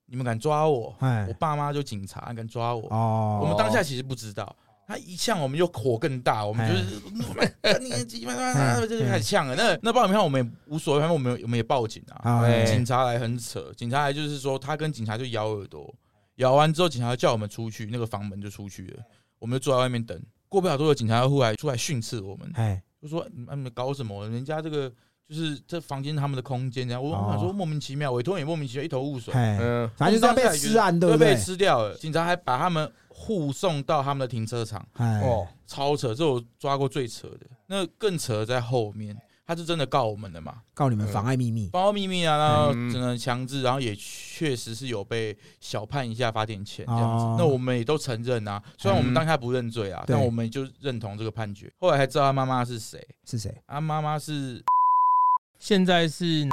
Speaker 4: 你们敢抓我？
Speaker 1: 哎
Speaker 4: 我，爸妈就警察，你敢抓我？”
Speaker 1: 哦，
Speaker 4: 我们当下其实不知道，他一呛我们就火更大，我们就是我们 你鸡巴
Speaker 1: 哎
Speaker 4: 啊就开始呛了。那那报警看我们也无所谓，反正我们有我们也报警啊。
Speaker 1: 啊，
Speaker 2: 哎
Speaker 4: 警察来很扯，警察来就是说他跟警察就咬耳朵，咬完之后警察叫我们出去，那个房门就出去了，我们就坐在外面等。过不了多久，警察忽然出来训斥我们，
Speaker 1: 哎，
Speaker 4: 就说你你们搞什么？人家这个就是这房间是他们的空间，然后我我想说
Speaker 1: 哦
Speaker 4: 莫名其妙，委托人也莫名其妙一头雾水。
Speaker 1: 哎，
Speaker 2: 嗯，
Speaker 1: 反正就是要被吃案，对不
Speaker 4: 被
Speaker 1: 对？
Speaker 4: 吃掉了。警察还把他们护送到他们的停车场，
Speaker 1: 哎，
Speaker 2: 哦，
Speaker 4: 超扯，这我抓过最扯的。那更扯的在后面，他是真的告我们的嘛，
Speaker 1: 告你们妨碍秘密，
Speaker 4: 包秘密啊，然后
Speaker 2: 嗯
Speaker 4: 只能强制，然后也确实是有被小判一下罚点钱这样子。
Speaker 1: 哦
Speaker 4: 那我们也都承认啊，虽然我们
Speaker 2: 嗯
Speaker 4: 当下不认罪啊，
Speaker 1: 对
Speaker 4: 但我们就认同这个判决。后来才知道他妈妈是谁，
Speaker 1: 是谁？
Speaker 4: 他妈妈是
Speaker 3: 现在是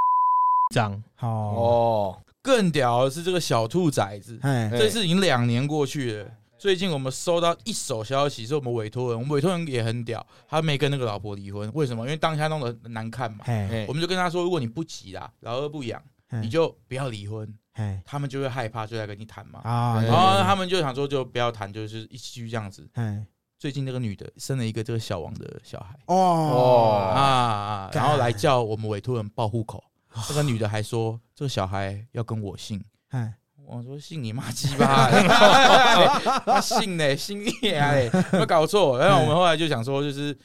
Speaker 3: 长，
Speaker 1: 好，
Speaker 2: 哦，
Speaker 4: 更屌的是这个小兔崽子，
Speaker 1: 哎，
Speaker 4: 这次已经两年过去了。最近我们收到一手消息，是我们委托人，我们委托人也很屌，他没跟那个老婆离婚，为什么？因为当下弄得很难看嘛。
Speaker 1: 哎，
Speaker 2: 哦
Speaker 4: 我们就跟他说，如果你不急啦，老二不养，你就不要离婚，
Speaker 1: 哎
Speaker 4: 他们就会害怕，就来跟你谈嘛。
Speaker 1: 啊，
Speaker 4: 然后他们就想说，就不要谈，就是一起继续这样子。
Speaker 1: 哎，
Speaker 4: 最近那个女的生了一个这个小王的小孩
Speaker 1: 哦，
Speaker 4: 啊
Speaker 2: 哦，
Speaker 4: 啊，
Speaker 1: 干
Speaker 4: 然后来叫我们委托人报户口，这个女的还说这个小孩要跟我姓。
Speaker 1: 哎，
Speaker 4: 我说信你妈鸡
Speaker 1: 哎
Speaker 4: 巴，他信呢，信你啊嘞，没搞错。然后我们后来就想说，就是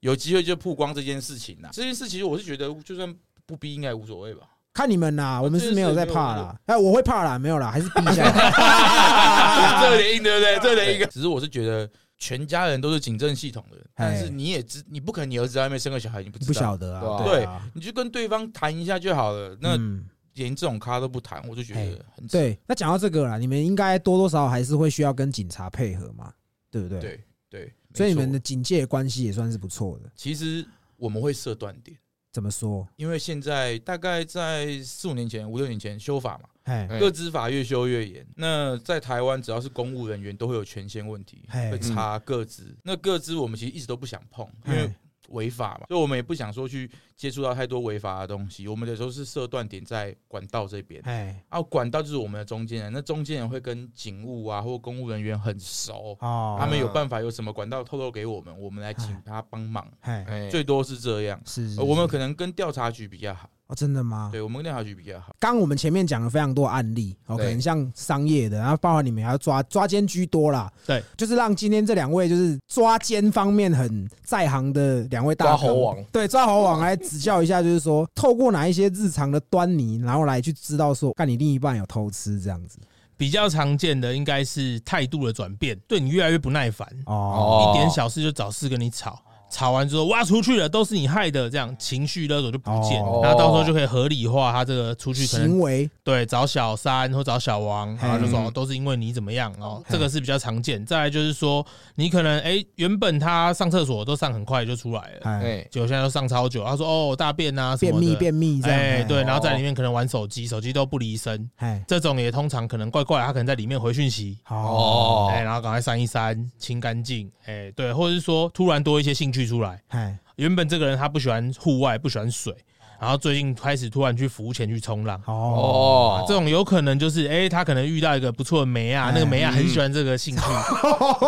Speaker 4: 有机会就曝光这件事情啦。啊这件事其实我是觉得，就算不逼应该也无所谓吧。
Speaker 1: 看你们啦，我们是没有在怕
Speaker 4: 这
Speaker 1: 啦，哎，我会怕啦，没有啦，还是逼一下，
Speaker 4: 这
Speaker 1: 哎
Speaker 4: 有点硬，对不对？这有点硬。只是我是觉得，全家人都是警政系统的人，但是你也知，你不可能你儿子在外面生个小孩，你不
Speaker 1: 你不
Speaker 4: 知道，
Speaker 1: 晓得啊，
Speaker 2: 对
Speaker 1: 啊
Speaker 4: 你就跟对方谈一下就好了。那
Speaker 1: 嗯哎
Speaker 4: 连这种咖都不谈，我就觉得很扯。
Speaker 1: 对，那讲到这个啦，你们应该多多少少还是会需要跟警察配合嘛，对不对？，
Speaker 4: 对对，
Speaker 1: 所以你们
Speaker 4: 没
Speaker 1: 的
Speaker 4: 错
Speaker 1: 警戒关系也算是不错的。
Speaker 4: 其实我们会设断点。
Speaker 1: 怎么说？
Speaker 4: 因为现在大概在四五年前、五六年前修法嘛，
Speaker 1: 哎
Speaker 2: 哎
Speaker 4: 各执法越修越严。那在台湾，只要是公务人员，都会有权限问题，
Speaker 1: 嘿
Speaker 4: 会查各资。那各资我们其实一直都不想碰，因为
Speaker 1: 哎
Speaker 4: 违法嘛，所以我们也不想说去接触到太多违法的东西。我们有时候是设断点在管道这边，
Speaker 1: 哎
Speaker 4: 啊，管道就是我们的中间人，那中间人会跟警务啊或公务人员很熟，
Speaker 1: 哦，
Speaker 4: 他们有办法有什么管道透露给我们，我们来请他帮忙，
Speaker 1: 哎
Speaker 2: 哎
Speaker 4: 最多是这样。
Speaker 1: 是是
Speaker 4: 呃我们
Speaker 1: 是
Speaker 4: 可能跟调查局比较好。
Speaker 1: 哦真的吗？
Speaker 4: 对我们跟调查局比较好。
Speaker 1: 刚我们前面讲了非常多案例，哦，可
Speaker 2: 对
Speaker 1: 能像商业的，然后包含你们还要抓抓奸居多啦，
Speaker 3: 对，
Speaker 1: 就是让今天这两位就是抓奸方面很在行的两位大
Speaker 2: 抓
Speaker 1: 哥
Speaker 2: 猴王，
Speaker 1: 对，抓猴网来指教一下，就是说透过哪一些日常的端倪，然后来去知道说，看你另一半有偷吃这样子
Speaker 3: 比较常见的应该是态度的转变，对你越来越不耐烦，
Speaker 1: 哦，
Speaker 2: 哦
Speaker 3: 一点小事就找事跟你吵，吵完之后哇出去了，都是你害的，这样情绪勒索就不见，
Speaker 1: 哦
Speaker 3: 然后到时候就可以合理化他这个哦出去可能
Speaker 1: 行为嗯
Speaker 3: 对找小三或找小王，
Speaker 1: 嘿
Speaker 3: 然后就说哦都是因为你怎么样哦，
Speaker 1: 嘿
Speaker 3: 这个是比较常见。再来就是说，你可能哎、原本他上厕所都上很快就出来了，
Speaker 1: 哎
Speaker 2: 哎，
Speaker 3: 结果现在都上超久，他说哦大便啊什
Speaker 1: 便
Speaker 3: 么
Speaker 1: 秘
Speaker 3: 的，
Speaker 1: 便秘这样，
Speaker 3: 哎、
Speaker 1: 哎
Speaker 3: 对，然后在
Speaker 2: 哦
Speaker 3: 里面可能玩手机，手机都不离身，
Speaker 1: 哎，
Speaker 3: 这种也通常可能怪怪，他可能在里面回讯息，
Speaker 1: 好，
Speaker 2: 哦
Speaker 3: 哎、，然后赶快删一删，清干净，哎、对，或者是说突然多一些兴趣出来，
Speaker 1: 哎
Speaker 3: 原本这个人他不喜欢户外，不喜欢水，然后最近开始突然去浮潜去冲浪。
Speaker 1: 哦，
Speaker 2: 哦，
Speaker 3: 这种有可能就是，哎、他可能遇到一个不错的梅啊，那个梅啊很喜欢这个兴趣，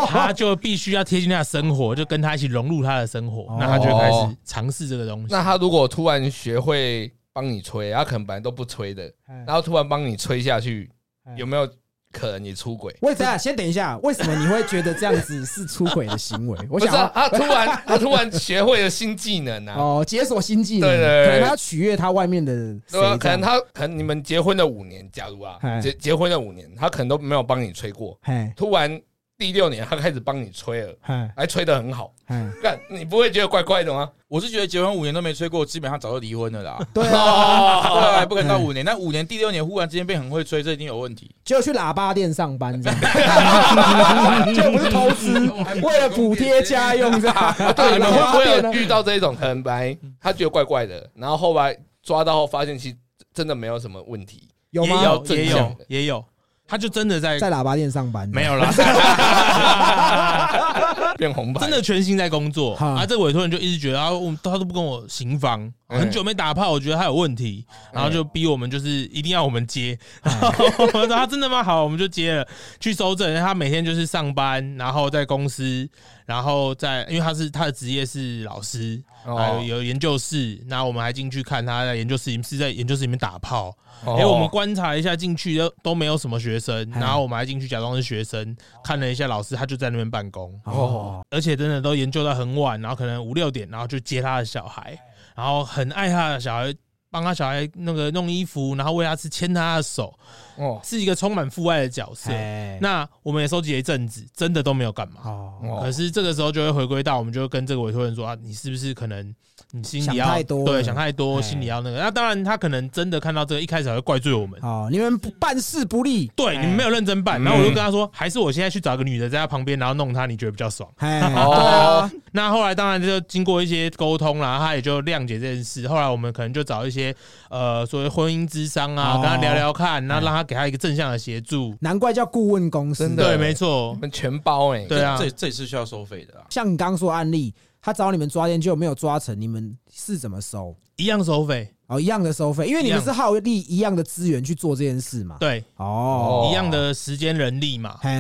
Speaker 3: 他就必须要贴近他的生活，就跟他一起融入他的生活，那他就会开始尝试这个东西。
Speaker 2: 那他如果突然学会帮你吹，他可能本来都不吹的，
Speaker 1: 哎
Speaker 2: 然后突然帮你吹下去，有没有可能你出轨？
Speaker 1: 为啥？先等一下，为什么你会觉得这样子是出轨的行为？我
Speaker 2: 不是
Speaker 1: 想
Speaker 2: 啊
Speaker 1: 要
Speaker 2: 他突然他突然学会了新技能啊，
Speaker 1: 哦，解锁新技能，
Speaker 2: 对对对
Speaker 1: 可能他要取悦他外面的谁
Speaker 2: 对吧？
Speaker 1: 这
Speaker 2: 可
Speaker 1: 样
Speaker 2: 能他可能你们结婚了五年，假如啊
Speaker 1: 哎，
Speaker 2: 结结婚了五年，他可能都没有帮你吹过，
Speaker 1: 哎
Speaker 2: 突然第六年他开始帮你吹了，
Speaker 1: 哎
Speaker 2: 还吹得很好，
Speaker 1: 哎，
Speaker 2: 干你不会觉得怪怪的 吗？
Speaker 4: 我是觉得结婚五年都没吹过，基本上早就离婚了啦。
Speaker 1: 对
Speaker 2: 哦
Speaker 4: 对
Speaker 1: 啊，
Speaker 4: 啊，不可能到五年，那五年第六年忽然之间变很会吹，这一定有问题。
Speaker 1: 就去喇叭店上班这 样，这不是投资，为了补贴家用这样。
Speaker 2: 啊对，你们会
Speaker 1: 喇
Speaker 2: 不
Speaker 1: 叭店
Speaker 2: 会
Speaker 1: 呢
Speaker 2: 有遇到这一种？可能本来他觉得怪怪的，然后后来抓到后发现其实真的没有什么问题。
Speaker 1: 有
Speaker 3: 也
Speaker 1: 吗？
Speaker 3: 有
Speaker 2: 正
Speaker 3: 也
Speaker 2: 向
Speaker 3: 有
Speaker 2: 的
Speaker 3: 也有，他就真的在
Speaker 1: 在喇叭店上班
Speaker 4: 没有啦，
Speaker 2: 变红牌，
Speaker 3: 真的全心在工作
Speaker 1: 哈
Speaker 3: 啊。这委托人就一直觉得啊，我他都不跟我行房，
Speaker 2: 嗯
Speaker 3: 很久没打炮，我觉得他有问题，然后就逼我们就是一定要我们接。然后我说他啊真的吗？好，我们就接了，去收证。他每天就是上班，然后在公司，然后在因为他是他的职业是老师，还有
Speaker 2: 哦，
Speaker 3: 有研究室，那我们还进去看他在研究室里是在研究室里面打炮。
Speaker 2: 因
Speaker 3: 哎因为我们观察一下进去都都没有什么学生，
Speaker 1: 嗯
Speaker 3: 然后我们还进去假装是学生，看了一下老师，他就在那边办公，
Speaker 1: 哦，
Speaker 3: 而且真的都研究到很晚，然后可能五六点，然后就接他的小孩，然后很爱他的小孩，帮他小孩那个弄衣服，然后喂他吃，牵他的手，
Speaker 2: 哦
Speaker 3: 是一个充满父爱的角色。
Speaker 1: 哎，
Speaker 3: 那我们也收集了一阵子，真的都没有干嘛。
Speaker 1: 哦，
Speaker 2: 哦
Speaker 3: 可是这个时候就会回归到，我们就跟这个委托人说啊，你是不是可能你心里要
Speaker 1: 想太多了
Speaker 3: 对，想太多，
Speaker 1: 哎
Speaker 3: 心里要那个。那当然，他可能真的看到这个，一开始还会怪罪我们。
Speaker 1: 好，哦你们不办事不力，
Speaker 3: 对，你们没有认真
Speaker 1: 嗯
Speaker 3: 办，然后我就跟他说，还是我现在去找个女的在他旁边，然后弄她，你觉得比较爽？
Speaker 1: 哎，
Speaker 3: 啊
Speaker 2: 哦，
Speaker 3: 那后来当然就经过一些沟通啦，他也就谅解这件事。后来我们可能就找一些呃，所谓婚姻之商啊，
Speaker 1: 哦哎
Speaker 3: 跟他聊聊看，那让他给他一个正向的协助。
Speaker 1: 难怪叫顾问公司
Speaker 2: 真。的
Speaker 3: 对，没
Speaker 2: 我
Speaker 3: 错，
Speaker 2: 们全包哎，
Speaker 3: 对啊
Speaker 4: 这这也是需要收费的啊。
Speaker 1: 像你刚刚说的案例，他找你们抓奸就没有抓成，你们是怎么收？
Speaker 3: 一样收费，
Speaker 1: 哦，一样的收费，因为你
Speaker 3: 一
Speaker 1: 们
Speaker 3: 样
Speaker 1: 是耗力一样的资源去做这件事嘛。
Speaker 3: 对，
Speaker 1: 哦，哎
Speaker 2: 哦
Speaker 3: 一样的时间人力嘛。
Speaker 1: 嘿，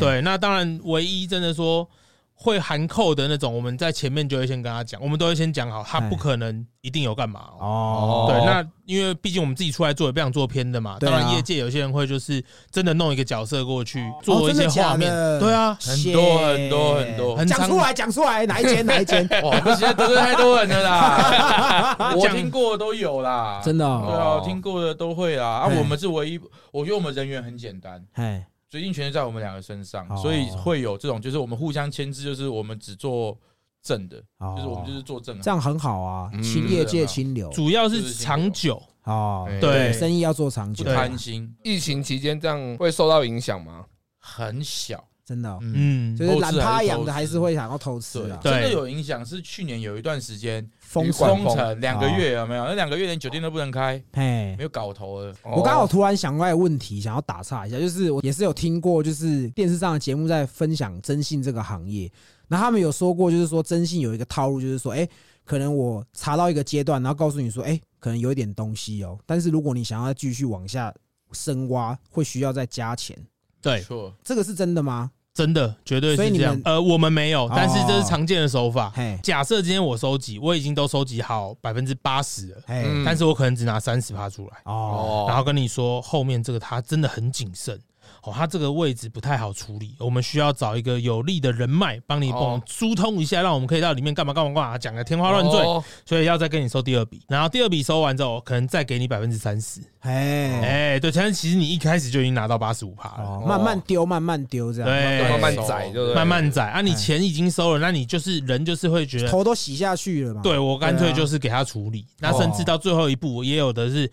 Speaker 3: 对，那当然，唯一真的说会含扣的那种，我们在前面就会先跟他讲，我们都会先讲好，他
Speaker 1: 哎
Speaker 3: 不可能一定有干嘛、哦。
Speaker 1: 哦，
Speaker 3: 对，那因为毕竟我们自己出来做，也不想做偏的嘛。
Speaker 1: 对啊
Speaker 3: 当然，业界有些人会就是真的弄一个角色过去做一
Speaker 1: 哦真的
Speaker 3: 些
Speaker 1: 假
Speaker 3: 画面，
Speaker 1: 的
Speaker 3: 对啊，
Speaker 4: 很
Speaker 1: 谢
Speaker 4: 多很多很多
Speaker 3: 很
Speaker 1: 讲
Speaker 3: 常
Speaker 1: 出来，讲出来，哪一间？哪一间？
Speaker 4: 哇，哦我们现在得罪太多人了啦！我听过的都有啦，
Speaker 1: 真的
Speaker 4: 对
Speaker 1: 哦，
Speaker 4: 啊，
Speaker 2: 哦
Speaker 4: 我听过的都会啦。啊，
Speaker 1: 嘿
Speaker 4: 我们是唯一，我觉得我们人缘很简单，
Speaker 1: 哎，
Speaker 4: 决定权是在我们两个身上
Speaker 1: 哦，
Speaker 4: 所以会有这种，就是我们互相牵制，就是我们只做正的，
Speaker 1: 哦
Speaker 4: 就是我们就是做正
Speaker 1: 这
Speaker 4: 的。
Speaker 1: 样很好啊，
Speaker 2: 嗯
Speaker 1: 请业界清流
Speaker 3: 主要
Speaker 4: 就是是
Speaker 3: 长久，
Speaker 1: 哦，
Speaker 4: 哎
Speaker 1: 对，
Speaker 3: 对
Speaker 1: 生意要做长久啊
Speaker 4: 不，
Speaker 3: 对
Speaker 4: 贪心，
Speaker 2: 疫情期间这样会受到影响吗？
Speaker 4: 很小，
Speaker 1: 真的哦，
Speaker 4: 嗯，
Speaker 3: 嗯
Speaker 1: 就，是懒趴养的还是会想要偷吃
Speaker 4: 对
Speaker 1: 啊，，
Speaker 3: 对
Speaker 4: 真的有影响。是去年有一段时间
Speaker 1: 封
Speaker 2: 管
Speaker 1: 城，
Speaker 4: 封城两个月，有没有？那两个月连酒店都不能开，
Speaker 1: 嘿
Speaker 4: 没。有搞头了。
Speaker 1: 哦我刚好
Speaker 2: 哦
Speaker 1: 突然想到一个问题，想要打岔一下，就是我也是有听过，就是电视上的节目在分享征信这个行业，那他们有说过，就是说征信有一个套路，就是说，哎，可能我查到一个阶段，然后告诉你说，哎，可能有一点东西哦，但是如果你想要继续往下深挖，会需要再加钱，
Speaker 4: 没
Speaker 3: 对，
Speaker 4: 错，
Speaker 1: 这个是真的吗？
Speaker 3: 真的绝对
Speaker 1: 所以
Speaker 3: 是
Speaker 1: 你
Speaker 3: 这样
Speaker 1: 们。
Speaker 3: 呃，我们没有，但是这
Speaker 1: 哦
Speaker 3: 是常见的手法。
Speaker 1: 嘿，
Speaker 3: 假设今天我收集，我已经都收集好百分之八十了，
Speaker 1: 嘿，
Speaker 2: 嗯
Speaker 3: 但是我可能只拿三十趴出来。
Speaker 1: 哦，
Speaker 2: 哦，
Speaker 3: 然后跟你说后面这个他真的很谨慎哦，他这个位置不太好处理，我们需要找一个有力的人脉帮你帮我们
Speaker 2: 哦
Speaker 3: 疏通一下，让我们可以到里面干嘛干嘛干嘛讲的天花乱坠，
Speaker 2: 哦
Speaker 3: 所以要再跟你收第二笔，然后第二笔收完之后，可能再给你百分之三十，
Speaker 1: 嘿，
Speaker 3: 哎，对，但是其实你一开始就已经拿到八十五趴了，
Speaker 1: 哦，慢慢丢，慢慢丢，这样，
Speaker 3: 对，
Speaker 2: 慢慢宰，对不对？
Speaker 3: 慢慢宰啊，你
Speaker 1: 哎
Speaker 3: 钱已经收了，那你就是人就是会觉得
Speaker 1: 头都洗下去了嘛。
Speaker 3: 对我干脆
Speaker 1: 对啊
Speaker 3: 就是给他处理，那甚至到最后一步，也有的是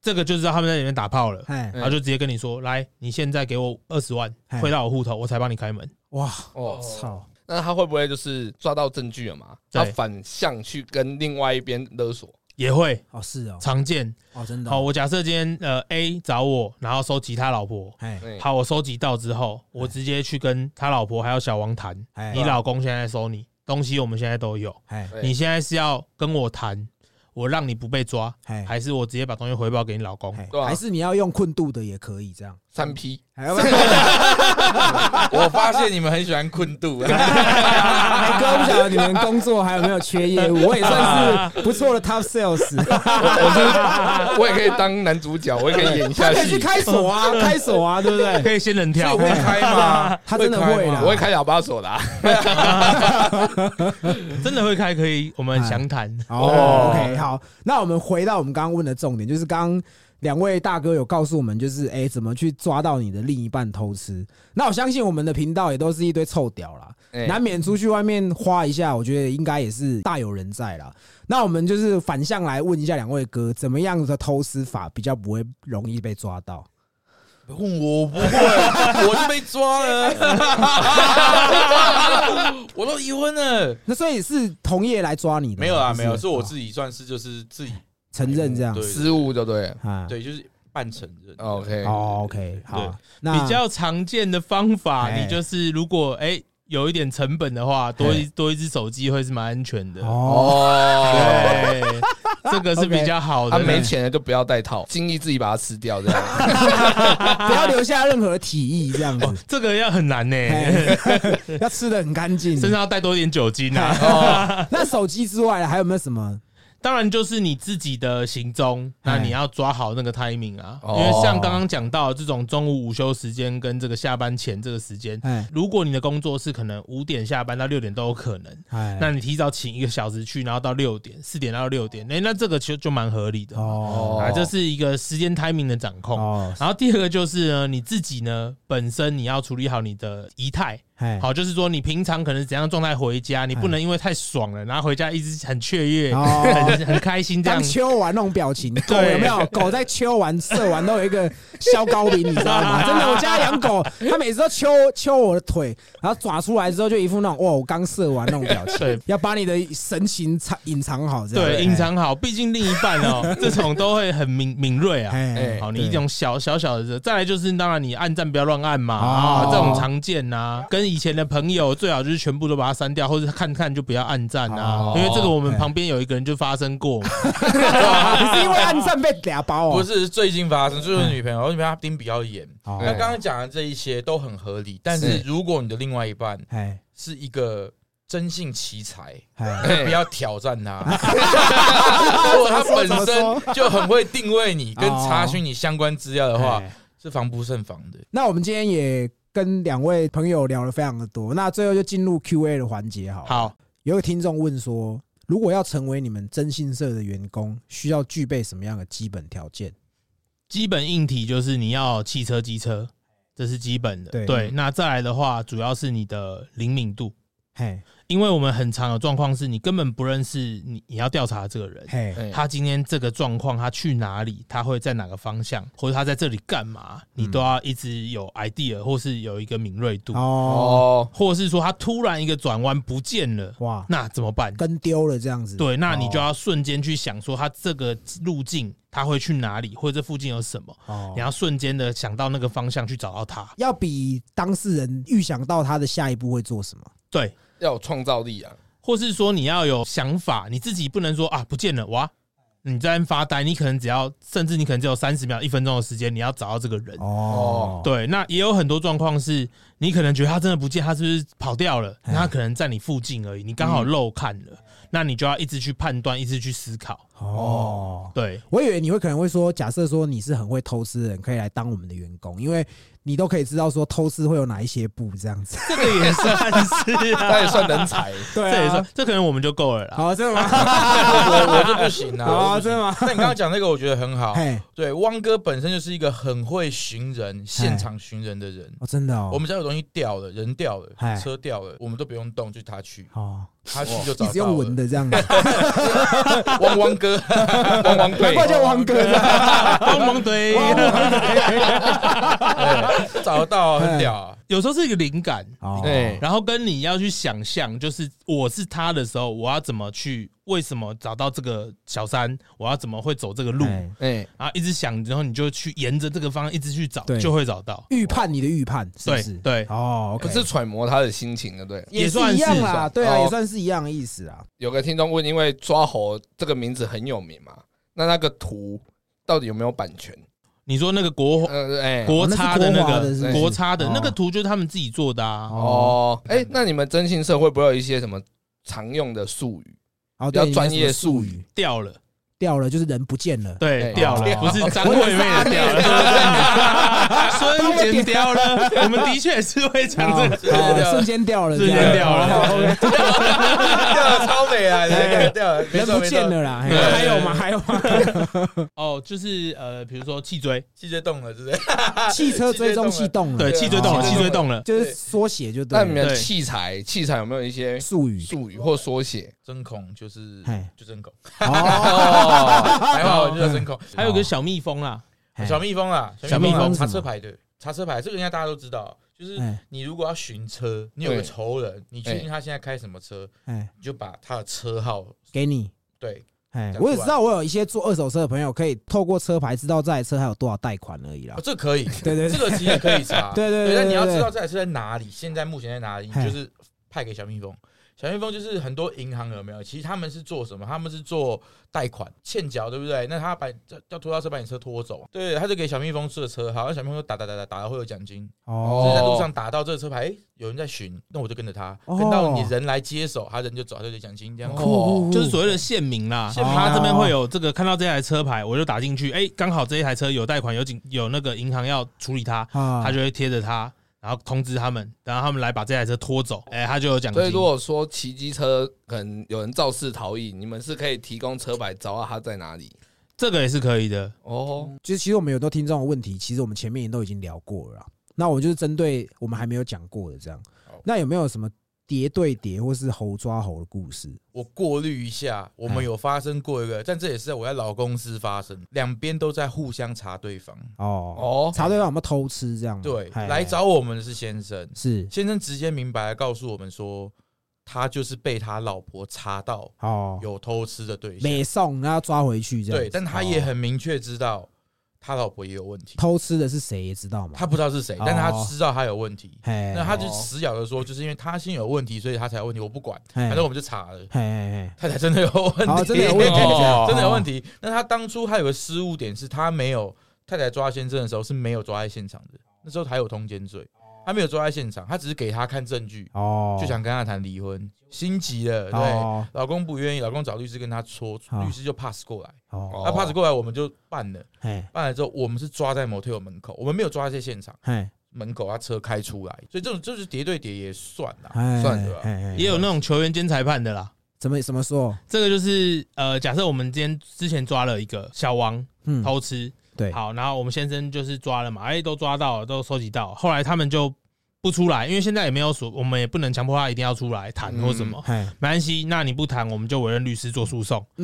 Speaker 3: 这个就知道他们在里面打炮了，
Speaker 1: 哎，
Speaker 2: 嗯
Speaker 3: 然后就直接跟你说，来，你现在给我二十万
Speaker 1: 哎
Speaker 3: 汇到我户头，我才帮你开门。
Speaker 1: 哇，
Speaker 2: 哦，
Speaker 1: 操，
Speaker 2: 那他会不会就是抓到证据了嘛？
Speaker 3: 对
Speaker 2: 他反向去跟另外一边勒索？
Speaker 3: 也会
Speaker 1: 哦是哦，
Speaker 3: 常见。
Speaker 1: 哦真的
Speaker 3: 好，
Speaker 1: 哦，
Speaker 3: 我假设今天呃 A 找我，然后收集他老婆。
Speaker 1: 哎
Speaker 2: 嗯，
Speaker 3: 好，我收集到之后，我直接去跟他老婆还有小王谈，
Speaker 1: 哎
Speaker 3: 你老公现在收你东西，我们现在都有，
Speaker 1: 哎
Speaker 2: 对
Speaker 3: 你现在是要跟我谈，我让你不被抓，
Speaker 1: 哎
Speaker 3: 还是我直接把东西回报给你老公？
Speaker 2: 对
Speaker 1: 哎，
Speaker 2: 啊
Speaker 1: 还是你要用困度的也可以这样。
Speaker 2: 三 P
Speaker 1: 还要不然
Speaker 4: 我发现你们很喜欢 困度，
Speaker 1: 哎哥，不晓得你们工作还有没有缺业务？我也算是不错的 top sales，
Speaker 2: 我也可以当男主角，我也可以演 一
Speaker 1: 他
Speaker 2: 下
Speaker 1: 可以
Speaker 2: 戏
Speaker 1: 去，开锁啊，开锁啊，对不对？
Speaker 3: 可以仙人跳
Speaker 4: 我，会开吗？
Speaker 1: 他真的会啦
Speaker 4: 开吗
Speaker 2: 我会开喇叭锁的啊。
Speaker 3: 真的会开，可以，我们详谈。
Speaker 1: 哎哦，OK，好，那我们回到我们刚刚问的重点，就是刚刚两位大哥有告诉我们，就是哎、怎么去抓到你的另一半偷吃。那我相信我们的频道也都是一堆臭屌啦，
Speaker 2: 哎
Speaker 1: 难免出去外面花一下，我觉得应该也是大有人在啦。那我们就是反向来问一下两位哥，怎么样的偷吃法比较不会容易被抓到？
Speaker 4: 问我我不会，我就被抓了，我都离婚了。
Speaker 1: 那所以是同业来抓你的吗？
Speaker 4: 没有啊，
Speaker 1: 不
Speaker 4: 没有，是我
Speaker 1: 哦
Speaker 4: 自己算是就是自己
Speaker 1: 承认这样。
Speaker 4: 对
Speaker 2: 失误就对了。
Speaker 1: 啊，
Speaker 4: 对，就是半承认。
Speaker 2: OK，
Speaker 1: 哦，OK，好，那
Speaker 3: 比较常见的方法，
Speaker 1: 哎
Speaker 3: 你就是如果哎、有一点成本的话，多一多一只手机会是蛮安全的。
Speaker 1: 哎哦，
Speaker 2: 哦，
Speaker 3: 对，这 个是比较好的。
Speaker 2: 啊，没钱的就不要戴套，精力自己把它吃掉，这样
Speaker 1: 不要留下任何体液这样子
Speaker 3: 哦，，这个要很难呢、
Speaker 1: 哎 要吃的很干净。 哦
Speaker 3: 身上要带多一点酒精
Speaker 1: 哎
Speaker 3: 啊。
Speaker 1: 那手机之外还有没有什么？
Speaker 3: 当然就是你自己的行踪，那
Speaker 1: 哎
Speaker 3: 你要抓好那个 timing 啊，因
Speaker 2: 哦
Speaker 3: 为像刚刚讲到这种中午午休时间跟这个下班前这个时间，
Speaker 1: 哎
Speaker 3: 如果你的工作是可能五点下班到六点都有可能，那
Speaker 1: 哎，
Speaker 3: 你提早请一个小时去，然后到六点四点到六点，哎、那这个其实就蛮合理的、
Speaker 1: 哦
Speaker 3: 啊，这是一个时间 timing 的掌控。
Speaker 1: 哦，
Speaker 3: 然后第二个就是呢，你自己呢本身你要处理好你的仪态，
Speaker 1: 哎，
Speaker 3: 好，就是说你平常可能怎样状态回家，你不能因为太爽了，然后回家一直很雀跃、
Speaker 1: 哦
Speaker 3: 很很开心这样
Speaker 1: 刚。敲完那种表情，狗
Speaker 3: 对
Speaker 1: 有没有？狗在敲完、射完都有一个削高饼，你知道 吗？真的，我家养狗，它每次都敲敲我的腿，然后爪出来之后就一副那种哇，我刚射完那种表情
Speaker 3: 对，
Speaker 1: 要把你的神情藏隐藏好，这样哎
Speaker 3: 对，隐。藏好，毕竟另一半哦， 这种都会很敏敏锐啊。
Speaker 1: 哎
Speaker 2: 哎
Speaker 3: 好，
Speaker 1: 对
Speaker 3: 你一种小小小的，再来就是当然你按赞不要乱按嘛
Speaker 1: 哦
Speaker 3: 啊，这种常见呐、跟以前的朋友最好就是全部都把它删掉，或者看看就不要按赞啊
Speaker 1: 哦，
Speaker 3: 因为这个我们
Speaker 1: 哎
Speaker 3: 旁边有一个人就发生过嘛，
Speaker 1: 你是因为暗战被俩包哦？
Speaker 4: 不是最近发生，就是我女
Speaker 1: 嗯
Speaker 4: 朋友，我女朋友她盯比较严。
Speaker 1: 哦，
Speaker 4: 那刚刚讲的这一些都很合理，但是
Speaker 2: 是
Speaker 4: 如果你的另外一半
Speaker 1: 哎
Speaker 4: 是一个真性奇才，
Speaker 1: 哎，
Speaker 4: 不要挑战他。 如果他本
Speaker 1: 啊怎么说
Speaker 4: 身就很会定位你，跟
Speaker 1: 哦
Speaker 4: 查询你相关资料的话
Speaker 1: 哎，
Speaker 4: 是防不胜防的。
Speaker 1: 那我们今天也跟两位朋友聊了非常的多，那最后就进入 Q&A 的环节好了。
Speaker 3: 好，
Speaker 1: 有个听众问说，如果要成为你们征信社的员工，需要具备什么样的基本条件？
Speaker 3: 基本硬体就是你要汽车、机车，这是基本的。
Speaker 1: 对
Speaker 3: 对，那再来的话，主要是你的灵敏度，
Speaker 1: 嘿，
Speaker 3: 因为我们很常有状况是你根本不认识你你要调查的这个人，
Speaker 1: 嘿，
Speaker 4: 呃
Speaker 2: 哎
Speaker 3: 他今天这个状况，他去哪里，他会在哪个方向，或者他在这里干嘛，你都要一直有 idea，或是有一个敏锐度，
Speaker 1: 哦，
Speaker 2: 哦，
Speaker 3: 或者是说他突然一个转弯不见了，
Speaker 1: 哇，
Speaker 3: 那怎么办？
Speaker 1: 跟丢了这样子。，
Speaker 3: 对，那你
Speaker 1: 哦
Speaker 3: 就要瞬间去想说他这个路径他会去哪里，或者这附近有什么，
Speaker 1: 哦
Speaker 3: 你，要瞬间的想到那个方向去找到他。
Speaker 1: 要比当事人预想到他的下一步会做什么。
Speaker 3: 对，
Speaker 2: 要有创造力啊！
Speaker 3: 或是说你要有想法，你自己不能说啊不见了哇，你在那边发呆，你可能只要甚至你可能只有三十秒、一分钟的时间，你要找到这个人。
Speaker 1: 哦，
Speaker 3: 对，那也有很多状况是你可能觉得他真的不见，他是不是跑掉了？那他可能在你附近而已，你刚好漏看了，
Speaker 1: 嗯
Speaker 3: 那你就要一直去判断，一直去思考。
Speaker 1: 哦。
Speaker 3: 对，
Speaker 1: 我以为你会可能会说，假设说你是很会偷吃的人，可以来当我们的员工，因为你都可以知道说偷吃会有哪一些步这样 子。
Speaker 3: 这个也算是、
Speaker 2: 他也算人才，
Speaker 1: 对啊哦
Speaker 3: 这也
Speaker 4: 啊
Speaker 3: 算，这可能我们就够了啦。
Speaker 1: 好，真的 吗？
Speaker 4: 我我就不行啊！
Speaker 1: 好，
Speaker 4: 我就不
Speaker 1: 真
Speaker 4: 行
Speaker 1: 的吗？
Speaker 4: 但你刚刚讲那个，我觉得很好。
Speaker 1: 嘿，
Speaker 4: 对，汪哥本身就是一个很会寻人、现场寻人的人。
Speaker 1: 哦，真的哦，
Speaker 4: 我们只要有东西掉了，人掉
Speaker 1: 哎
Speaker 4: 了，车掉了，我们都不用动，就他去，
Speaker 1: 哦，
Speaker 4: 他去就
Speaker 1: 一
Speaker 4: 找
Speaker 1: 直
Speaker 4: 到
Speaker 1: 用闻
Speaker 4: 了。
Speaker 1: 的这样子，
Speaker 4: 汪汪 哥，汪汪
Speaker 1: 难
Speaker 4: 队，
Speaker 1: 怪叫汪哥这样。
Speaker 3: 帮忙 堆，
Speaker 1: 哦
Speaker 4: 对，找得到很屌啊。
Speaker 3: 有时候是一个灵感，
Speaker 1: 哦
Speaker 2: 对
Speaker 3: 然后跟你要去想象，就是我是他的时候，我要怎么去，为什么找到这个小山，我要怎么会走这个路，
Speaker 1: 哎
Speaker 2: 哎，
Speaker 3: 然后一直想，然后你就去沿着这个方向一直去找
Speaker 1: 对，
Speaker 3: 就会找到。
Speaker 1: 预判你的预判是不
Speaker 3: 对
Speaker 1: 是？
Speaker 3: 对
Speaker 1: 哦
Speaker 2: 不
Speaker 1: ，OK，
Speaker 2: 是揣摩他的心情的，对。
Speaker 1: 也
Speaker 3: 也
Speaker 1: 是
Speaker 3: 算
Speaker 1: 一样
Speaker 3: 是
Speaker 1: 啦，
Speaker 3: 吧
Speaker 1: 对啊，
Speaker 2: 哦
Speaker 1: 也算是一样的意思啊。
Speaker 2: 有个听众问，因为抓猴这个名字很有名嘛，那那个图到底有没有版权？
Speaker 3: 你说那个国
Speaker 2: 呃，哎，
Speaker 3: 国差的那
Speaker 1: 哦那是国华的是不
Speaker 3: 个
Speaker 1: 是
Speaker 3: 国差的
Speaker 1: 哦
Speaker 3: 那个图，就是他们自己做的啊。
Speaker 2: 哦，哎，那你们征信社会不会有一些什么常用的术语？
Speaker 1: 哦，
Speaker 2: 比较
Speaker 1: 对，
Speaker 2: 专业
Speaker 1: 术
Speaker 2: 术
Speaker 1: 语
Speaker 2: 语，
Speaker 3: 掉了，
Speaker 1: 掉了就是人不见哦了。
Speaker 3: 对，
Speaker 2: 对
Speaker 3: 掉了，
Speaker 2: 掉
Speaker 3: 不是张
Speaker 1: 我以为
Speaker 3: 惠
Speaker 1: 是
Speaker 3: 妹
Speaker 1: 阿
Speaker 3: 的
Speaker 1: 妹
Speaker 3: 掉了， 瞬间掉了。我们的确 是会讲这个，
Speaker 1: 啊啊瞬间掉了，
Speaker 3: 瞬间
Speaker 1: 这样哦
Speaker 3: 掉了。
Speaker 4: 掉了超美啊，
Speaker 1: 哎
Speaker 4: 掉了，没
Speaker 1: 人
Speaker 4: 错
Speaker 1: 不
Speaker 4: 没
Speaker 1: 见
Speaker 4: 错，
Speaker 1: 了啦。
Speaker 3: 对
Speaker 1: 嘿还有吗？还有吗？
Speaker 3: 哦，就是呃，比如说气椎，
Speaker 4: 季节动了，是不是？
Speaker 1: 汽车追踪器动了，
Speaker 3: 对，
Speaker 4: 对
Speaker 3: 气椎动了，
Speaker 1: 哦
Speaker 3: 气椎动了，
Speaker 1: 就是缩写就对
Speaker 2: 那你
Speaker 1: 了。
Speaker 2: 们
Speaker 3: 对
Speaker 2: 器材器材有没有一些
Speaker 1: 术语
Speaker 2: 术语或缩写？
Speaker 4: 针孔就是
Speaker 1: 嘿
Speaker 4: 就针孔，
Speaker 1: 哦，
Speaker 4: 哦，还好就叫针孔。
Speaker 3: 还有个小蜜蜂啦，
Speaker 1: 嘿
Speaker 4: 小蜜蜂啦，
Speaker 1: 小蜜蜂是什
Speaker 4: 查
Speaker 1: 么
Speaker 4: 车牌对，查车牌这个应该大家都知道，啊就是
Speaker 1: 哎
Speaker 4: 你如果要寻车，你有个仇人，你确定他现在开什么车，
Speaker 1: 哎，
Speaker 4: 你就把他的车号
Speaker 1: 给你。
Speaker 4: 对
Speaker 1: 哎，
Speaker 4: 讲
Speaker 1: 我也
Speaker 4: 出来
Speaker 1: 知道，我有一些做二手车的朋友，可以透过车牌知道这台车还有多少贷款而已啦
Speaker 4: 哦，。这可以，
Speaker 1: 对对
Speaker 4: 这
Speaker 1: 对，
Speaker 4: 个其实也可以查，
Speaker 1: 啊 对对对
Speaker 4: 但
Speaker 1: 对
Speaker 4: 你要
Speaker 1: 对
Speaker 4: 知道这台车在哪里，现在目前在哪里，你
Speaker 1: 嘿
Speaker 4: 就是派给小蜜蜂。小蜜蜂就是很多银行有没有？其实他们是做什么？他们是做贷款欠缴，对不对？那他把叫叫拖拉车把你车拖走，对，他就给小蜜蜂设车号，那小蜜蜂就打打打打打到会有奖金，
Speaker 1: 哦
Speaker 4: 就是在路上打到这个车牌，哎、有人在巡，那我就跟着他，
Speaker 1: 哦
Speaker 4: 跟到你人来接手，他人就走，他就奖金这样。
Speaker 1: 酷酷酷
Speaker 3: 就是所谓的县名啦。
Speaker 4: 县
Speaker 1: 哦民
Speaker 3: 他这边会有这个，看到这台车牌，我就打进去，哎，刚好这一台车有贷款，有警有那个银行要处理它，
Speaker 1: 啊
Speaker 3: 他就会贴着它，然后通知他们，然后他们来把这台车拖走，哎，他就有奖
Speaker 2: 所以
Speaker 3: 金。
Speaker 2: 如果说骑机车可能有人肇事逃逸，你们是可以提供车牌找到他在哪里
Speaker 3: 这个也是可以的，
Speaker 2: 哦。
Speaker 1: 就是其实我们有很多听众的问题，其实我们前面也都已经聊过了啦。那我就是针对我们还没有讲过的这样
Speaker 4: 好。
Speaker 1: 那有没有什么叠对叠或是猴抓猴的故事？
Speaker 4: 我过滤一下，我
Speaker 1: 嗯
Speaker 4: 们有发生过一个，但这也是在我在老公司发生，两边都在互相查对方。
Speaker 1: 哦，
Speaker 2: 哦，
Speaker 1: 查对方有没有偷吃这样吗？
Speaker 4: 对，
Speaker 1: 嘿
Speaker 4: 来找我们的是先生，
Speaker 1: 是
Speaker 4: 先生直接明白的告诉我们说，他就是被他老婆查到
Speaker 1: 哦，
Speaker 4: 有偷吃的对象，
Speaker 1: 美送然后抓回去这样
Speaker 4: 对，
Speaker 1: 子。
Speaker 4: 但他也很明确知道他老婆也有问题，
Speaker 1: 偷吃的是谁也知道吗？
Speaker 4: 他不知道是
Speaker 1: 哦
Speaker 4: 谁，但是他知道他有问题，
Speaker 1: 嘿，
Speaker 4: 那他就
Speaker 2: 哦
Speaker 4: 死咬着说，就是因为他先有问题，所以他才有问题。我不管，
Speaker 1: 嘿
Speaker 4: 反正我们就查了，
Speaker 1: 嘿嘿嘿
Speaker 4: 他才真的有问
Speaker 1: 哦
Speaker 4: 题，
Speaker 1: 真的有 问题
Speaker 4: 真的有问题。那他当初他有个失误点是，他没有太太抓先生的时候是没有抓在现场的，那时候还有通奸罪，他没有抓在现场，他只是给他看证据，
Speaker 1: 哦，
Speaker 4: 就想跟他谈离婚，心急了，对，
Speaker 1: 哦
Speaker 4: 老公不愿意，老公找律师跟他说，
Speaker 1: 哦
Speaker 4: 律师就 pass 过来，
Speaker 1: 哦，
Speaker 4: 他 pass 过来我们就办了，
Speaker 1: 嘿
Speaker 4: 办了之后我们是抓在 motel 门口，我们没有抓在现场。
Speaker 1: 嘿，
Speaker 4: 门口他车开出来，所以这种就是叠对叠也算啦，
Speaker 1: 嘿
Speaker 4: 啊算的吧。
Speaker 1: 嘿嘿
Speaker 3: 也有那种球员兼裁判的啦。
Speaker 1: 怎么怎么说？
Speaker 3: 这个就是呃，假设我们今天之前抓了一个小王
Speaker 1: 嗯，
Speaker 3: 偷吃，
Speaker 1: 对，
Speaker 3: 好，然后我们先生就是抓了嘛，哎，都抓到了，都收集到了，后来他们就不出来，因为现在也没有所，我们也不能强迫他一定要出来谈或什么，
Speaker 1: 嘿，
Speaker 3: 没关系，那你不谈，我们就委任律师做诉讼。
Speaker 1: 嗯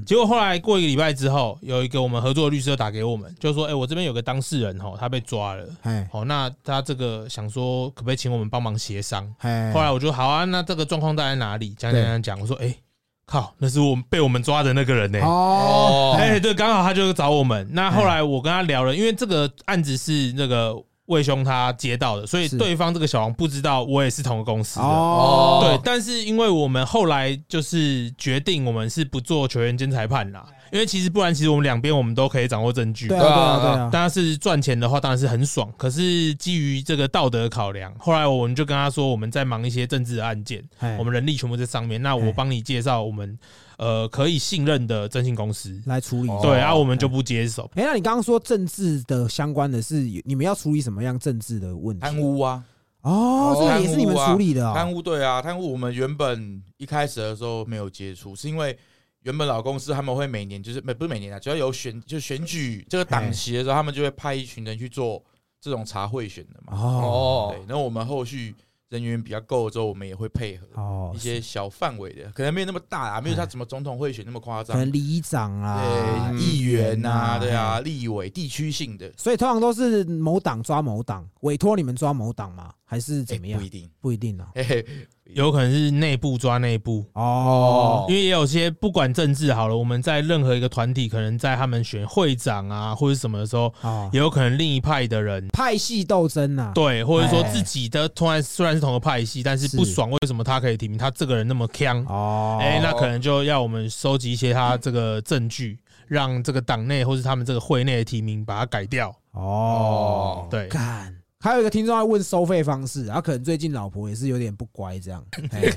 Speaker 1: 嗯
Speaker 3: 结果后来过一个礼拜之后，有一个我们合作的律师就打给我们，就说，哎，我这边有个当事人哦，他被抓了，
Speaker 1: 嗯，嘿
Speaker 3: 哦，那他这个想说可不可以请我们帮忙协商？
Speaker 1: 嘿，
Speaker 3: 后来我就好啊，那这个状况大概哪里？讲讲
Speaker 1: 哎对
Speaker 3: 讲讲，我说哎、靠，那是我们被我们抓的那个人呢、
Speaker 1: 哦，
Speaker 4: 哦
Speaker 3: 哎、对，刚好他就找我们。那后来我跟他聊了，因为这个案子是那个魏兄他接到的，所以
Speaker 1: 是
Speaker 3: 对方这个小王不知道我也是同个公司的。
Speaker 1: 哦，
Speaker 3: 对，但是因为我们后来就是决定，我们是不做球员兼裁判啦，因为其实不然，其实我们两边我们都可以掌握证据。
Speaker 1: 对啊，
Speaker 2: 对
Speaker 1: 对
Speaker 2: 啊
Speaker 1: 啊，对啊，
Speaker 3: 当然是赚钱的话，当然是很爽。可是基于这个道德考量，后来我们就跟他说，我们在忙一些政治的案件，
Speaker 1: 嘿
Speaker 3: 我们人力全部在上面。那我
Speaker 1: 嘿
Speaker 3: 帮你介绍我们呃可以信任的征信公司。
Speaker 1: 来处理
Speaker 4: 哦
Speaker 1: 一下。
Speaker 3: 对，然啊后我们就不接手。
Speaker 1: 哎，那你刚刚说政治的相关的是你们要处理什么样政治的问题？
Speaker 4: 贪污啊，
Speaker 1: 哦，这
Speaker 4: 贪
Speaker 1: 个
Speaker 4: 污
Speaker 1: 也是你们
Speaker 4: 啊
Speaker 1: 处理的
Speaker 4: 贪
Speaker 1: 哦。
Speaker 4: 污对啊，贪污我们原本一开始的时候没有接触，是因为原本老公司他们会每年就是不不是每年啊，只要有选就选举这个党旗的时候，他们就会派一群人去做这种查贿选的嘛。
Speaker 1: 哦
Speaker 2: 哦
Speaker 4: 对，，那我们后续人员比较够之后，我们也会配合
Speaker 1: 哦哎
Speaker 4: 一，些小范围的，可能没有那么大啊，没有像什么总统贿选那么夸
Speaker 1: 可
Speaker 4: 张。
Speaker 1: 能里长啊，
Speaker 4: 对，议员呐、
Speaker 1: 啊
Speaker 4: 对啊，立委、地区性的，
Speaker 1: 所以通常都是某党抓某党，委托你们抓某党吗？还是怎么
Speaker 4: 哎
Speaker 1: 样
Speaker 4: 不一？定，
Speaker 1: 不一定哦。
Speaker 4: 嘿嘿，
Speaker 3: 有可能是内部抓内部，
Speaker 1: 哦，
Speaker 3: 因为也有些不管政治好了，我们在任何一个团体，可能在他们选会长啊或者什么的时候，
Speaker 1: 哦，
Speaker 3: 也有可能另一派的人
Speaker 1: 派系斗争呐。
Speaker 3: 对，或者说
Speaker 1: 哎
Speaker 3: 自己的突然虽然是同个派系，但是不
Speaker 1: 是
Speaker 3: 爽为什么他可以提名，他这个人那么强，
Speaker 1: 哦，
Speaker 3: 哎、那可能就要我们收集一些他这个证据，让这个党内或是他们这个会内的提名把它改掉。
Speaker 1: 哦，
Speaker 3: 对
Speaker 1: 干，还有一个听众要问收费方式，他、啊可能最近老婆也是有点不乖这样，嘿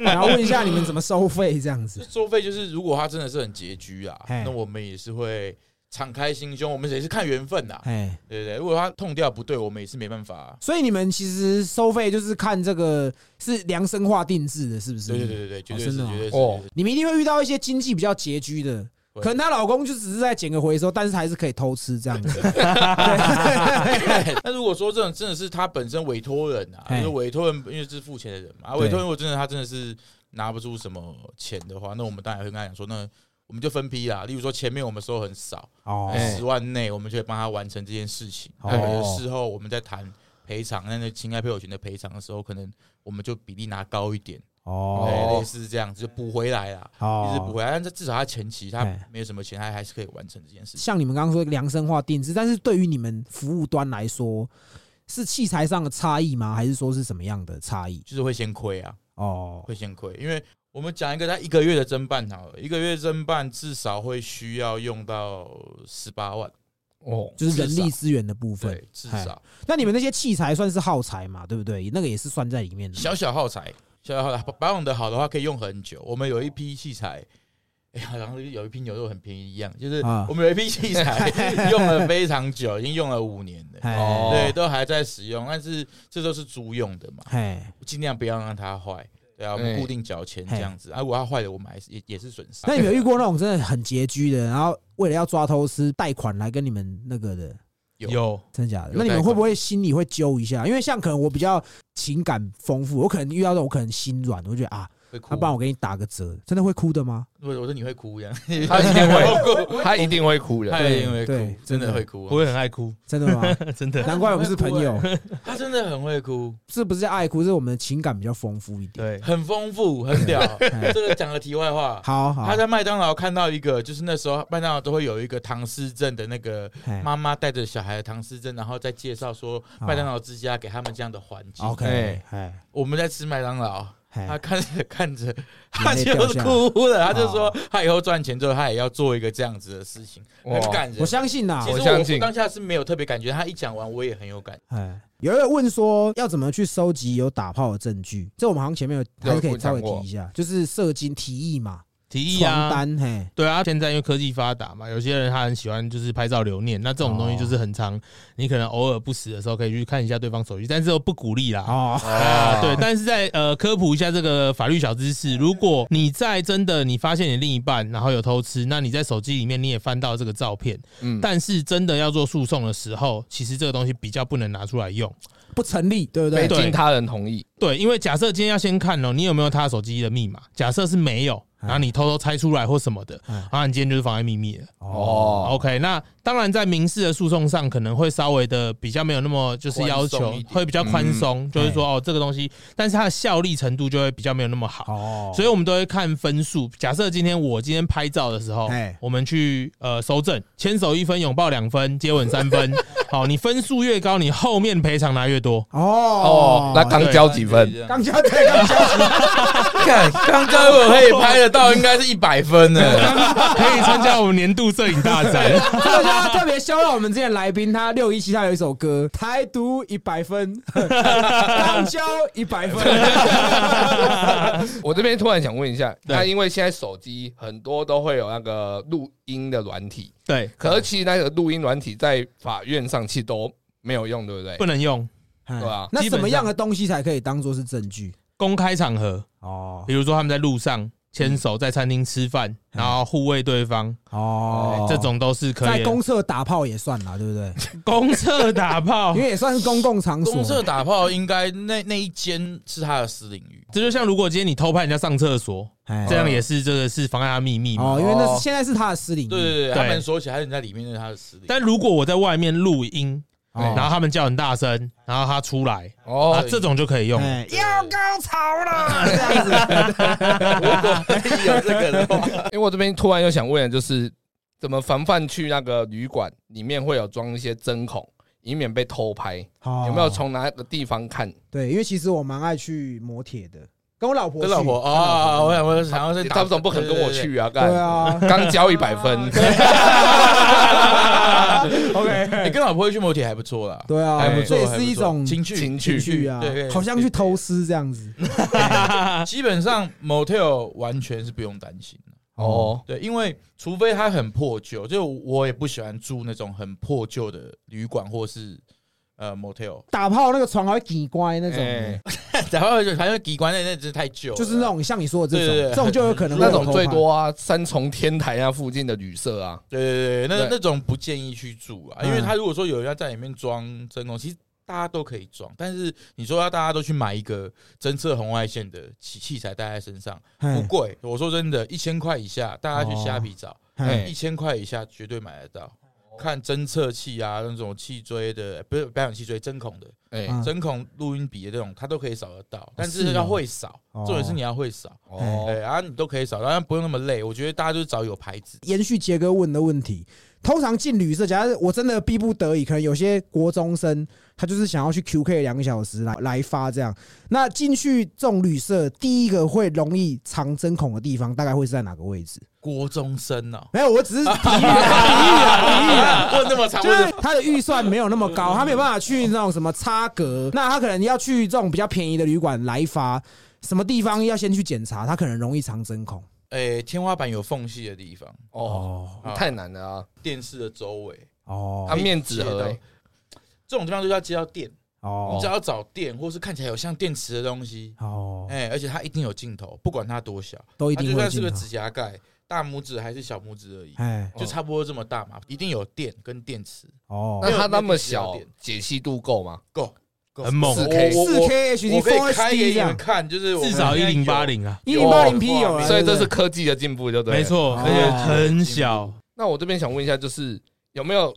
Speaker 1: 然后问一下你们怎么收费这样子
Speaker 4: 就。收费就是，如果他真的是很拮据啊，
Speaker 1: 嘿
Speaker 4: 那我们也是会敞开心胸，我们也是看缘分呐、啊
Speaker 1: 哎，
Speaker 4: 对不对？如果他痛掉不对，我们也是没办法、啊。
Speaker 1: 所以你们其实收费就是看这个是量身化定制的，是不是？
Speaker 4: 对对对对，绝对
Speaker 1: 真
Speaker 4: 是，
Speaker 1: 嗯的哦
Speaker 4: 绝对是。
Speaker 2: 哦
Speaker 1: 你们一定会遇到一些经济比较拮据的，
Speaker 4: 会
Speaker 1: 可能她老公就只是在捡个回收，但是还是可以偷吃这样子。
Speaker 4: 那如果说这种真的是他本身委托人啊，
Speaker 1: 嘿
Speaker 4: 因为委托人因为是付钱的人嘛，啊
Speaker 1: 对
Speaker 4: 委托人如果真的他真的是拿不出什么钱的话，那我们当然会跟他讲说，那我们就分批啊。例如说前面我们收很少，
Speaker 1: 哦，
Speaker 2: 哎
Speaker 4: 十万内我们就会帮他完成这件事情。
Speaker 1: 哦
Speaker 4: 那可能事后我们再谈赔偿，那那情爱配偶权的赔偿的时候，可能我们就比例拿高一点，哎
Speaker 1: 哦，
Speaker 4: 对，类似这样子就补回来啦。
Speaker 1: 好
Speaker 4: 一直补回来，但是至少他前期他
Speaker 1: 嘿
Speaker 4: 没有什么钱，他还是可以完成这件事情。
Speaker 1: 像你们刚刚说量身化定制，但是对于你们服务端来说，是器材上的差异吗？还是说是什么样的差异？
Speaker 4: 就是会先亏啊，
Speaker 1: 哦，
Speaker 4: 会先亏，因为我们讲一个他一个月的侦办好了，一个月侦办至少会需要用到十八万，
Speaker 2: 哦，
Speaker 1: 就是人力哎资源的部分
Speaker 4: 对，。至
Speaker 1: 嗨
Speaker 4: 少
Speaker 1: 那你们那些器材算是耗材嘛？对不对？那个也是算在里面的嘛。
Speaker 4: 小小耗材，小小耗材保养的好的话可以用很久。我们有一批器材。哎呀，然后有一批牛肉很便宜一样，就是
Speaker 1: 啊
Speaker 4: 我们有一批 器材用了非常久，已经用了五年了，
Speaker 1: 哎
Speaker 2: 哦
Speaker 4: 对，都还在使用，但是这都是租用的嘛，
Speaker 1: 哎，
Speaker 4: 尽量不要让它坏，对啊，我们
Speaker 2: 哎
Speaker 4: 固定缴钱这样子啊，如果它坏了，我们还是也也是损失。啊
Speaker 1: 那你们有遇过那种真的很拮据的，然后为了要抓偷吃，贷款来跟你们那个的？
Speaker 4: 有
Speaker 3: 有
Speaker 1: 真假的？
Speaker 4: 有
Speaker 1: 那你们
Speaker 4: 贷款
Speaker 1: 会不会心里会揪一下？因为像可能我比较情感丰富，我可能遇到这种，我可能心软，我就觉得啊，那
Speaker 4: 会哭
Speaker 1: 不然我给你打个折，真的会哭的吗？
Speaker 4: 我我说你会哭这样，
Speaker 2: 他一定 会，他一定会哭
Speaker 4: 他
Speaker 2: 的。
Speaker 4: 一定会
Speaker 1: 对
Speaker 4: 哭，真
Speaker 1: 真的
Speaker 4: 的会哭
Speaker 3: 我
Speaker 4: 啊，
Speaker 3: 会很爱哭，
Speaker 1: 真的吗？
Speaker 3: 真的。
Speaker 1: 难怪我们是朋友，
Speaker 4: 他真的很会哭，
Speaker 1: 是不是爱哭？是我们的情感比较丰富一点。
Speaker 3: 对，
Speaker 4: 很丰富，很 屌。
Speaker 1: 哎
Speaker 4: 这个讲个题外话，
Speaker 1: 好好，
Speaker 4: 他在麦当劳看到一个，就是那时候麦当劳都会有一个唐氏症的那个
Speaker 1: 哎
Speaker 4: 妈妈带着小孩的唐氏症，然后再介绍说
Speaker 1: 哦
Speaker 4: 麦当劳之家给他们这样的环境。
Speaker 1: OK，
Speaker 2: 哎
Speaker 1: 哎
Speaker 4: 我们在吃麦当劳，他
Speaker 1: 哎，
Speaker 4: 看着看着，他
Speaker 1: 泪
Speaker 4: 就
Speaker 1: 掉下来
Speaker 4: 哭了。他就
Speaker 1: 哦
Speaker 4: 说，他以后赚钱之后，他也要做一个这样子的事情，很
Speaker 2: 哇
Speaker 4: 感人。
Speaker 1: 我相信啊呐
Speaker 4: 其，实
Speaker 2: 我
Speaker 4: 我
Speaker 2: 相信
Speaker 4: 当下是没有特别感觉，他一讲完我也很有感。
Speaker 1: 哎，有人问说要怎么去收集有打炮的证据？这我们好像前面有还是可以稍微提一下，就是射精提议嘛，
Speaker 3: 提议
Speaker 1: 床
Speaker 3: 啊，
Speaker 1: 单，嘿，
Speaker 3: 对啊，现在因为科技发达嘛，有些人他很喜欢就是拍照留念，那这种东西就是很常，你可能偶尔不时的时候可以去看一下对方手机，但是又不鼓励啦。
Speaker 1: 哦，
Speaker 3: 啊，对，但是在呃科普一下这个法律小知识，如果你在真的你发现你另一半然后有偷吃，那你在手机里面你也翻到这个照片，
Speaker 2: 嗯，
Speaker 3: 但是真的要做诉讼的时候，其实这个东西比较不能拿出来用。
Speaker 1: 不成立，对不
Speaker 2: 非
Speaker 1: 对？
Speaker 2: 经他人同意，
Speaker 3: 对，因为假设今天要先看哦，你有没有他手机的密码？假设是没有，
Speaker 4: 哎
Speaker 3: 然后你偷偷猜出来或什么的，
Speaker 1: 嗯
Speaker 3: 啊，你今天就是妨碍秘密了。
Speaker 2: 哦
Speaker 3: OK，那当然在民事的诉讼上，可能会稍微的比较没有那么就是要
Speaker 4: 宽
Speaker 3: 求
Speaker 4: 松一，点嗯
Speaker 3: 会比较宽松，就是说哦这个东西，但是它的效力程度就会比较没有那么好。
Speaker 1: 哦，
Speaker 3: 所以我们都会看分数。假设今天我今天拍照的时候
Speaker 1: 哎，
Speaker 3: 我们去呃收证，牵手一分，拥抱两分，接吻三 分。好，你分数越高，你后面赔偿拿越多。
Speaker 1: 哦
Speaker 2: 哦，，那刚交几分？
Speaker 1: 刚交对刚交
Speaker 4: 看，刚刚我可以拍得到，应该是一百分呢。
Speaker 3: 可以参加我们年度摄影大赛。
Speaker 1: 这个就要特别销到我们之前来宾，他六一七他有一首歌《台独一百分》，刚交一百
Speaker 2: 啊
Speaker 1: 分，
Speaker 2: 我这边突然想问一下，
Speaker 3: 对
Speaker 2: 那因为现在手机很多都会有那个录音的软体，
Speaker 3: 对，
Speaker 2: 可是其实那个录音软体在法院上其实都没有用，对不对？
Speaker 3: 不能用
Speaker 1: 对
Speaker 2: 啊
Speaker 1: 哎那什么样的东西才可以当做是证据？
Speaker 3: 公开场合，
Speaker 1: 哦
Speaker 3: 比如说他们在路上牵手，在餐厅吃饭，然后护卫对方，
Speaker 1: 哦
Speaker 3: 哎这种都是可
Speaker 1: 在
Speaker 3: 以。
Speaker 1: 公厕打炮也算啦，对不对？
Speaker 3: 公厕打炮
Speaker 1: 因，为也算是公共场所。
Speaker 4: 公厕打炮应该那那一间是他的私领域，
Speaker 3: 这就像如果今天你偷拍人家上厕所，
Speaker 1: 哎
Speaker 3: 这样也是这个是妨碍他秘密嘛。
Speaker 1: 哦，因为那
Speaker 2: 哦
Speaker 1: 是现在是他的私领域。
Speaker 4: 对对对，
Speaker 3: 对
Speaker 4: 他们锁起来，人在里面那是他的私领域。
Speaker 3: 但如果我在外面录音，
Speaker 1: 哦
Speaker 3: 然后他们叫很大声，然后他出来，啊
Speaker 2: 哦，，
Speaker 3: 这种就可以用。
Speaker 1: 哎
Speaker 4: 对
Speaker 1: 要高潮 了，这样子。
Speaker 4: 有这个的话，
Speaker 2: 因为我这边突然又想问的就是，怎么防范去那个旅馆里面会有装一些针孔，以免被偷拍？有
Speaker 1: 有
Speaker 2: 没有？从哪个地方看？
Speaker 1: 哦对，因为其实我蛮爱去摩铁的，跟我老婆去，
Speaker 4: 跟老婆
Speaker 1: 跟老婆
Speaker 4: 啊，我想我想要是
Speaker 2: 他们总不可能跟我，去啊，
Speaker 1: 啊对
Speaker 2: 干，
Speaker 1: 啊，
Speaker 2: 刚交一百分，
Speaker 4: 你
Speaker 1: OK，
Speaker 4: 跟老婆去摩铁还不错啦，
Speaker 1: 对啊
Speaker 4: 还不，错，
Speaker 1: 这也
Speaker 4: 还不
Speaker 1: 是一
Speaker 4: 错
Speaker 1: 种
Speaker 4: 情趣
Speaker 2: 情趣
Speaker 1: 趣啊
Speaker 4: 对对，
Speaker 1: 好像去偷师这样子。
Speaker 4: 基本上 motel 完全是不用担心的，
Speaker 2: 哦，
Speaker 4: 对，因为除非它很破旧，就我也不喜欢住那种很破旧的旅馆或是呃 motel，
Speaker 1: 打炮那个床还会挤乖那种
Speaker 2: 哎
Speaker 1: 的，
Speaker 4: 然后就反正机关那那真是太旧了，
Speaker 1: 就是那种像你说的这
Speaker 4: 对对
Speaker 1: 种，
Speaker 4: 对
Speaker 1: 这种就有可能会
Speaker 2: 那
Speaker 1: 有
Speaker 2: 种
Speaker 1: 偷
Speaker 2: 最
Speaker 1: 拍
Speaker 2: 多啊，三重天台啊附近的旅社啊，
Speaker 4: 对对对，那
Speaker 2: 对
Speaker 4: 那种不建议去住啊，
Speaker 1: 嗯
Speaker 4: 因为他如果说有人要在里面装真空，其实大家都可以装，但是你说要大家都去买一个侦测红外线的器器材带在身上，不
Speaker 1: 嘿
Speaker 4: 贵。我说真的，一千块以下，大
Speaker 1: 哦
Speaker 4: 家去虾皮找，
Speaker 1: 嘿
Speaker 2: 哎
Speaker 4: 一千块以下绝对买得到。看侦测器啊，那种气锥的，不是不要讲气锥，针孔的、
Speaker 2: 哎、
Speaker 1: 嗯
Speaker 4: 针孔录音笔的这种，它都可以扫得到，但
Speaker 1: 是
Speaker 4: 是
Speaker 1: 哦
Speaker 4: 要会扫，
Speaker 1: 哦
Speaker 4: 重点是你要会扫，
Speaker 2: 哦，
Speaker 4: 对啊，你都可以扫，当然不用那么累。我觉得大家就是找有牌子，
Speaker 1: 延续杰哥问的问题，通常进旅社，假如我真的逼不得已，可能有些国中生他就是想要去 QK 两个小时来来发这样。那进去这种旅社，第一个会容易藏针孔的地方，大概会是在哪个位置？
Speaker 4: 国中生哦、
Speaker 1: 没有，我只 是比啊喻
Speaker 4: 啊问那么长，
Speaker 1: 啊就
Speaker 4: 问
Speaker 1: 是他的预算没有那么高，他没有办法去那种什么差格，那他可能要去这种比较便宜的旅馆来发，什么地方要先去检查，他可能容易藏针孔。
Speaker 4: 诶、天花板有缝隙的地方，
Speaker 2: 哦，
Speaker 4: 啊
Speaker 2: 太难了啊！
Speaker 4: 电视的周围，
Speaker 2: 啊，
Speaker 1: 哦
Speaker 2: 面纸盒、
Speaker 4: 可以
Speaker 2: 欸
Speaker 4: 接，这种地方就是要接到电，你只
Speaker 1: 哦
Speaker 4: 要找电，或是看起来有像电池的东西，
Speaker 1: 哦，
Speaker 4: 哎、而且它一定有镜头，不管它多小，
Speaker 1: 都一
Speaker 4: 它
Speaker 1: 定
Speaker 4: 就
Speaker 1: 会
Speaker 4: 算是
Speaker 1: 进啊
Speaker 4: 个
Speaker 1: 到
Speaker 4: 指甲盖，大拇指还是小拇指而已，
Speaker 1: 哎
Speaker 4: 就差不多这么大嘛，一定有电跟电池，
Speaker 1: 哦
Speaker 2: 那它那么
Speaker 4: 没有
Speaker 2: 小
Speaker 4: 面纸，
Speaker 2: 解析度够吗？
Speaker 4: 够够
Speaker 3: 很猛
Speaker 4: 我哎我
Speaker 1: 哦四
Speaker 4: 我
Speaker 1: K
Speaker 4: 我
Speaker 1: HD
Speaker 4: 可
Speaker 1: Full
Speaker 4: 以开给
Speaker 1: HD 这
Speaker 4: 你们
Speaker 1: 样，
Speaker 4: 看，就是我们
Speaker 3: 至少一
Speaker 4: 现在有
Speaker 3: 零八零啊，
Speaker 1: 一零八零
Speaker 4: 有
Speaker 1: P 有了，
Speaker 4: 对
Speaker 2: 所以
Speaker 1: 对
Speaker 2: 这
Speaker 1: 不对
Speaker 2: 是科技的进步，就对了。
Speaker 3: 没错，
Speaker 1: 哦
Speaker 3: 而且很小，
Speaker 2: 那我这边想问一下，就是有没有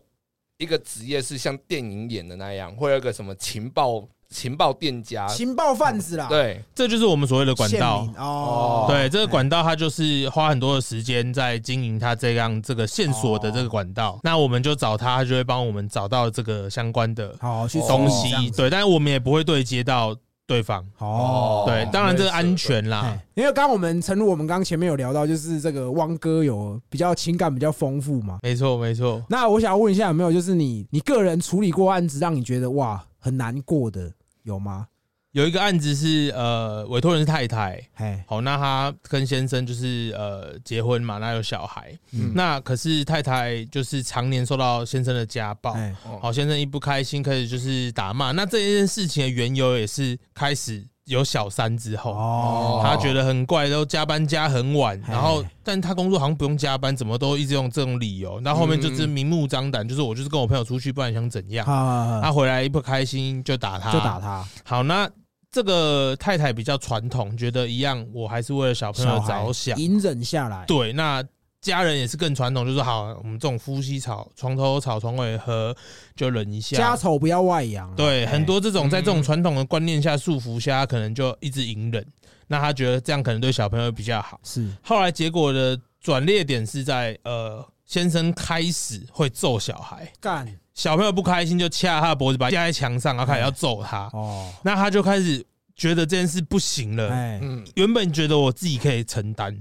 Speaker 2: 一个职业是像电影演的那样，会有一个什么情报情报店家？
Speaker 1: 情报贩子啦，
Speaker 2: 对，
Speaker 3: 这就是我们所谓的管
Speaker 1: 县
Speaker 3: 道
Speaker 1: 民。哦，
Speaker 3: 对，这个管道它就是花很多的时间在经营它这样这个线索的这个管道，
Speaker 1: 哦
Speaker 3: 那我们就找他，他就会帮我们找到这个相关的
Speaker 1: 好
Speaker 4: 哦
Speaker 1: 去处理哦
Speaker 3: 东
Speaker 1: 这
Speaker 3: 西。
Speaker 1: 样子
Speaker 3: 对，但是我们也不会对接到对方。
Speaker 1: 哦。
Speaker 3: 对，当然这个
Speaker 4: 没错
Speaker 3: 安全啦
Speaker 1: 哎。因为刚刚我们诚如我们刚刚前面有聊到，就是这个汪哥有比较情感比较丰富嘛。
Speaker 3: 没错，没错。
Speaker 1: 那我想问一下，有没有就是你你个人处理过案子，让你觉得哇很难过的有吗？
Speaker 3: 有一个案子是呃，委托人是太太，
Speaker 1: 哎，
Speaker 3: 好，那她跟先生就是呃结婚嘛，那有小孩，
Speaker 1: 嗯
Speaker 3: 那可是太太就是常年受到先生的家暴，
Speaker 1: 哎，
Speaker 3: 好，先生一不开心开始就是打骂。那这件事情的缘由也是开始有小三之后，
Speaker 1: 哦，
Speaker 3: 他觉得很怪，都加班加很晚，
Speaker 1: 哎
Speaker 3: 然后但他工作好像不用加班，怎么都一直用这种理由，那后面
Speaker 1: 嗯
Speaker 3: 就是明目张胆，就是我就是跟我朋友出去，不然你想怎样？
Speaker 1: 啊，
Speaker 3: 他回来一不开心就打他，
Speaker 1: 就打。他，
Speaker 3: 好，那这个太太比较传统，觉得一样，我还是为了小朋友
Speaker 1: 小孩
Speaker 3: 着想。
Speaker 1: 隐忍下来，
Speaker 3: 对，那家人也是更传统，就说好，我们这种夫妻吵，床头吵，床尾和，就忍一下。
Speaker 1: 家丑不要外扬啊。
Speaker 3: 对，
Speaker 1: 哎
Speaker 3: 很多这种在这种传统的观念下束缚下，他可能就一直隐忍。那他觉得这样可能对小朋友比较好。
Speaker 1: 是
Speaker 3: 后来结果的转捩点是在呃，先生开始会揍小孩，
Speaker 1: 干
Speaker 3: 小朋友不开心就掐他的脖子，把他架在墙上，然后开始要揍他。
Speaker 1: 哦，
Speaker 3: 那他就开始觉得这件事不行了，
Speaker 1: 哎，
Speaker 2: 嗯，
Speaker 3: 原本觉得我自己可以承担，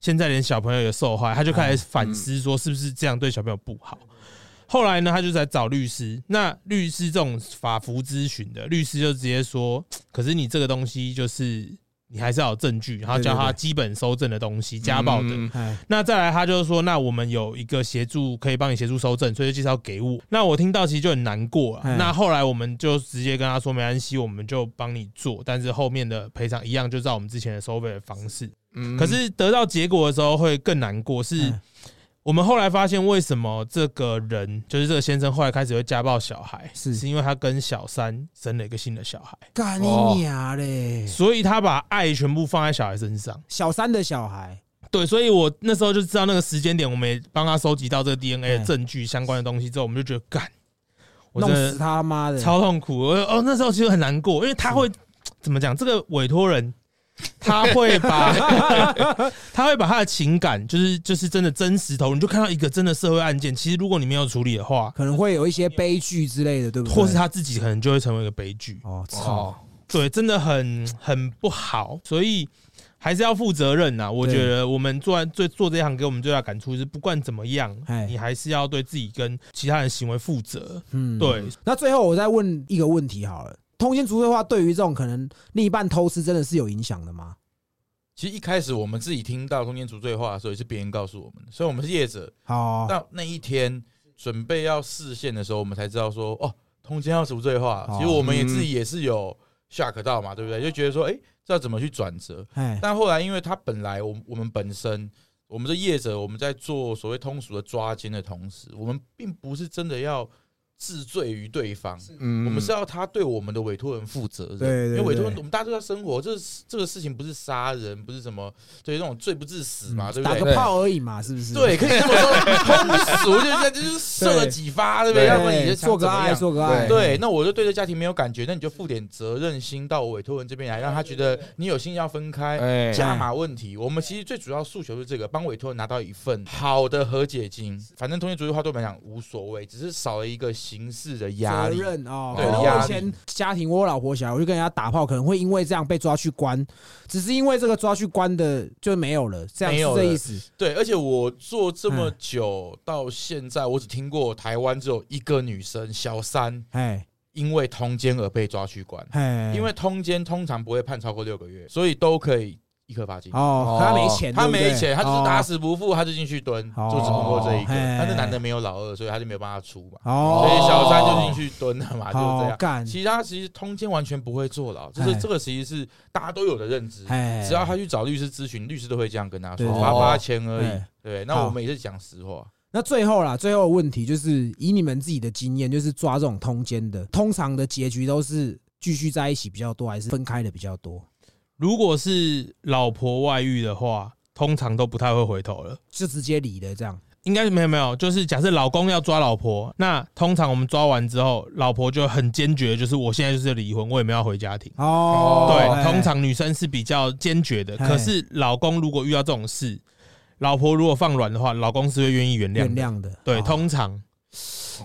Speaker 3: 现在连小朋友也受害，他就开始
Speaker 1: 哎
Speaker 3: 反思说是不是这样对小朋友不好。后来呢，他就在找律师。那律师这种法服咨询的律师就直接说：“可是你这个东西就是你还是要有证据，然后教
Speaker 1: 对对
Speaker 3: 他
Speaker 1: 对
Speaker 3: 基本收证的东西，家暴的。
Speaker 2: 嗯
Speaker 1: 哎，
Speaker 3: 那再来，他就说，那我们有一个协助可以帮你协助收证，所以就介绍给我。那我听到其实就很难过
Speaker 1: 嗯
Speaker 3: 啊。那后来我们就直接跟他说，没关系，我们就帮你做，但是后面的赔偿一样，就照我们之前的收费的方式。
Speaker 2: 嗯
Speaker 3: 可是得到结果的时候会更难过，是
Speaker 1: 嗯
Speaker 3: 我们后来发现为什么这个人就是这个先生后来开始会家暴小孩，
Speaker 1: 是
Speaker 3: 是因为他跟小三生了一个新的小孩，
Speaker 1: 干你
Speaker 2: 哦
Speaker 1: 娘嘞！
Speaker 3: 所以他把爱全部放在小孩身上。
Speaker 1: 小三的小孩，
Speaker 3: 对，所以我那时候就知道那个时间点，我们也帮他收集到这个 DNA
Speaker 1: 哎
Speaker 3: 的证据相关的东西之后，我们就觉得干，我
Speaker 1: 弄
Speaker 3: 真
Speaker 1: 死
Speaker 3: 的
Speaker 1: 他妈的！
Speaker 3: 超痛苦。我哦，那时候其实很难过，因为他
Speaker 1: 嗯
Speaker 3: 会怎么讲？这个委托人他会 把他会把他的情感，就是就是真的真实投入。你就看到一个真的社会案件，其实如果你没有处理的话，
Speaker 1: 可能会有一些悲剧之类的，对不对？
Speaker 3: 或是他自己可能就
Speaker 2: 嗯
Speaker 3: 会成为一个悲剧。
Speaker 1: 哦，操！
Speaker 2: 哦，
Speaker 3: 对，真的很很不好，所以。还是要负责任呐、啊我
Speaker 1: 对
Speaker 3: 觉得我们做最做这一行，给我们最大感触是，不管怎么样
Speaker 1: 哎，
Speaker 3: 你还是要对自己跟其他人行为负责。
Speaker 1: 嗯，
Speaker 3: 对，
Speaker 1: 那最后我再问一个问题好了，通奸除罪化对于这种可能另一半偷吃真的是有影响的吗？
Speaker 4: 其实一开始我们自己听到通奸除罪化的时候，也是别人告诉我们的，所以我们是业者。
Speaker 1: 好，
Speaker 4: 到那一天准备要视线的时候，我们才知道说，哦，通奸要除罪化。
Speaker 1: 哦嗯
Speaker 4: 其实我们也
Speaker 2: 嗯
Speaker 4: 自己也是有 shock 到嘛，对不对？就觉得说，哎，这要怎么去转折？
Speaker 1: 哎，
Speaker 4: 但后来，因为他本来我们我们本身，我们这业者，我们在做所谓通俗的抓奸的同时，我们并不是真的要治罪于对方，
Speaker 2: 嗯
Speaker 4: 我们是要他对我们的委托人负责任。
Speaker 1: 对对
Speaker 4: 因为
Speaker 1: 对
Speaker 4: 委托人，我们大家都要生活，这是这个事情不是杀人，不是什么，对，那种罪不至死嘛，对
Speaker 1: 嗯
Speaker 4: 不
Speaker 1: 打
Speaker 4: 对？
Speaker 1: 个炮而已嘛，是不是？
Speaker 4: 对，可以这么说，通俗就是这就是射了几发，对不对？
Speaker 2: 对
Speaker 4: 要不然你就
Speaker 1: 对，
Speaker 4: 想
Speaker 1: 做个
Speaker 4: 怎么
Speaker 1: 爱，
Speaker 4: 样
Speaker 1: 做个爱，
Speaker 4: 对，那我就对这家庭没有感觉，那你就负点责任心到我委托人这边来，让他觉得你有心要分开。
Speaker 2: 哎
Speaker 4: 价码问题，我们其实最主要诉求是这个，帮委托人拿到一份好的和解金。反正通奸主义话对我们来讲无所谓，只是少了一个刑事的压
Speaker 1: 责
Speaker 4: 力。
Speaker 1: 任哦。
Speaker 4: 对
Speaker 1: 可能我
Speaker 4: 压
Speaker 1: 以
Speaker 4: 力
Speaker 1: 前家庭，我有老婆小孩，我就跟人家打炮，可能会因为这样被抓去关，只是因为这个抓去关的就没有了，这样
Speaker 4: 没
Speaker 1: 是
Speaker 4: 有
Speaker 1: 这
Speaker 4: 了
Speaker 1: 意思。
Speaker 4: 对，而且我做这么
Speaker 1: 嗯
Speaker 4: 久到现在，我只听过台湾只有一个女生小三
Speaker 1: 哎
Speaker 4: 因为通奸而被抓去关。
Speaker 1: 哎，
Speaker 4: 因为通奸通常不会判超过六个月，所以都可以一颗罚金。
Speaker 1: 哦，可他没钱，
Speaker 4: 他
Speaker 1: 对不对
Speaker 4: 没钱，他就是打
Speaker 1: 哦
Speaker 4: 死不付，他就进去蹲，
Speaker 1: 哦
Speaker 4: 就只不过这一个。
Speaker 1: 嘿
Speaker 4: 但是男的没有老二，所以他就没有办法出嘛，所以
Speaker 1: 哦，
Speaker 4: 小三就进去蹲了嘛，就是这
Speaker 1: 好
Speaker 4: 样。
Speaker 1: 干，
Speaker 4: 其他其实通奸完全不会坐牢，就
Speaker 1: 嘿
Speaker 4: 是这个其实是大家都有的认知。
Speaker 1: 哎，
Speaker 4: 只要他去找律师咨询，律师都会这样跟他
Speaker 1: 对
Speaker 4: 说，
Speaker 1: 对
Speaker 4: 罚
Speaker 2: 对
Speaker 4: 八千而已
Speaker 1: 哎。
Speaker 4: 对，那
Speaker 1: 好
Speaker 4: 我们也是讲实话。
Speaker 1: 那最后啦，最后的问题就是以你们自己的经验，就是抓这种通奸的，通常的结局都是继续在一起比较多，还是分开的比较多？
Speaker 3: 如果是老婆外遇的话，通常都不太会回头了。
Speaker 1: 就直接离的这样？
Speaker 3: 应该是没有没有，就是假设老公要抓老婆，那通常我们抓完之后，老婆就很坚决，就是我现在就是离婚，我也没有要回家庭。
Speaker 1: 哦，
Speaker 3: 对，
Speaker 1: 哎
Speaker 3: 通常女生是比较坚决的，
Speaker 1: 哎
Speaker 3: 可是老公如果遇到这种事，老婆如果放软的话，老公是会愿意原
Speaker 1: 原
Speaker 3: 谅的。
Speaker 1: 谅的。
Speaker 3: 对，
Speaker 1: 哦
Speaker 3: 通常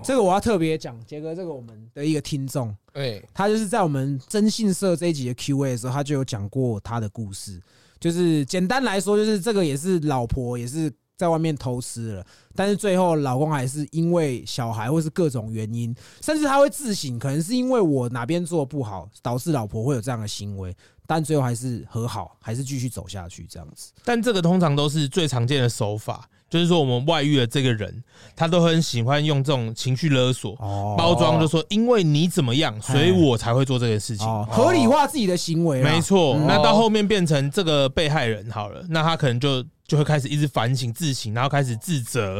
Speaker 1: 这个我要特别讲，杰哥，这个我们的一个听众，
Speaker 2: 哎
Speaker 1: 他就是在我们征信社这一集的 Q&A 的时候，他就有讲过他的故事。就是简单来说，就是这个也是老婆也是在外面偷吃了，但是最后老公还是因为小孩或是各种原因，甚至他会自省，可能是因为我哪边做得不好，导致老婆会有这样的行为，但最后还是和好，还是继续走下去这样子。
Speaker 3: 但这个通常都是最常见的手法，就是说我们外遇的这个人，他都很喜欢用这种情绪勒索、
Speaker 1: 哦哎
Speaker 3: 包装，就说因为你怎么样，所以我才会做这个事情。
Speaker 1: 哦，合理化自己的行为啦，
Speaker 3: 没错，
Speaker 1: 嗯
Speaker 3: 那到后面变成这个被害人好了，那他可能就就会开始一直反省自省，然后开始自
Speaker 1: 哦。
Speaker 3: 责。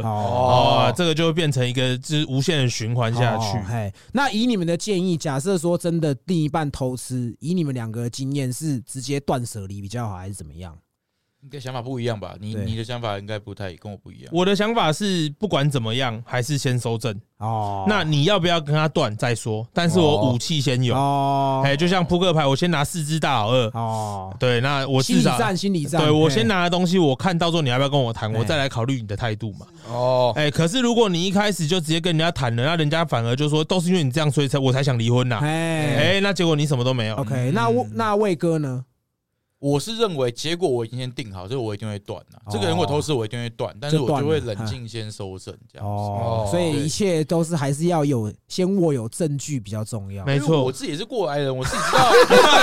Speaker 3: 哦，这个就会变成一个就是无限的循环下去。
Speaker 1: 哦嘿，那以你们的建议，假设说真的另一半偷吃，以你们两个的经验是直接断舍离比较好，还是怎么样？
Speaker 4: 应该想法不一样吧？你
Speaker 1: 对
Speaker 4: 你的想法应该不太跟我不一样。
Speaker 3: 我的想法是，不管怎么样，还是先收正。
Speaker 1: 哦，
Speaker 3: 那你要不要跟他断再说？但是我武器先有，
Speaker 1: 哦，
Speaker 3: 哎，就像扑克牌，我先拿四只大老二。
Speaker 1: 哦，
Speaker 3: 对，那我
Speaker 1: 心
Speaker 3: 至
Speaker 1: 理
Speaker 3: 少
Speaker 1: 战，心理战，
Speaker 3: 对我
Speaker 1: 嘿
Speaker 3: 先，拿的东西，我看到时候你要不要跟我谈，
Speaker 1: 哎
Speaker 3: 我再来考虑你的态度嘛。
Speaker 2: 哦，
Speaker 3: 哎，可是如果你一开始就直接跟人家谈了，那人家反而就说都是因为你这样，所以才我才想离婚呐。
Speaker 1: 哎
Speaker 3: 哎，那结果你什么都没有。
Speaker 1: ，OK，那
Speaker 2: 嗯
Speaker 1: 我那魏哥呢？
Speaker 4: 我是认为结果我已经先定好，所以我一定会断了、
Speaker 1: 哦
Speaker 4: 这个人我偷吃，我一定会断，但是我就会冷静先收整这样子。
Speaker 1: 哦
Speaker 2: 哦，
Speaker 1: 所以
Speaker 4: 对
Speaker 1: 一切都是还是要有先握有证据比较重要。
Speaker 3: 没
Speaker 4: 因为
Speaker 3: 错
Speaker 4: 我，自己也是过来人，我自己知道，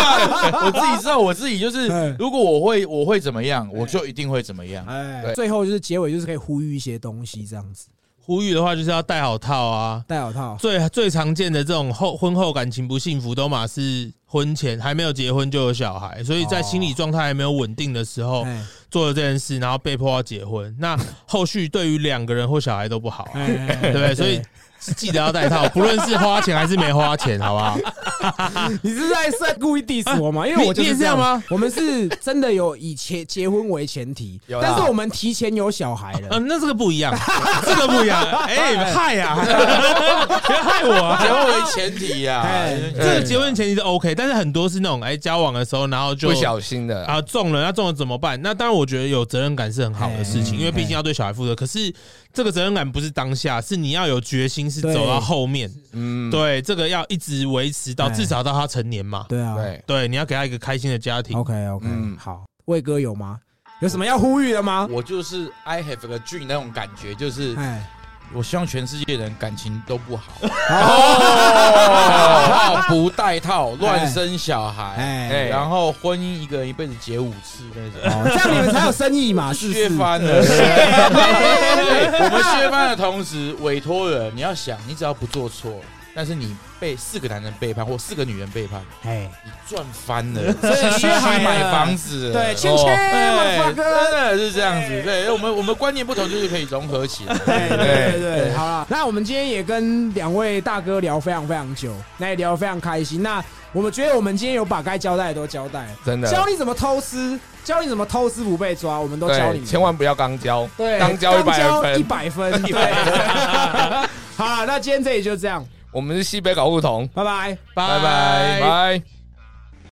Speaker 4: 我自己知道，我自己就是
Speaker 1: 嗯，
Speaker 4: 如果我会我会怎么样，我就一定会怎么样。
Speaker 1: 哎，
Speaker 2: 对
Speaker 1: 最后就是结尾就是可以呼吁一些东西，这样子，
Speaker 3: 呼吁的话就是要戴好套啊。
Speaker 1: 戴手套，
Speaker 3: 最最常见的这种后婚后感情不幸福，都嘛是婚前还没有结婚就有小孩，所以在心理状态还没有稳定的时候、
Speaker 1: 哎
Speaker 3: 做了这件事，然后被迫要结婚，那后续对于两个人或小孩都不好、啊，
Speaker 1: 哎，哎
Speaker 3: 对不对？所以记得要戴套，不论是花钱还是没花钱，好不好？
Speaker 1: 你是在在故意 diss 我吗？因为我就
Speaker 3: 你你也
Speaker 1: 是
Speaker 3: 这样吗？
Speaker 1: 我们是真的有以结结婚为前提，
Speaker 4: 有啦
Speaker 1: 但是我们提前有小孩
Speaker 3: 嗯、
Speaker 1: 了。
Speaker 3: 那这个不一样， 这个不一样。哎、害呀、不要害我、啊
Speaker 4: 结。婚为前提呀、
Speaker 1: 哎
Speaker 3: 这个结婚前提是 OK，但是很多是那种哎、交往的时候，然后就
Speaker 2: 不小心的啦，
Speaker 3: 啊中了，那中了怎么办？那当然，我觉得有责任感是很好的事情，
Speaker 1: 哎
Speaker 3: 因为毕竟要对小孩负责。可是这个责任感不是当下，是你要有决心，是
Speaker 1: 对
Speaker 3: 走到后面。
Speaker 2: 嗯，
Speaker 3: 对，这个要一直维持到
Speaker 1: 哎
Speaker 3: 至少到他成年嘛。
Speaker 1: 对啊，
Speaker 2: 对，
Speaker 3: 对，你要给他一个开心的家庭。
Speaker 1: ，OK OK，
Speaker 2: 嗯
Speaker 1: 好。魏哥有吗？有什么要呼吁的吗？
Speaker 4: 我就是 I have a dream 那种感觉，
Speaker 3: 嗯
Speaker 4: 就是
Speaker 1: 哎，
Speaker 4: 我希望全世界的人感情都不 好，
Speaker 1: 好，
Speaker 3: 哦
Speaker 4: 套不带套，乱生小孩，
Speaker 1: 哎，
Speaker 2: 哎
Speaker 4: 然后婚姻一个人一辈子结五次那种。
Speaker 1: 哦这样你们才有生意嘛，啊是
Speaker 4: 削
Speaker 1: 是？
Speaker 4: 翻了，对我们削翻的同时，委托人你要想，你只要不做错，但是你被四个男人背叛或四个女人背叛，
Speaker 1: 哎，
Speaker 4: 你赚翻了，
Speaker 1: 所以
Speaker 4: 去
Speaker 1: 缺海
Speaker 4: 买
Speaker 1: 了
Speaker 4: 房子了，
Speaker 1: 对，
Speaker 4: 哦
Speaker 1: 圈圈，我
Speaker 4: 哎
Speaker 1: 的
Speaker 4: 真
Speaker 1: 哥。
Speaker 4: 的是这样子。对，我们我们观念不同，就是可以融合起来。
Speaker 1: 对对对
Speaker 4: 对
Speaker 1: 对，好了，那我们今天也跟两位大哥聊非常非常久，那也聊得非常开心。那我们觉得我们今天有把该交代的都交代了，
Speaker 2: 真的。
Speaker 1: 教你怎么偷吃，教你怎么偷吃不被抓，我们都教你
Speaker 2: 对，
Speaker 1: 们。
Speaker 2: 千万不要刚交，
Speaker 1: 对，
Speaker 2: 刚交一百
Speaker 1: 刚交
Speaker 2: 分
Speaker 1: 一。百分， 对。 好了，那今天这里就这样，
Speaker 2: 我们是西北搞不同，
Speaker 1: 拜拜。
Speaker 2: 拜拜。